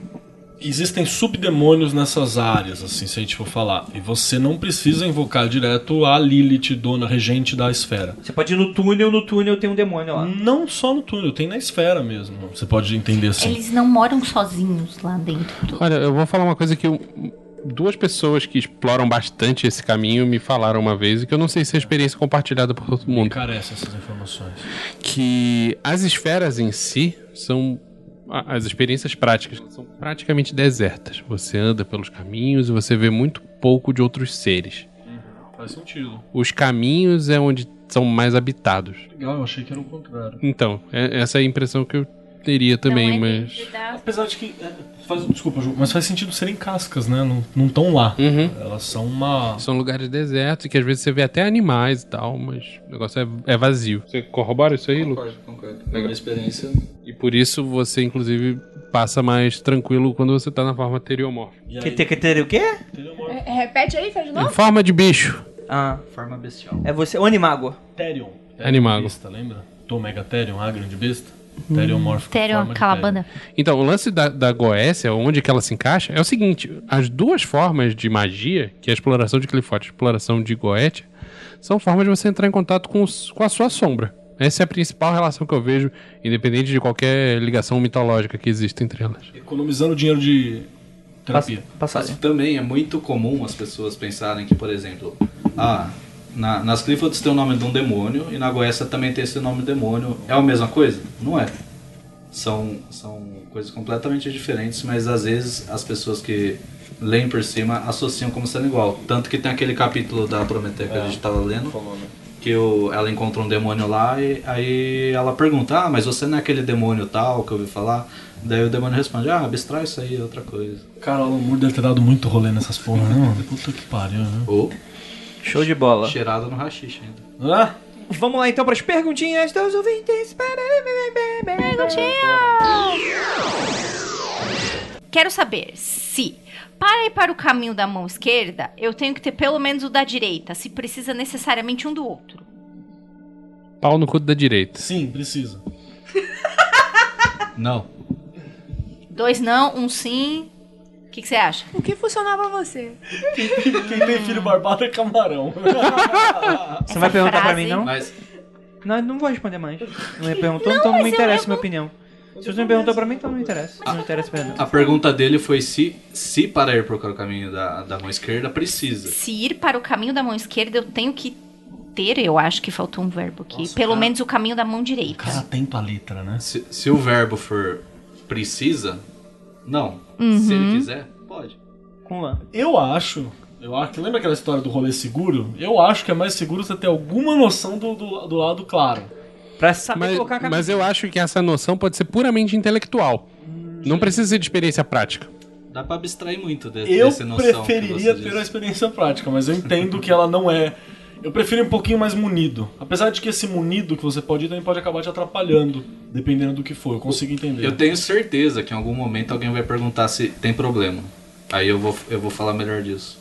S5: Existem subdemônios nessas áreas, assim, se a gente for falar. E você não precisa invocar direto a Lilith, dona regente da esfera.
S4: Você pode ir no túnel, no túnel tem um demônio lá.
S5: Não só no túnel, tem na esfera mesmo. Você pode entender assim.
S6: Eles não moram sozinhos lá dentro.
S7: Olha, eu vou falar uma coisa que eu- duas pessoas que exploram bastante esse caminho me falaram uma vez, e que eu não sei se é experiência compartilhada por todo mundo.
S5: Carece essas informações.
S7: que as esferas em si são a- as experiências práticas são praticamente desertas. Você anda pelos caminhos e você vê muito pouco de outros seres.
S5: Faz sentido.
S7: Os caminhos é onde são mais habitados.
S5: Legal, eu achei que era o contrário.
S7: Então, é- essa é a impressão que eu teria
S6: é
S7: também, mas
S5: Apesar de que. é, Faz, desculpa, Ju, mas faz sentido serem cascas, né? Não- Não estão lá. Elas são uma.
S7: São lugares desertos e que às vezes você vê até animais e tal, mas o negócio é, é vazio. Você corrobora isso aí, Lucas?
S17: Concordo. Foi uma experiência.
S7: E por isso você, inclusive, passa mais tranquilo quando você tá na forma teriomórfica.
S4: Que ter que ter o quê?
S8: É, repete aí, faz de
S7: Em
S8: novo?
S7: forma de bicho.
S4: Ah,
S11: forma bestial.
S4: É você, o animago.
S5: Terion.
S7: Animago.
S5: Besta, lembra? Tô Mega Terion, a grande besta. Terion Morph.
S6: Terion, calabanda.
S7: Então, o lance da, da Goécia, onde que ela se encaixa, é o seguinte: as duas formas de magia, que é a exploração de Clifote e a exploração de Goetia, são formas de você entrar em contato com, os- com a sua sombra. Essa é a principal relação que eu vejo, independente de qualquer ligação mitológica que exista entre elas.
S5: Economizando dinheiro de terapia.
S11: Mas também é muito comum as pessoas pensarem que, por exemplo, ah, Na- nas Cliffords tem o nome de um demônio e na Goécia também tem esse nome demônio. É a mesma coisa? Não é. São, são coisas completamente diferentes, mas às vezes as pessoas que leem por cima associam como sendo igual. Tanto que tem aquele capítulo da Prometeia que a gente estava lendo, que o, ela encontra um demônio lá e aí ela pergunta: Ah, mas você não é aquele demônio tal que eu ouvi falar? Daí o demônio responde: Ah, abstrai isso aí, é outra coisa.
S5: Cara, o Moore deve ter dado muito rolê nessas porra, né, mano? Puta que pariu, né?
S4: Show de bola.
S11: Cheirado no rachixe ainda.
S5: Ah,
S4: Vamos lá então para as perguntinhas dos ouvintes.
S6: Quero saber se, para ir para o caminho da mão esquerda, eu tenho que ter pelo menos o da direita, se precisa necessariamente um do outro.
S7: Pau no cu da direita.
S5: Sim, precisa.
S11: Não.
S6: Dois não, um sim. O que, que você acha?
S8: O que funcionar pra você?
S5: Quem tem filho barbado é camarão.
S4: Você vai perguntar pra mim, não?
S11: Mas...
S4: Não, eu não vou responder mais. Não me perguntou, então não me interessa a minha opinião. Se você me perguntou pra mim, então não me interessa. Não me interessa pra mim.
S11: A pergunta dele foi se, se para ir procurar o caminho da, da mão esquerda, precisa.
S6: Se ir para o caminho da mão esquerda, eu tenho que ter, eu acho que faltou um verbo aqui, pelo
S11: cara.
S6: menos o caminho da mão direita.
S5: Atento à letra, né?
S11: Se, se o verbo for precisa, não.
S8: Uhum.
S11: Se ele quiser, pode.
S4: Com lã.
S5: Eu acho. Eu acho que lembra aquela história do rolê seguro? Eu acho que é mais seguro você ter alguma noção do, do, do lado claro.
S4: Pra saber
S7: Mas, mas eu acho que essa noção pode ser puramente intelectual. Não precisa ser de experiência prática.
S11: Dá pra abstrair muito de,
S5: Eu
S11: dessa noção. que
S5: preferiria
S11: você
S5: ter
S11: disse.
S5: uma experiência prática, mas eu entendo que ela não é. Eu prefiro um pouquinho mais munido. Apesar de que esse munido que você pode ir também pode acabar te atrapalhando, dependendo do que for. Eu consigo entender.
S11: Eu tenho certeza que em algum momento alguém vai perguntar se tem problema. Aí eu vou, eu vou falar melhor disso.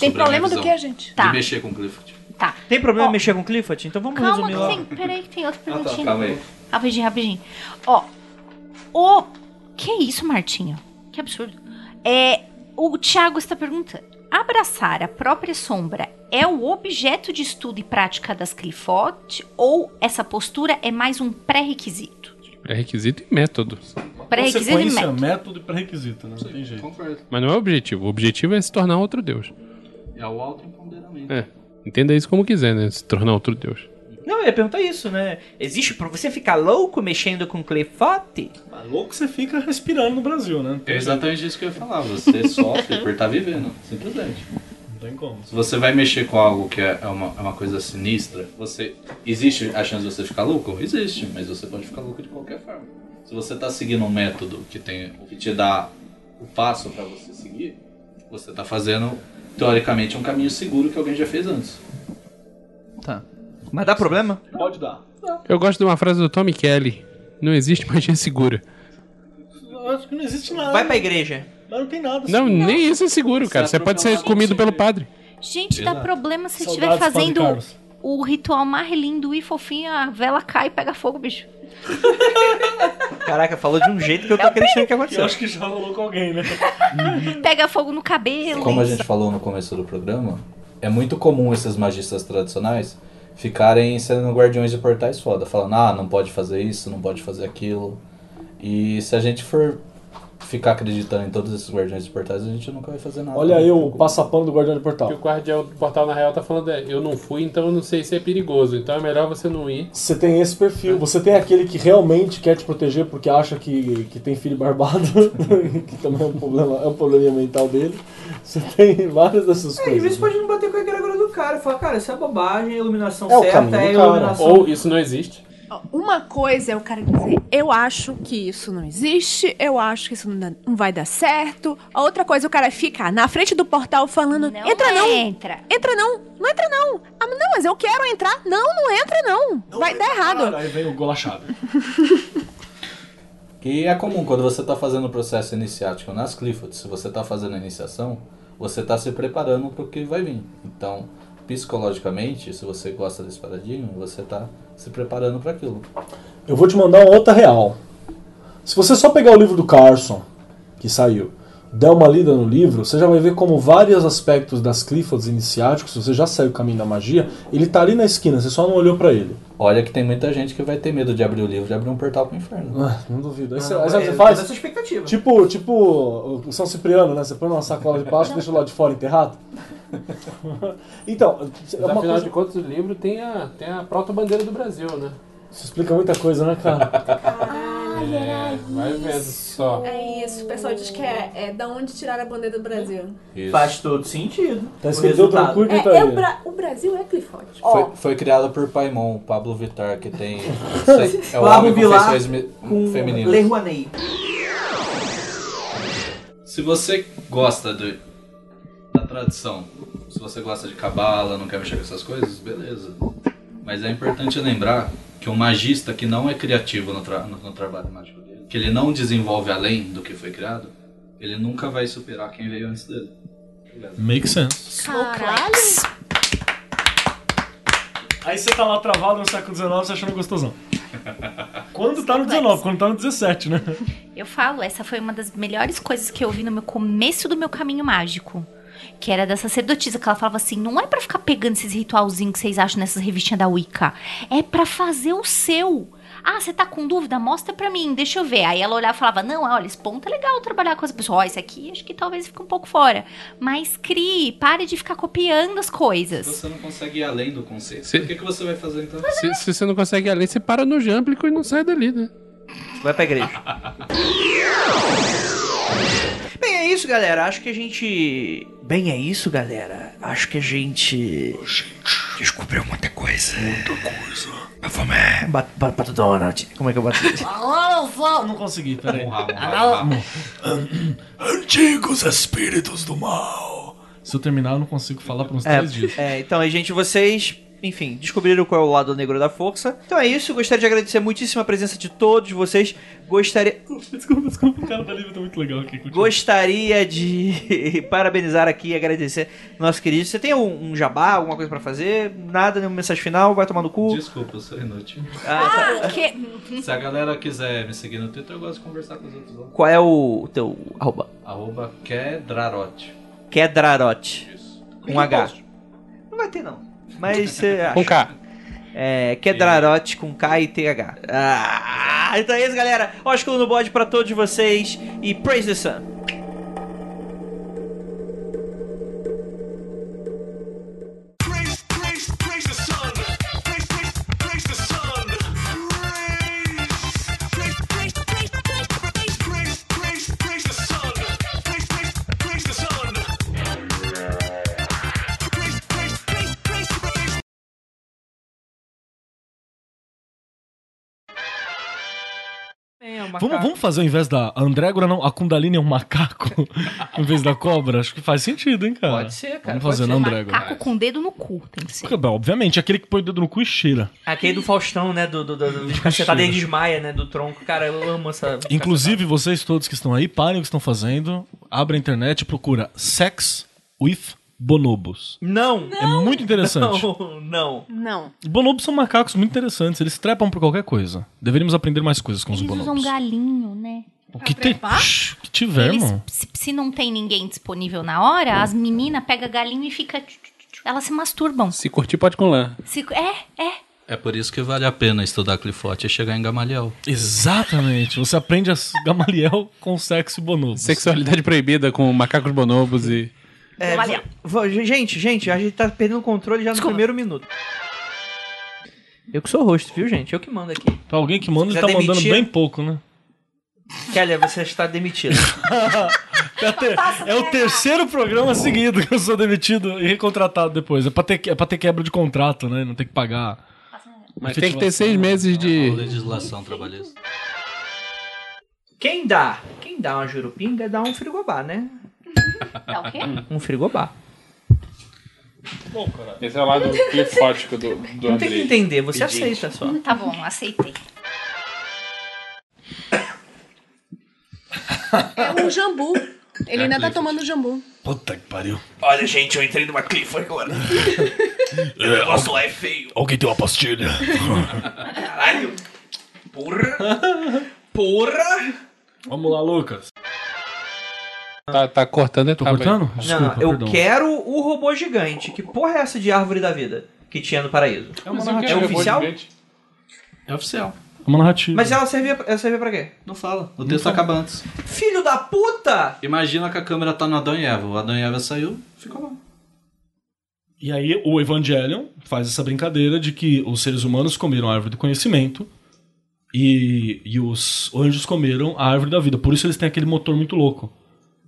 S8: Tem
S11: Sobre a minha
S8: problema do
S11: visão.
S8: que, gente?
S11: De mexer com o Clifford.
S6: Tá.
S4: Tem problema mexer com Clifford? Então vamos
S6: Calma
S4: resumir
S6: que
S4: lá.
S6: tem, peraí que tem outra
S4: tá,
S6: perguntinha.
S4: calma aí.
S6: Rapidinho, rapidinho. Ó, o... Que é isso, Martinho? Que absurdo. É, o Thiago está perguntando. Abraçar a própria sombra é o objeto de estudo e prática das Clifford ou essa postura é mais um pré-requisito?
S7: Pré-requisito É e método.
S6: Pré-requisito e
S5: Consequência,
S6: método.
S5: método e pré-requisito, né? Não tem jeito.
S7: Mas não é o objetivo. O objetivo é se tornar outro deus.
S11: É o alto empoderamento.
S7: É. Entenda isso como quiser, né? Se tornar outro deus.
S4: Não, eu ia perguntar isso, né? Existe pra você ficar louco mexendo com Clifford?
S5: Tá Louco você fica respirando no Brasil, né?
S11: É exatamente isso que eu ia falar. Você sofre por estar vivendo, simplesmente.
S5: Não tem como.
S11: Se você vai mexer com algo que é é uma, é uma coisa sinistra, você existe a chance de você ficar louco? Existe, mas você pode ficar louco de qualquer forma. Se você está seguindo um método que, tem, que te dá o passo para você seguir, você está fazendo, teoricamente, um caminho seguro que alguém já fez antes.
S4: Tá. Mas dá problema?
S5: Pode dar.
S7: Eu gosto de uma frase do Tommy Kelly. Não existe magia segura.
S5: Eu acho que não existe nada.
S4: Vai pra igreja.
S5: Mas não tem nada.
S7: Não, nem isso é seguro, cara. Você pode ser comido pelo padre.
S6: Gente, dá
S7: Exato.
S6: problema se você estiver
S7: Saudades, Padre
S6: fazendo
S7: Carlos.
S6: o ritual mais lindo e fofinho, a vela cai e pega fogo, bicho.
S4: Caraca, falou de um jeito que eu tô acreditando que aconteceu.
S5: Eu acho que já rolou com alguém, né?
S6: Pega fogo no cabelo.
S17: Como a gente falou no começo do programa, é muito comum esses magistas tradicionais ficarem sendo guardiões de portais foda, falando, ah, não pode fazer isso, não pode fazer aquilo. E se a gente for ficar acreditando em todos esses guardiões de portais, a gente nunca vai fazer nada.
S12: Olha aí o passapano do guardião do portal.
S10: O que o guardião do portal, na real, tá falando é, eu não fui, então eu não sei se é perigoso. Então é melhor você não ir.
S12: Você tem esse perfil. Você tem aquele que realmente quer te proteger porque acha que, que tem filho barbado, que também é um problema, é um probleminha mental dele. Você tem várias dessas
S28: É, às
S12: coisas.
S28: vezes pode não bater com a egrégora do cara. Falar, cara, isso é bobagem, a iluminação
S12: É o
S28: certa
S12: caminho
S28: é a
S12: do cara.
S28: iluminação.
S12: Ou
S10: isso não existe.
S8: Uma coisa é o cara dizer, eu acho que isso não existe, eu acho que isso não, dá- não vai dar certo. A outra coisa, o cara fica na frente do portal falando, entra não,
S6: entra.
S8: entra não, não entra não. Ah, não, mas eu quero entrar. Não, não entra não, vai dar errado.
S5: Aí vem o golachado.
S17: Que é comum quando você está fazendo o processo iniciático nas Cliffords, se você está fazendo a iniciação, você está se preparando para o que vai vir. Então, psicologicamente, se você gosta desse paradigma, você está se preparando para aquilo.
S12: Eu vou te mandar uma outra real. Se você só pegar o livro do Carson, que saiu, der uma lida no livro, você já vai ver como vários aspectos das Cliffords iniciáticos, se você já saiu o caminho da magia, ele tá ali na esquina, você só não olhou pra ele.
S17: Olha que tem muita gente que vai ter medo de abrir o livro, de abrir um portal para o inferno.
S12: Ah, não duvido. Aí você,
S17: Não,
S12: aí sabe o que
S17: é,
S12: você faz?
S17: tem essa expectativa.
S12: Tipo, tipo o São Cipriano, né? Você põe numa sacola de plástico e deixa lá de fora enterrado. Então, é uma
S10: Afinal
S12: coisa-
S10: de contas, o livro tem a, tem a proto-bandeira do Brasil, né?
S12: Isso explica muita coisa, né, cara?
S10: É, vai vendo só.
S18: É isso, o pessoal diz que é, é da onde tirar a bandeira do Brasil.
S28: Faz todo sentido.
S12: Tá
S18: escrito
S17: resultado.
S18: É, é o, Bra- o Brasil é Clifote.
S17: Foi, foi criada por Paimon, Pablo Vittar, que tem. É o homem com
S28: Vilar
S17: feições me-
S28: com
S17: femininas.
S28: Le Rouanet.
S11: Se você gosta do- da tradição, se você gosta de cabala, não quer mexer com essas coisas, beleza. Mas é importante lembrar que um magista que não é criativo no, tra- no- no trabalho mágico dele, que ele não desenvolve além do que foi criado, ele nunca vai superar quem veio antes dele.
S5: Makes sense.
S8: Caralho!
S5: Aí você tá lá travado no século XIX, você achando gostosão. Quando tá no 19, quando tá no 17, né?
S6: Eu falo, essa foi uma das melhores coisas que eu vi no meu começo do meu caminho mágico. Que era da sacerdotisa, que ela falava assim: não é pra ficar pegando esses ritualzinhos que vocês acham nessas revistinhas da Wicca. É pra fazer o seu. Ah, você tá com dúvida? Mostra pra mim, deixa eu ver. Aí ela olhava e falava: não, olha, esse ponto é legal trabalhar com as pessoas. Ó, esse aqui acho que talvez fique um pouco fora. Mas crie, pare de ficar copiando as coisas.
S11: Se você não consegue ir além do conceito,
S7: Se-
S11: o que, que você vai fazer então?
S7: Se, se você não consegue ir além, você para no jâmblico e não sai dali, né?
S4: Vai pra igreja. Bem, é isso, galera. Acho que a gente. Bem, é isso, galera. Acho que a gente. Descobriu muita coisa. Muita coisa. Mas vamos. é, bat- bat- Bato Donald. Como é que eu bato?
S5: Não consegui, peraí.
S4: Antigos espíritos do mal.
S5: Se eu terminar, eu não consigo falar por uns
S4: É,
S5: três dias.
S4: é, então, aí, gente, vocês, enfim, descobriram qual é o lado negro da força. Então é isso. Gostaria de agradecer muitíssimo a presença de todos vocês. Gostaria.
S5: Desculpa, desculpa, o cara da livro tá muito legal aqui. continua.
S4: Gostaria de parabenizar aqui e agradecer nosso querido. Você tem um, um jabá, alguma coisa pra fazer? Nada, nenhuma mensagem final? Vai tomar no cu?
S11: Desculpa, eu sou inútil.
S4: Ah,
S11: Se a galera quiser me seguir no Twitter, eu gosto de conversar com os outros lá.
S4: Qual é o teu arroba?
S11: Arroba Kedrarote.
S4: Kedrarote. Com H.
S28: Não
S4: vai ter, não. Mas você acha.
S28: Com K.
S4: É, Kedrarote com K e TH. Ah, então é isso, galera. Ósculo no bode pra todos vocês e praise the sun.
S5: Vamos, vamos fazer ao invés da Andrégora, não. A Kundalini é um macaco em vez da cobra? Acho que faz sentido, hein, cara? Pode ser,
S4: cara,
S5: Vamos fazer
S4: pode
S5: na
S4: ser.
S5: Andrégora.
S6: Caco com o dedo no cu, tem que ser.
S5: Bem, Obviamente, aquele que põe o dedo no cu e cheira.
S4: Aquele do Faustão, né? Do, do, do, do, do cacetada e desmaia, né? Do tronco. Cara, eu amo essa.
S5: Inclusive, vocês todos que estão aí, parem o que estão fazendo, abre a internet e procura Sex with Bonobos.
S4: Não!
S5: É muito interessante.
S4: Não, não.
S8: Não.
S5: Bonobos são macacos muito interessantes, eles trepam por qualquer coisa. Deveríamos aprender mais coisas com os
S6: Eles
S5: bonobos.
S6: usam é um galinho, né?
S5: O que, tem, Shhh, que tiver,
S6: Eles-
S5: mano.
S6: se, se não tem ninguém disponível na hora, as meninas pegam galinho e fica. tch, tch, tch, Elas se masturbam.
S7: Se curtir, pode com lã.
S6: Se- é, é.
S11: É por isso que vale a pena estudar Clifote e chegar em Gamaliel.
S5: Exatamente. Você aprende a s- Gamaliel com sexo e bonobos.
S7: Sexualidade proibida com macacos bonobos e.
S4: É, vo- vo- gente, gente, a gente tá perdendo o controle já no primeiro minuto. Eu que sou host, viu, gente? Eu que mando aqui.
S5: Pra alguém que manda,
S4: Se
S5: ele tá
S4: quiser
S5: mandando
S4: demitir-
S5: bem pouco, né?
S4: Kelly, você está demitido.
S5: É, a ter- é o terceiro programa seguido que eu sou demitido e recontratado depois. É pra ter, que- é pra ter quebra de contrato, né? Não ter que pagar.
S7: Mas tem que ter seis meses de.
S11: Legislação trabalhista.
S4: Quem dá? Quem dá uma jurupinga dá um frigobar, né?
S6: Dá o quê?
S4: Um frigobar.
S10: Bom, cara. Esse é o lado clifótico do, do
S4: Não tem que
S10: Andrei.
S4: entender, você
S10: Pedinte.
S4: aceita só.
S6: Tá bom, aceitei.
S8: É um jambu. Ele ainda tá tomando jambu.
S5: Puta que pariu.
S28: Olha, gente, eu entrei numa clifa agora.
S5: O
S28: negócio lá é feio.
S5: Alguém tem uma pastilha.
S28: Caralho. Porra. Porra.
S5: Vamos lá, Lucas.
S7: Tá, tá cortando a etapa. aí.
S4: não, não, eu quero o robô gigante. Que porra é essa de árvore da vida que tinha no paraíso?
S10: É uma
S4: é
S10: narrativa.
S4: oficial?
S11: É oficial.
S5: Uma narrativa.
S4: Mas ela servia, ela servia pra quê?
S11: Não fala. O texto acaba antes.
S4: Filho da puta!
S11: Imagina que a câmera tá no Adão e Eva. O Adão e Eva saiu, ficou lá.
S5: E aí o Evangelion faz essa brincadeira de que os seres humanos comeram a árvore do conhecimento e, e os anjos comeram a árvore da vida. Por isso eles têm aquele motor muito louco.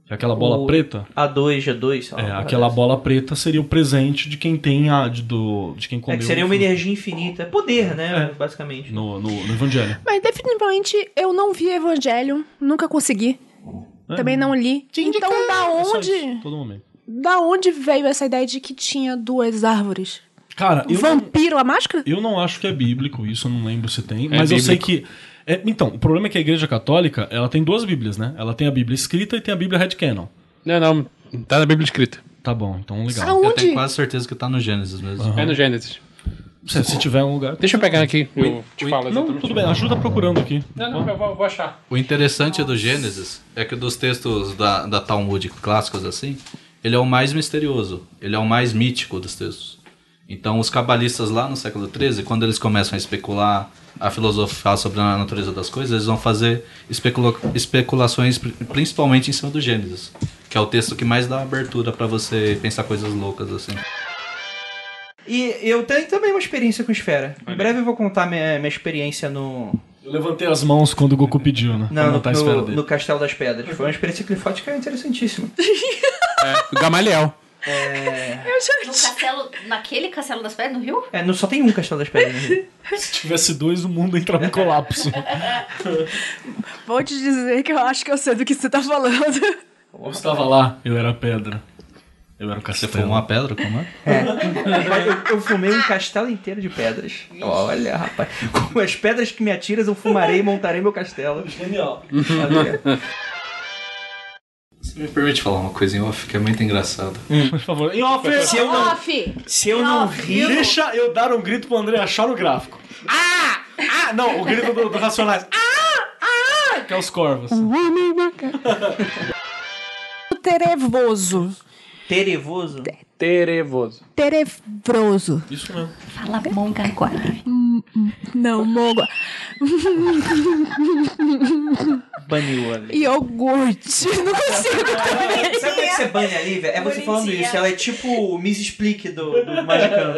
S5: Que é Aquela bola
S4: O Ah,
S5: preta.
S4: A2, G2, sei lá,
S5: É,
S4: uma assim.
S5: aquela
S4: parada.
S5: bola preta seria o presente de quem tem a. De, do, de quem
S4: É
S5: comeu.
S4: que seria uma
S5: no,
S4: energia infinita. É poder, né? Basicamente.
S5: no, no Evangelho.
S8: Mas definitivamente eu não vi Evangelho, nunca consegui.
S5: É.
S8: Também não li. então da
S5: É só
S8: onde,
S5: isso, todo momento.
S8: da onde veio essa ideia de que tinha duas árvores?
S5: Cara, eu,
S8: Vampiro a máscara?
S5: eu não acho que é bíblico, isso eu não lembro se tem,
S7: É
S5: mas eu sei
S7: bíblico.
S5: que. é, então, o problema é que a igreja católica ela tem duas bíblias, né? Ela tem a Bíblia escrita e tem a Bíblia Redcanon.
S7: Não, não. Tá na Bíblia escrita.
S5: Tá bom, então legal.
S7: Aonde?
S11: Eu tenho quase certeza que tá no Gênesis mesmo.
S5: Aham.
S7: É no Gênesis.
S5: Se, se tiver um lugar.
S7: Deixa eu pegar aqui. Eu te tá falo
S5: Não,
S7: exatamente.
S5: tudo bem, ajuda procurando aqui.
S7: Não, não, eu vou, vou achar.
S11: O interessante do Gênesis é que dos textos da, da Talmud clássicos assim, ele é o mais misterioso, ele é o mais mítico dos textos. Então, os cabalistas lá no século XIII, quando eles começam a especular, a filosofar sobre a natureza das coisas, eles vão fazer especulo- especulações pri- principalmente em cima do Gênesis, que é o texto que mais dá abertura para você pensar coisas loucas assim.
S4: E eu tenho também uma experiência com esfera. Em breve eu vou contar minha, minha experiência no.
S5: Eu levantei as mãos quando o Goku pediu, né? Pra
S4: Não, no,
S5: montar a esfera
S4: no-
S5: dele.
S4: no Castelo das Pedras. Foi uma experiência clifótica é interessantíssima.
S7: Gamaliel.
S4: É...
S6: No castelo, naquele castelo das pedras, no rio?
S4: é, não, só tem um Castelo das Pedras. né?
S5: Se tivesse dois, o mundo entrava em colapso.
S8: Vou te dizer que eu acho que eu sei do que você tá falando.
S5: Eu estava lá, eu era a pedra. Eu era o
S11: Você
S5: castelo.
S11: foi uma pedra, como é?
S4: Mas eu, eu fumei um castelo inteiro de pedras. Olha, rapaz. Com as pedras que me atiras, eu fumarei e montarei meu castelo.
S5: Genial.
S11: Você me permite falar uma coisa em off que é muito engraçado.
S5: Por favor, em off!
S4: Se eu não- Se eu não rir.
S5: Deixa eu dar um grito pro André achar o gráfico. Ah! Ah! Não, o grito do, do Racionais. Ah! Ah! Que é os corvos.
S4: Uhum.
S8: Terevoso.
S4: Terevoso?
S7: Terevoso.
S8: Terevoso.
S5: Isso mesmo.
S6: Fala monga agora.
S8: Hum, hum, Não, mogo.
S4: Baniu ali.
S8: Iogurte. Não consigo também.
S4: Sabe como é que você banha a Lívia? É você
S8: Bonitinha.
S4: falando isso. Ela é tipo o Miss Explique do, do Magicano.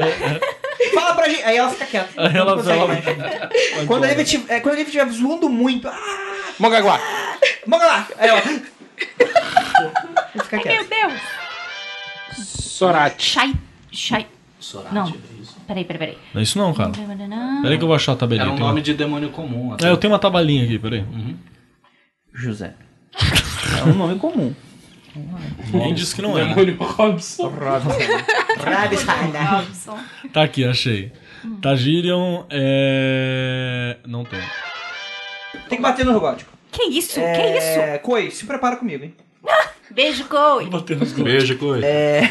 S4: Fala pra gente. Aí ela fica quieta.
S5: Aí
S4: Não
S5: ela-
S4: consegue
S5: ela-
S4: mais. Quando a Lívia ti- é, quando a Lívia estiver zoando muito. Ah, é,
S7: Mogaguá.
S4: vamos lá. Aí ela. Fica quieta.
S6: Meu Deus!
S7: Sorate.
S6: Shai. Shai. Não. Peraí, peraí, peraí.
S5: Não é isso não, cara. Peraí que eu vou achar a tabelinha.
S11: Era um
S5: tem
S11: nome de demônio comum.
S5: uma- É, eu tenho uma tabelinha aqui, peraí.
S4: José. É um nome comum.
S5: Quem disse que não é?
S7: Demônio Robson.
S4: Travis Raider.
S5: Tá aqui, achei.
S4: Uhum.
S5: Tagirion é. Não tem.
S4: Tem que bater no robótico.
S6: Que isso? Que isso?
S4: É... Coi, se prepara comigo, hein?
S6: Beijo, Cole.
S11: Beijo, coisa.
S12: É,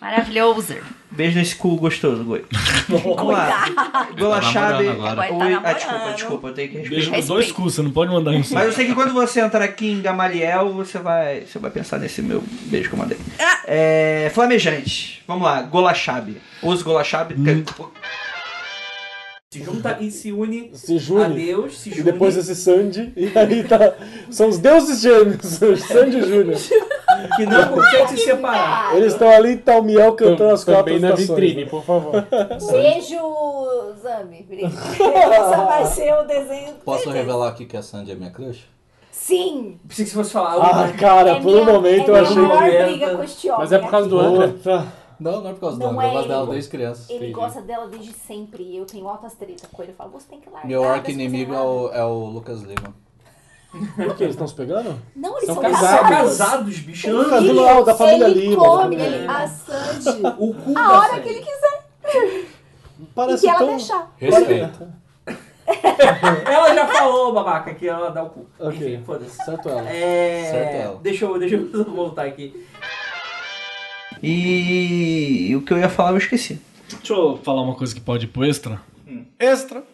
S6: Maravilhoso.
S4: Beijo nesse cu gostoso, Goi. Vamos lá. Golachado.
S11: Tá namorando agora.
S6: Goi tá
S4: Ah, desculpa, desculpa, eu tenho que
S5: Beijo
S4: respeitar.
S5: nos dois cu, você não pode mandar isso.
S4: Mas eu sei que quando você entrar aqui em Gamaliel, você vai, você vai pensar nesse meu beijo que eu mandei. É, flamejante. Vamos lá, Golachab. Os Golachab.
S11: Hum.
S34: Se junta e se une
S12: Se june.
S34: a Deus, se
S12: E
S34: june.
S12: depois esse Sandy, e aí tá. São os deuses gêmeos, Sandy e Júnior.
S34: Que não consegue se separar.
S12: Eles estão ali tá em Talmiel cantando as quatro
S10: Também na
S12: estações.
S10: vitrine, por favor.
S29: Beijo, Zambi. Beijo. Essa vai ser o desenho.
S17: Posso revelar aqui que a Sandy é minha crush?
S29: Sim.
S34: Pensei que você fosse falar.
S12: Ah, cara,
S29: É
S12: por
S29: minha-
S12: um
S29: é
S12: momento eu
S29: minha
S12: achei
S29: maior
S12: que.
S29: briga com este homem.
S17: Mas é por causa do
S29: Ele-
S17: Angra.
S12: Outra.
S17: Não, não é por causa
S29: Não
S17: do Angra,
S29: é
S17: eu gosto dela
S29: ele.
S17: desde criança.
S29: Ele gosta dela desde sempre. E eu tenho altas tretas com ele. Eu falo, você tem que largar.
S17: Meu
S29: das
S17: arco-inimigo é o, é o Lucas Lima.
S12: Por que eles estão se pegando?
S29: Não, eles
S12: São
S29: são,
S12: casados.
S6: Tá
S34: Casados, bicho.
S12: Ele é do Lau, da família
S29: ele
S12: Lima,
S29: come,
S12: da família
S29: ele
S12: Lima.
S29: a Sandy.
S34: O cu
S29: a
S34: da
S29: hora
S34: Sandy.
S29: que ele quiser.
S12: Parece
S29: e que ela
S12: tão...
S29: deixar.
S17: Respeito.
S34: Ela já falou, babaca, que ela dá o cu. Enfim, foda-se.
S12: Certo ela.
S34: É.
S17: Certo ela.
S34: Deixa eu, deixa eu voltar aqui.
S4: E o que eu ia falar eu esqueci.
S5: Deixa eu falar uma coisa que pode ir pro extra. Extra!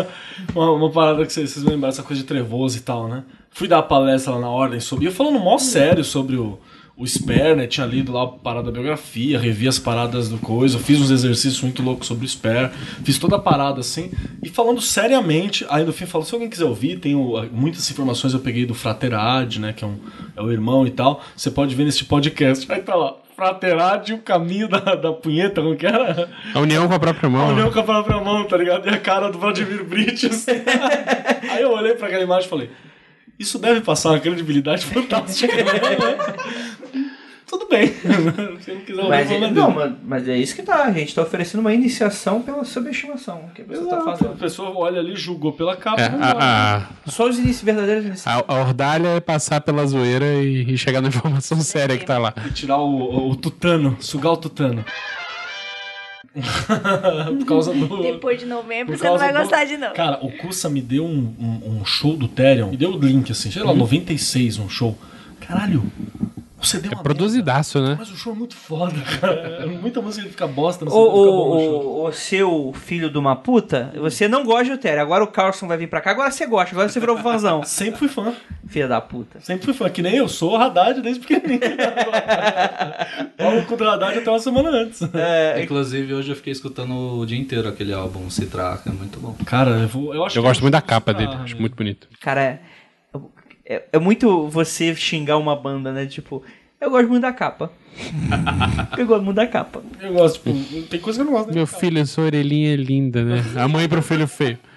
S5: uma, uma parada que vocês, vocês vão lembrar, essa coisa de trevoso e tal, né? Fui dar a palestra lá na ordem sobre. E eu falando mó sério sobre o, o Sperner, tinha lido lá a parada da biografia, revi as paradas do coisa, fiz uns exercícios muito loucos sobre o Sperner, fiz toda a parada assim, e falando seriamente, aí no fim falou, se alguém quiser ouvir, tem muitas informações eu peguei do Fraterade, né, que é, um, é o irmão e tal, você pode ver nesse podcast, aí tá lá. Fraterade, o caminho da, da punheta, como que era?
S7: A união com a própria
S5: A
S7: mão.
S5: união com a própria mão, tá ligado? E a cara do Vladimir Brites. Aí eu olhei pra aquela imagem e falei: Isso deve passar uma credibilidade fantástica. Tudo bem. Se não quiser ouvir,
S4: Mas,
S5: eu vou
S4: é-
S5: lá
S4: não,
S5: dentro.
S4: mas, mas é isso que tá. A gente tá oferecendo uma iniciação pela subestimação. Que a pessoa tá
S5: Exato.
S4: fazendo.
S5: A pessoa olha ali, julgou pela capa.
S7: É,
S5: vamos
S7: a-
S5: lá.
S7: a-
S4: Só os inici- verdadeiros iniciais.
S7: A, a ordalha é passar pela zoeira e, e chegar na informação séria que tá lá.
S5: E tirar o, o tutano, sugar o tutano. Por causa do.
S23: Depois de novembro,
S5: Por
S23: você não
S5: causa
S23: vai
S5: do-
S23: gostar de novo.
S5: Cara, o Kusa me deu um, um- um show do Therion. Me deu o link, assim, sei lá,
S7: Uhum.
S5: 96, um show. Caralho, você deu
S7: É produzidaço, né?
S5: Mas o show é muito foda, cara. Muita música que fica bosta, não
S4: Ô,
S5: sei como fica bom
S4: ô,
S5: no show.
S4: ô, ô, seu filho de uma puta, você não gosta de Utéria. Agora o Carlson vai vir pra cá, agora você gosta, agora você virou fãzão.
S5: Sempre fui fã.
S4: Filha da puta.
S5: Sempre fui fã, que nem eu sou o Haddad desde pequenininho. Olha o cu do Haddad até uma semana antes.
S11: Inclusive, hoje eu fiquei escutando o dia inteiro aquele álbum Citraca, é muito bom.
S5: Cara, eu, vou, né? eu acho
S7: Eu
S11: que-
S7: gosto muito da capa dele,
S11: Ah,
S7: acho muito bonito.
S4: Cara, é, é- é muito você xingar uma banda, né? Tipo, eu gosto muito da capa. eu gosto muito da capa.
S5: Eu gosto, tipo, tem coisa que eu não gosto.
S7: Meu filho, sua orelhinha é linda, né? A mãe pro filho feio.